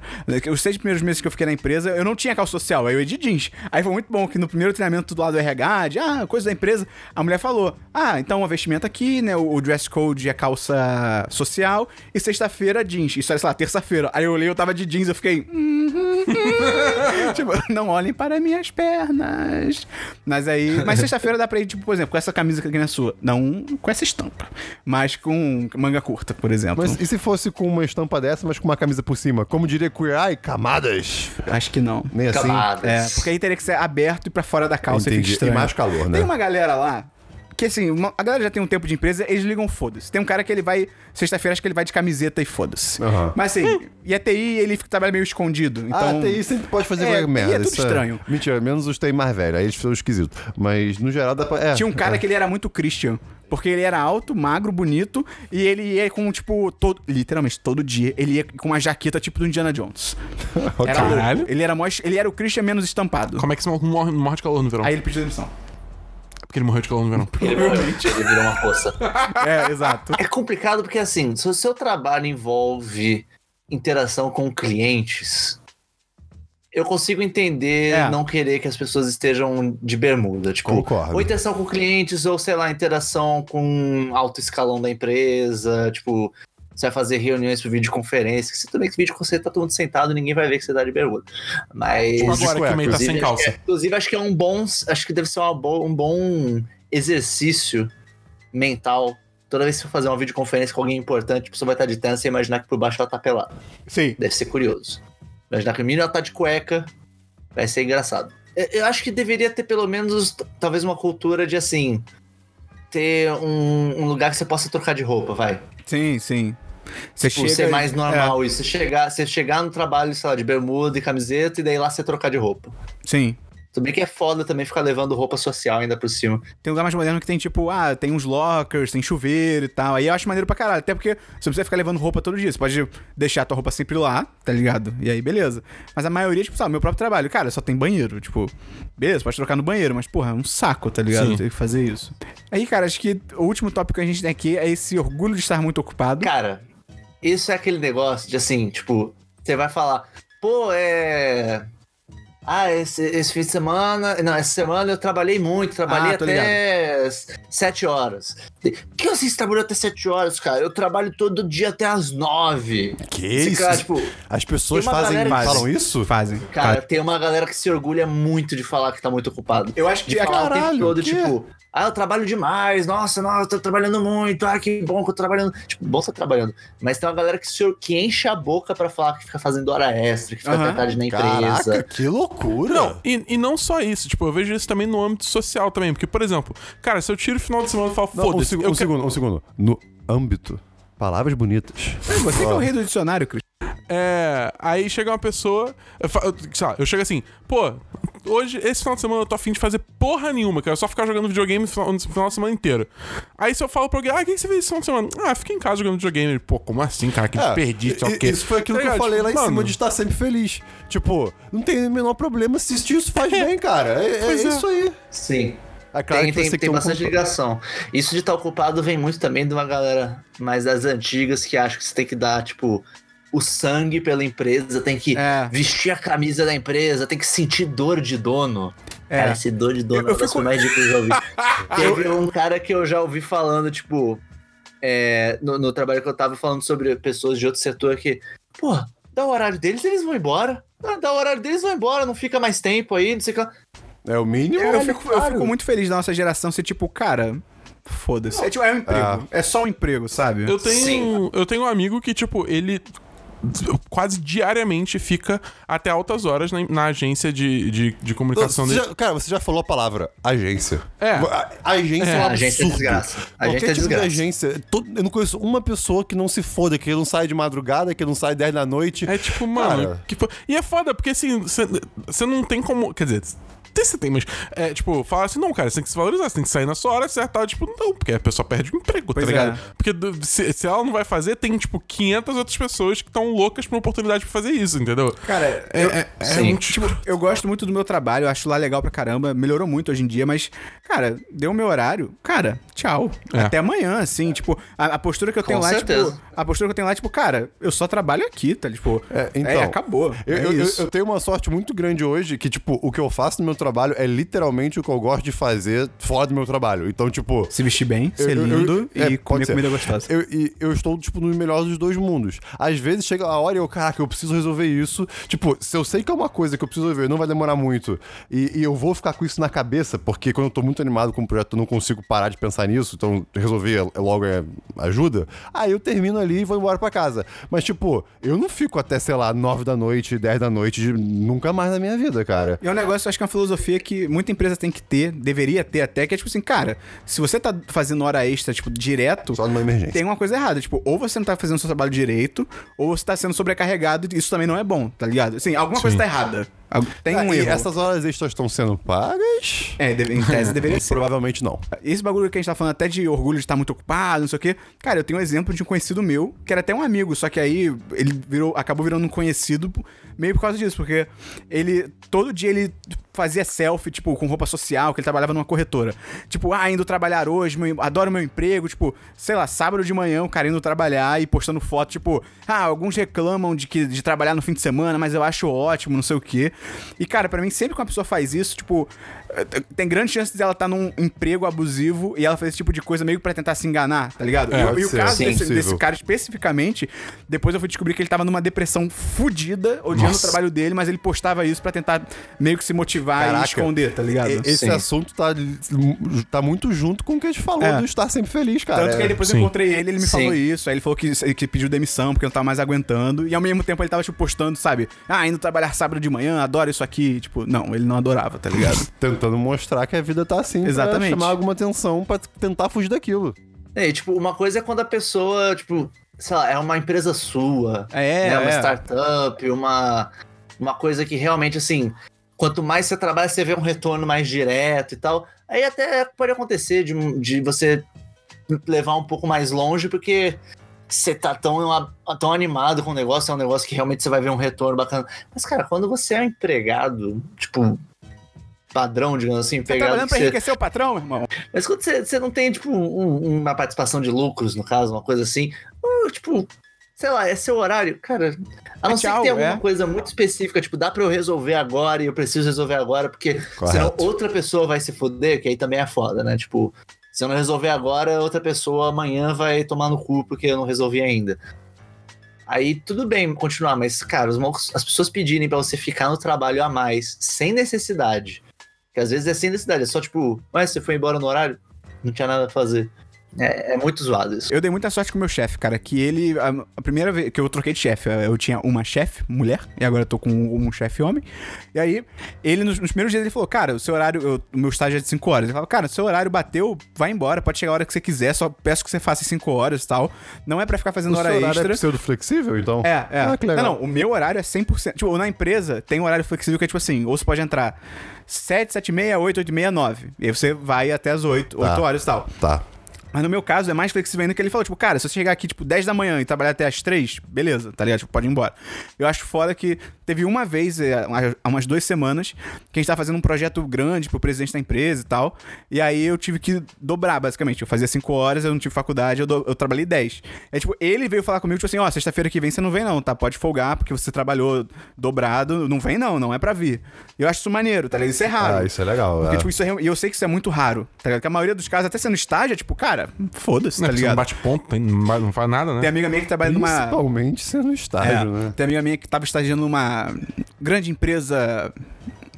Os seis primeiros meses que eu fiquei na empresa, eu não tinha calça social, aí eu ia de jeans. Aí foi muito bom que no primeiro treinamento do lado do RH, de ah, coisa da empresa, a mulher falou: ah, então a vestimenta aqui, né? O, o dress code é calça social e sexta-feira jeans. Isso era, sei lá, terça-feira. Aí eu olhei, eu tava de jeans, eu fiquei. hum, (laughs) tipo, não olhem para minhas pernas. Mas aí. Mas sexta-feira dá pra ir, tipo, por exemplo, com essa camisa que aqui na sua. Não com essa estampa. Mas com manga curta, por exemplo. Mas e se fosse com uma estampa dessa, mas com uma camisa por cima? Como diria Queer Eye, camadas. Acho que não. Nem assim. Camadas. É, porque aí teria que ser aberto e pra fora da calça Entendi. fica estranho. E mais calor, né? Tem uma galera lá. Que assim, uma- a galera já tem um tempo de empresa, eles ligam foda-se. Tem um cara que ele vai. Sexta-feira acho que ele vai de camiseta e foda-se. Aham. Mas assim, e a TI ele fica- trabalha meio escondido. Então. Ah, TI sempre pode fazer É, qualquer e é merda. tudo isso estranho. Mentira, menos os TI mais velhos. Aí eles são esquisitos. Mas, no geral, dá pra... É, Tinha um cara é. (laughs) que ele era muito Christian. Porque ele era alto, magro, bonito, e ele ia com, tipo, todo, literalmente todo dia, ele ia com uma jaqueta tipo do Indiana Jones. Era louco. Caralho. Ele era, mó, ele era o Christian menos estampado. Como é que é esse maluco morre, morre de calor no verão? Aí ele pediu demissão. Porque ele morreu de calor no verão. Ele é morreu, ele virou uma poça. é, exato. É complicado porque, assim, se o seu trabalho envolve interação com clientes, eu consigo entender É. não querer que as pessoas estejam de bermuda. Tipo, Concordo. ou interação com clientes, ou sei lá, interação com alto escalão da empresa. Tipo, você vai fazer reuniões por videoconferência. Que se tudo bem que vídeo você tá todo mundo sentado, ninguém vai ver que você tá de bermuda. Mas. Tipo de agora que o meio tá Inclusive, sem acho que calça. é- inclusive, acho que é um bom. Acho que deve ser uma bo- um bom exercício mental. Toda vez que você for fazer uma videoconferência com alguém importante, a pessoa vai estar de tênis e imaginar que por baixo ela tá pelada. Sim. Deve ser curioso. Imaginar que a menina tá de cueca, vai ser engraçado. Eu, eu acho que deveria ter pelo menos, t- talvez, uma cultura de assim. Ter um, um lugar que você possa trocar de roupa, vai. Sim, sim. Você Tipo, ser mais normal isso. Você chegar, você chegar no trabalho, sei lá, de bermuda e camiseta, e daí lá você trocar de roupa. é, sim. Tudo bem que é foda também ficar levando roupa social ainda por cima. Tem lugar mais moderno que tem, tipo, ah, tem uns lockers, tem chuveiro e tal. Aí eu acho maneiro pra caralho. Até porque você não precisa ficar levando roupa todo dia. Você pode deixar a tua roupa sempre lá, tá ligado? E aí, beleza. Mas a maioria, tipo, sabe, meu próprio trabalho, cara, só tem banheiro. Tipo, beleza, pode trocar no banheiro, mas, porra, é um saco, tá ligado? Sim. Tem que fazer isso. Aí, cara, acho que o último tópico que a gente tem aqui é esse orgulho de estar muito ocupado. Cara, isso é aquele negócio de assim, tipo, você vai falar, pô, é. Ah, esse, esse fim de semana. Não, essa semana eu trabalhei muito, trabalhei Ah, tô até sete horas. Por que vocês trabalham até sete horas, cara? Eu trabalho todo dia até as nove. Que Esse isso? cara, tipo, As pessoas Tem uma fazem, galera que- falam isso? Fazem. cara, tem uma galera que se orgulha muito de falar que tá muito ocupado. Eu acho De que falar o tempo caralho, todo, que? tipo, ah, eu trabalho demais, nossa, nossa, eu tô trabalhando muito, ah, que bom que eu tô trabalhando. Tipo, bom você tá trabalhando. Mas tem uma galera que, se- que enche a boca pra falar que fica fazendo hora extra, que fica Aham. até tarde na empresa. Caraca, que loucura! Não, e, e não só isso, tipo, eu vejo isso também no âmbito social também, porque, por exemplo, cara, se eu tiro o final de semana e falo, Não, um, foda-se, segu- eu um quero- segundo, um segundo. No âmbito. Palavras bonitas. Você que é o rei do dicionário, Cris. É. Aí chega uma pessoa. Eu, fa- eu- sei lá, eu chego assim, pô, hoje, esse final de semana eu tô afim de fazer porra nenhuma, cara. Só ficar jogando videogame no final, no final de semana inteiro. Aí se eu falo pra alguém, ah, o que que você fez esse final de semana? Ah, fiquei em casa jogando videogame. Ele, Pô, como assim, cara? Que É, desperdício, sei lá o i- quê. Isso foi aquilo Tá que eu ligado? falei lá em Tipo, mano, cima de estar sempre feliz. Tipo, não tem o menor problema se isso- isso faz bem, cara. É, é Pois é. isso aí. Sim. É claro tem que tem, você tem um bastante controle. ligação. Isso de estar ocupado vem muito também de uma galera mais das antigas que acha que você tem que dar, tipo, o sangue pela empresa, tem que É. vestir a camisa da empresa, tem que sentir dor de dono. É. Cara, esse dor de dono é uma das coisas mais difíceis que eu já ouvi. Teve um cara que eu já ouvi falando, tipo, é, no, no trabalho que eu tava falando sobre pessoas de outro setor que, pô, dá o horário deles, eles vão embora. Ah, Dá o horário deles, vão embora, não fica mais tempo aí, não sei o que. lá. É o mínimo. Eu fico, eu fico muito feliz da nossa geração ser tipo, cara, foda-se. É, tipo, é um emprego. É. só um emprego, sabe? Eu tenho, eu tenho um amigo que, tipo, ele quase diariamente fica até altas horas na, na agência de, de, de comunicação Você dele. já- cara, você já falou a palavra agência. É. A, a agência é, um A absurdo. agência é desgraça. A agência Qualquer é tipo de desgraça. agência. todo- eu não conheço uma pessoa que não se foda, que não sai de madrugada, que não sai 10 da noite. É tipo, mano. Cara. que fo- e é foda, porque assim, você não tem como. Quer dizer, até você tem, mas. É, tipo, fala assim, não, cara, você tem que se valorizar, você tem que sair na sua hora certa. tal. Tipo, não, porque a pessoa perde o emprego, Pois tá ligado? é. Porque do- se, se ela não vai fazer, tem, tipo, 500 outras pessoas que estão loucas por uma oportunidade pra fazer isso, entendeu? Cara, É, é, é muito tipo, eu gosto muito do meu trabalho, eu acho lá legal pra caramba, melhorou muito hoje em dia, mas, cara, deu o meu horário, cara, tchau. É. Até amanhã, assim, tipo, a, a postura que eu tenho lá, certeza. tipo, a postura que eu tenho lá, tipo, cara, eu só trabalho aqui, tá? Tipo, É, então. acabou. Eu, é eu- eu- isso. eu tenho uma sorte muito grande hoje que, tipo, o que eu faço no meu trabalho é literalmente o que eu gosto de fazer fora do meu trabalho. Então, tipo. Se vestir bem, ser eu- eu- lindo é, e pode comer ser. comida gostosa. Eu, e eu estou, tipo, no melhor dos dois mundos. Às vezes chega a hora e eu, caraca, eu preciso resolver isso. Tipo, se eu sei que é uma coisa que eu preciso resolver, não vai demorar muito. E, e eu vou ficar com isso na cabeça, porque quando eu tô muito animado com o projeto, eu não consigo parar de pensar nisso. Então, resolver é- logo é ajuda. Aí eu termino ali e vou embora pra casa. Mas, tipo, eu não fico até, sei lá, nove da noite, dez da noite, de- nunca mais na minha vida, cara. É um negócio, acho que é uma filosofia que muita empresa tem que ter, deveria ter até, que é tipo assim, cara, se você tá fazendo hora extra, tipo, direto, Só numa emergência. tem uma coisa errada. Tipo, ou você não tá fazendo seu trabalho direito, ou você tá sendo sobrecarregado, e isso também não é bom, tá ligado? Assim, alguma coisa tá errada. Algu- Tem um Ah, e erro. essas horas extras estão sendo pagas? É, deve- em (laughs) tese deveria ser. Provavelmente não. Esse bagulho que a gente tá falando até de orgulho de estar muito ocupado, não sei o quê. Cara, eu tenho um exemplo de um conhecido meu, que era até um amigo, só que aí ele virou, acabou virando um conhecido meio por causa disso, porque ele todo dia ele fazia selfie, tipo, com roupa social, que ele trabalhava numa corretora. Tipo, ah, indo trabalhar hoje, meu, adoro meu emprego, tipo, sei lá, sábado de manhã, o cara indo trabalhar e postando foto, tipo, ah, alguns reclamam de que de trabalhar no fim de semana, mas eu acho ótimo, não sei o quê. E cara, pra mim sempre que uma pessoa faz isso, tipo, eh, t- tem grande chance dela estar num emprego abusivo e ela faz esse tipo de coisa meio que pra tentar se enganar, tá ligado? É, E o- e pode o ser, caso sim, desse, possível. desse cara especificamente, depois eu fui descobrir que ele tava numa depressão fodida, odiando Nossa. o trabalho dele, mas ele postava isso pra tentar meio que se motivar e Caraca. esconder, tá ligado? E- Esse Sim. assunto tá, tá muito junto com o que a gente falou É. do estar sempre feliz, cara. É, Tanto que aí depois eu Sim. encontrei ele, ele me Sim. falou isso. Aí ele falou que, que pediu demissão porque não tava mais aguentando. E ao mesmo tempo ele tava, tipo, postando, sabe? Ah, indo trabalhar sábado de manhã, adoro isso aqui. Tipo, não, ele não adorava, tá ligado? Tentando mostrar que a vida tá assim Exatamente. pra chamar alguma atenção, pra tentar fugir daquilo. É, e, tipo, uma coisa é quando a pessoa, tipo, sei lá, é uma empresa sua, (laughs) É, né? Uma é. startup, uma, uma coisa que realmente, assim, quanto mais você trabalha, você vê um retorno mais direto e tal. Aí até pode acontecer de, de você levar um pouco mais longe, porque você tá tão, a- tão animado com o negócio, é um negócio que realmente você vai ver um retorno bacana. Mas, cara, quando você é um empregado, tipo, padrão, digamos assim, Tá empregado. trabalhando que pra você- enriquecer o patrão, irmão? mas quando você, você não tem, tipo, um- uma participação de lucros, no caso, uma coisa assim, ou, tipo, sei lá, é seu horário, cara. A não É ser que tchau, tenha alguma é. coisa muito específica, tipo, dá pra eu resolver agora e eu preciso resolver agora, porque senão outra pessoa vai se foder, que aí também é foda, né? Tipo, se eu não resolver agora, outra pessoa amanhã vai tomar no cu porque eu não resolvi ainda. Aí tudo bem continuar, mas, cara, os malucos- as pessoas pedirem pra você ficar no trabalho a mais, sem necessidade. Que às vezes é sem necessidade, é só tipo, ué, você foi embora no horário? Não tinha nada a fazer. É, é muito zoado isso. Eu dei muita sorte com o meu chefe, cara, que ele. A, a primeira vez que eu troquei de chefe, eu tinha uma chefe, mulher, e agora eu tô com um, um chefe homem. E aí, ele, nos, nos primeiros dias, ele falou: Cara, o seu horário, eu- o meu estágio é de 5 horas. Ele falou: Cara, o seu horário bateu, vai embora, pode chegar a hora que você quiser, só peço que você faça 5 horas e tal. Não é pra ficar fazendo O hora seu horário extra. é pseudo flexível, então? É, é. Ah, que legal. Não, não, o meu horário é 100%. Tipo, na empresa tem um horário flexível que é tipo assim, ou você pode entrar 7, 7 e meia, 8, 8 e meia, 9. E aí você vai até as 8, 8 horas e tal. Tá. Mas no meu caso é mais flexível ainda que ele falou, tipo, cara, se você chegar aqui, tipo, 10 da manhã e trabalhar até as 3, beleza, tá ligado? Tipo, pode ir embora. Eu acho foda que teve uma vez, é, uma- há umas duas semanas, que a gente tava fazendo um projeto grande pro presidente da empresa e tal. E aí eu tive que dobrar, basicamente. Eu fazia 5 horas, eu não tive faculdade, eu, do- eu trabalhei 10. É tipo, ele veio falar comigo, tipo assim, ó, sexta-feira que vem você não vem, não, tá? Pode folgar, porque você trabalhou dobrado. Não vem, não, não é pra vir. Eu acho isso maneiro, tá ligado? Isso é raro. Ah, isso é legal, Tá. Porque, é. tipo, isso é, real- e eu sei que isso é muito raro, tá ligado? Que a maioria dos casos, até sendo estágio, é tipo, cara, foda-se, tá Não, porque né, você não ligado? bate ponto, tem- não vai- não faz nada, Tem né? amiga minha que trabalha numa. Principalmente sendo É, estágio, né? Tem amiga minha que tava estagiando numa grande empresa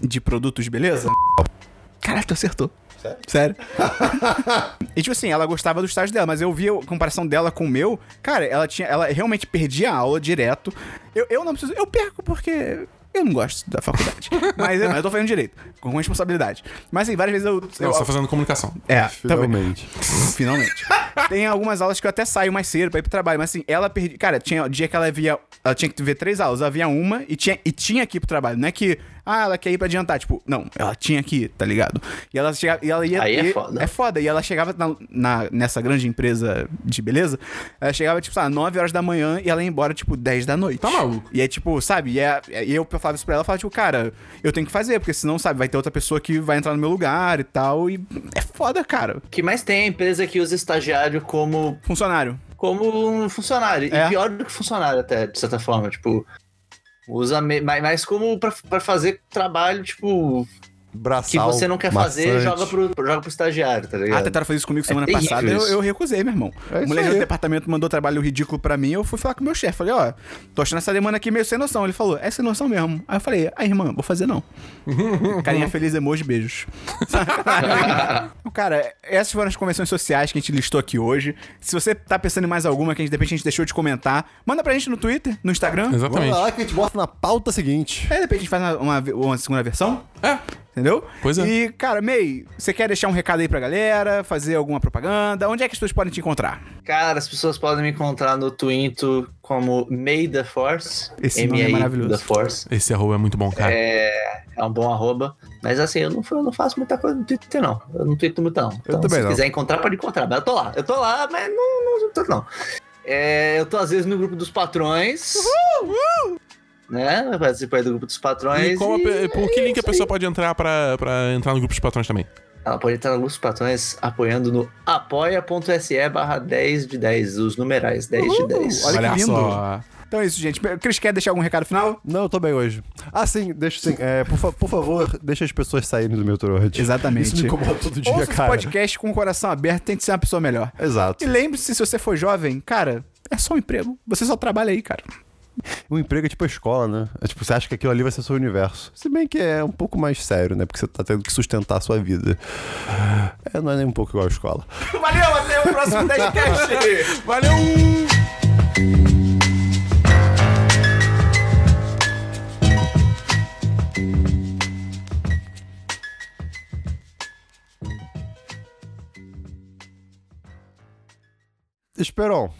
de produtos, beleza? Caralho, tu acertou. Sério? (laughs) e tipo assim, ela gostava do estágio dela, mas eu via a comparação dela com o meu. Cara, ela tinha. Ela realmente perdia a aula direto. Eu, eu não preciso. Eu perco porque. Eu não gosto da faculdade. (laughs) mas, eu, mas eu tô fazendo direito, com responsabilidade. Mas assim, várias vezes eu. Não, eu- você tá fazendo comunicação. é, também. Finalmente. (laughs) Finalmente. Tem algumas aulas que eu até saio mais cedo pra ir pro trabalho, mas assim, ela perdi. Cara, tinha dia que ela via. Ela tinha que ver três aulas, ela via uma e tinha, e tinha que ir pro trabalho. Não é que, ah, ela quer ir pra adiantar. Tipo, não, ela tinha que ir, tá ligado? E ela chegava. E ela ia. Aí é e- foda. É foda. E ela chegava na, na- nessa grande empresa de beleza, ela chegava, tipo, sabe, 9 horas da manhã e ela ia embora, tipo, 10 da noite. Tá maluco. E é tipo, sabe? E, é, e eu falava isso pra ela, eu falava, tipo, cara, eu tenho que fazer, porque senão, sabe, vai ter outra pessoa que vai entrar no meu lugar e tal. E é foda, cara. O que mais tem é a empresa que usa estagiário como, Funcionário. como um funcionário. É. E pior do que funcionário, até, de certa forma. Tipo, usa me- ma- mais como pra, pra fazer trabalho, tipo, Braçal, que você não quer fazer, maçante. joga pro, joga pro estagiário, tá Ah, ligado? tentaram fazer isso comigo semana terrível passada. Eu, isso. eu recusei, meu irmão. É o isso moleque aí. do departamento mandou trabalho ridículo pra mim. Eu fui falar com o meu chefe. Falei, ó, tô achando essa demanda aqui meio sem noção. Ele falou, é sem noção mesmo. Aí eu falei, ah, irmã, vou (laughs) fazer não. Carinha feliz, emoji, beijos. (laughs) Cara, essas foram as convenções sociais que a gente listou aqui hoje. Se você tá pensando em mais alguma que a gente, de repente a gente deixou de comentar, manda pra gente no Twitter, no Instagram. Exatamente. Vamos lá que a gente bota na pauta seguinte. Aí de repente a gente faz uma- uma, uma segunda versão. É. Entendeu? Pois é. E, cara, May, você quer deixar um recado aí pra galera, fazer alguma propaganda? Onde é que as pessoas podem te encontrar? Cara, as pessoas podem me encontrar no Twinto como May the Force. Esse nome é MAE maravilhoso. The Force. Esse arroba é muito bom, cara. É um bom arroba. Mas assim, eu não, eu não faço muita coisa no Twitter, não. Eu não twito muito, não. Então, também se não. quiser encontrar, pode encontrar. Mas eu tô lá. Eu tô lá, mas não, não, não tô, não. É, eu tô às vezes no grupo dos patrões. Uhul! Né? Eu participo aí do grupo dos patrões. E qual a pe- e por que link a isso pessoa pode entrar pra, pra entrar no grupo dos patrões também? Ela pode entrar no grupo dos patrões apoiando no apoia.se é barra 10 de 10, os numerais 10 de 10. Olha que lindo. só. Então é isso, gente. Cris, quer deixar algum recado final? Não, eu tô bem hoje. Ah, sim, deixa sim. É, por, fa- por favor, deixa as pessoas saírem do meu Torrent. Exatamente. Isso me incomoda todo dia, Ouça esse cara. podcast com o coração aberto, tente ser uma pessoa melhor. Exato. E lembre-se, se você for jovem, cara, é só um emprego. Você só trabalha aí, cara. O emprego é tipo a escola, né? É tipo, você acha que aquilo ali vai ser seu universo. Se bem que é um pouco mais sério, né? Porque você tá tendo que sustentar a sua vida. É, não é nem um pouco igual a escola. Valeu, até o próximo podcast! Esperon,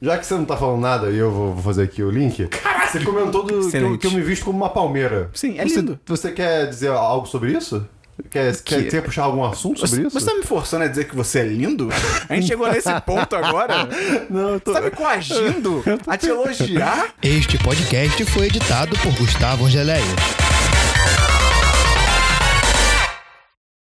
já que você não tá falando nada e eu vou, vou fazer aqui o link, você comentou do, que, eu, Excelente. que eu me visto como uma palmeira. (laughs) Sim, é Você- lindo. Você, quer dizer algo sobre isso? Quer, quer, quer puxar algum assunto sobre isso? Você tá me forçando a dizer que você é lindo? A gente chegou nesse ponto agora. Não, eu (laughs) tô... Você tá me (laughs) coagindo a te elogiar? Este podcast foi editado por Gustavo Angeléia.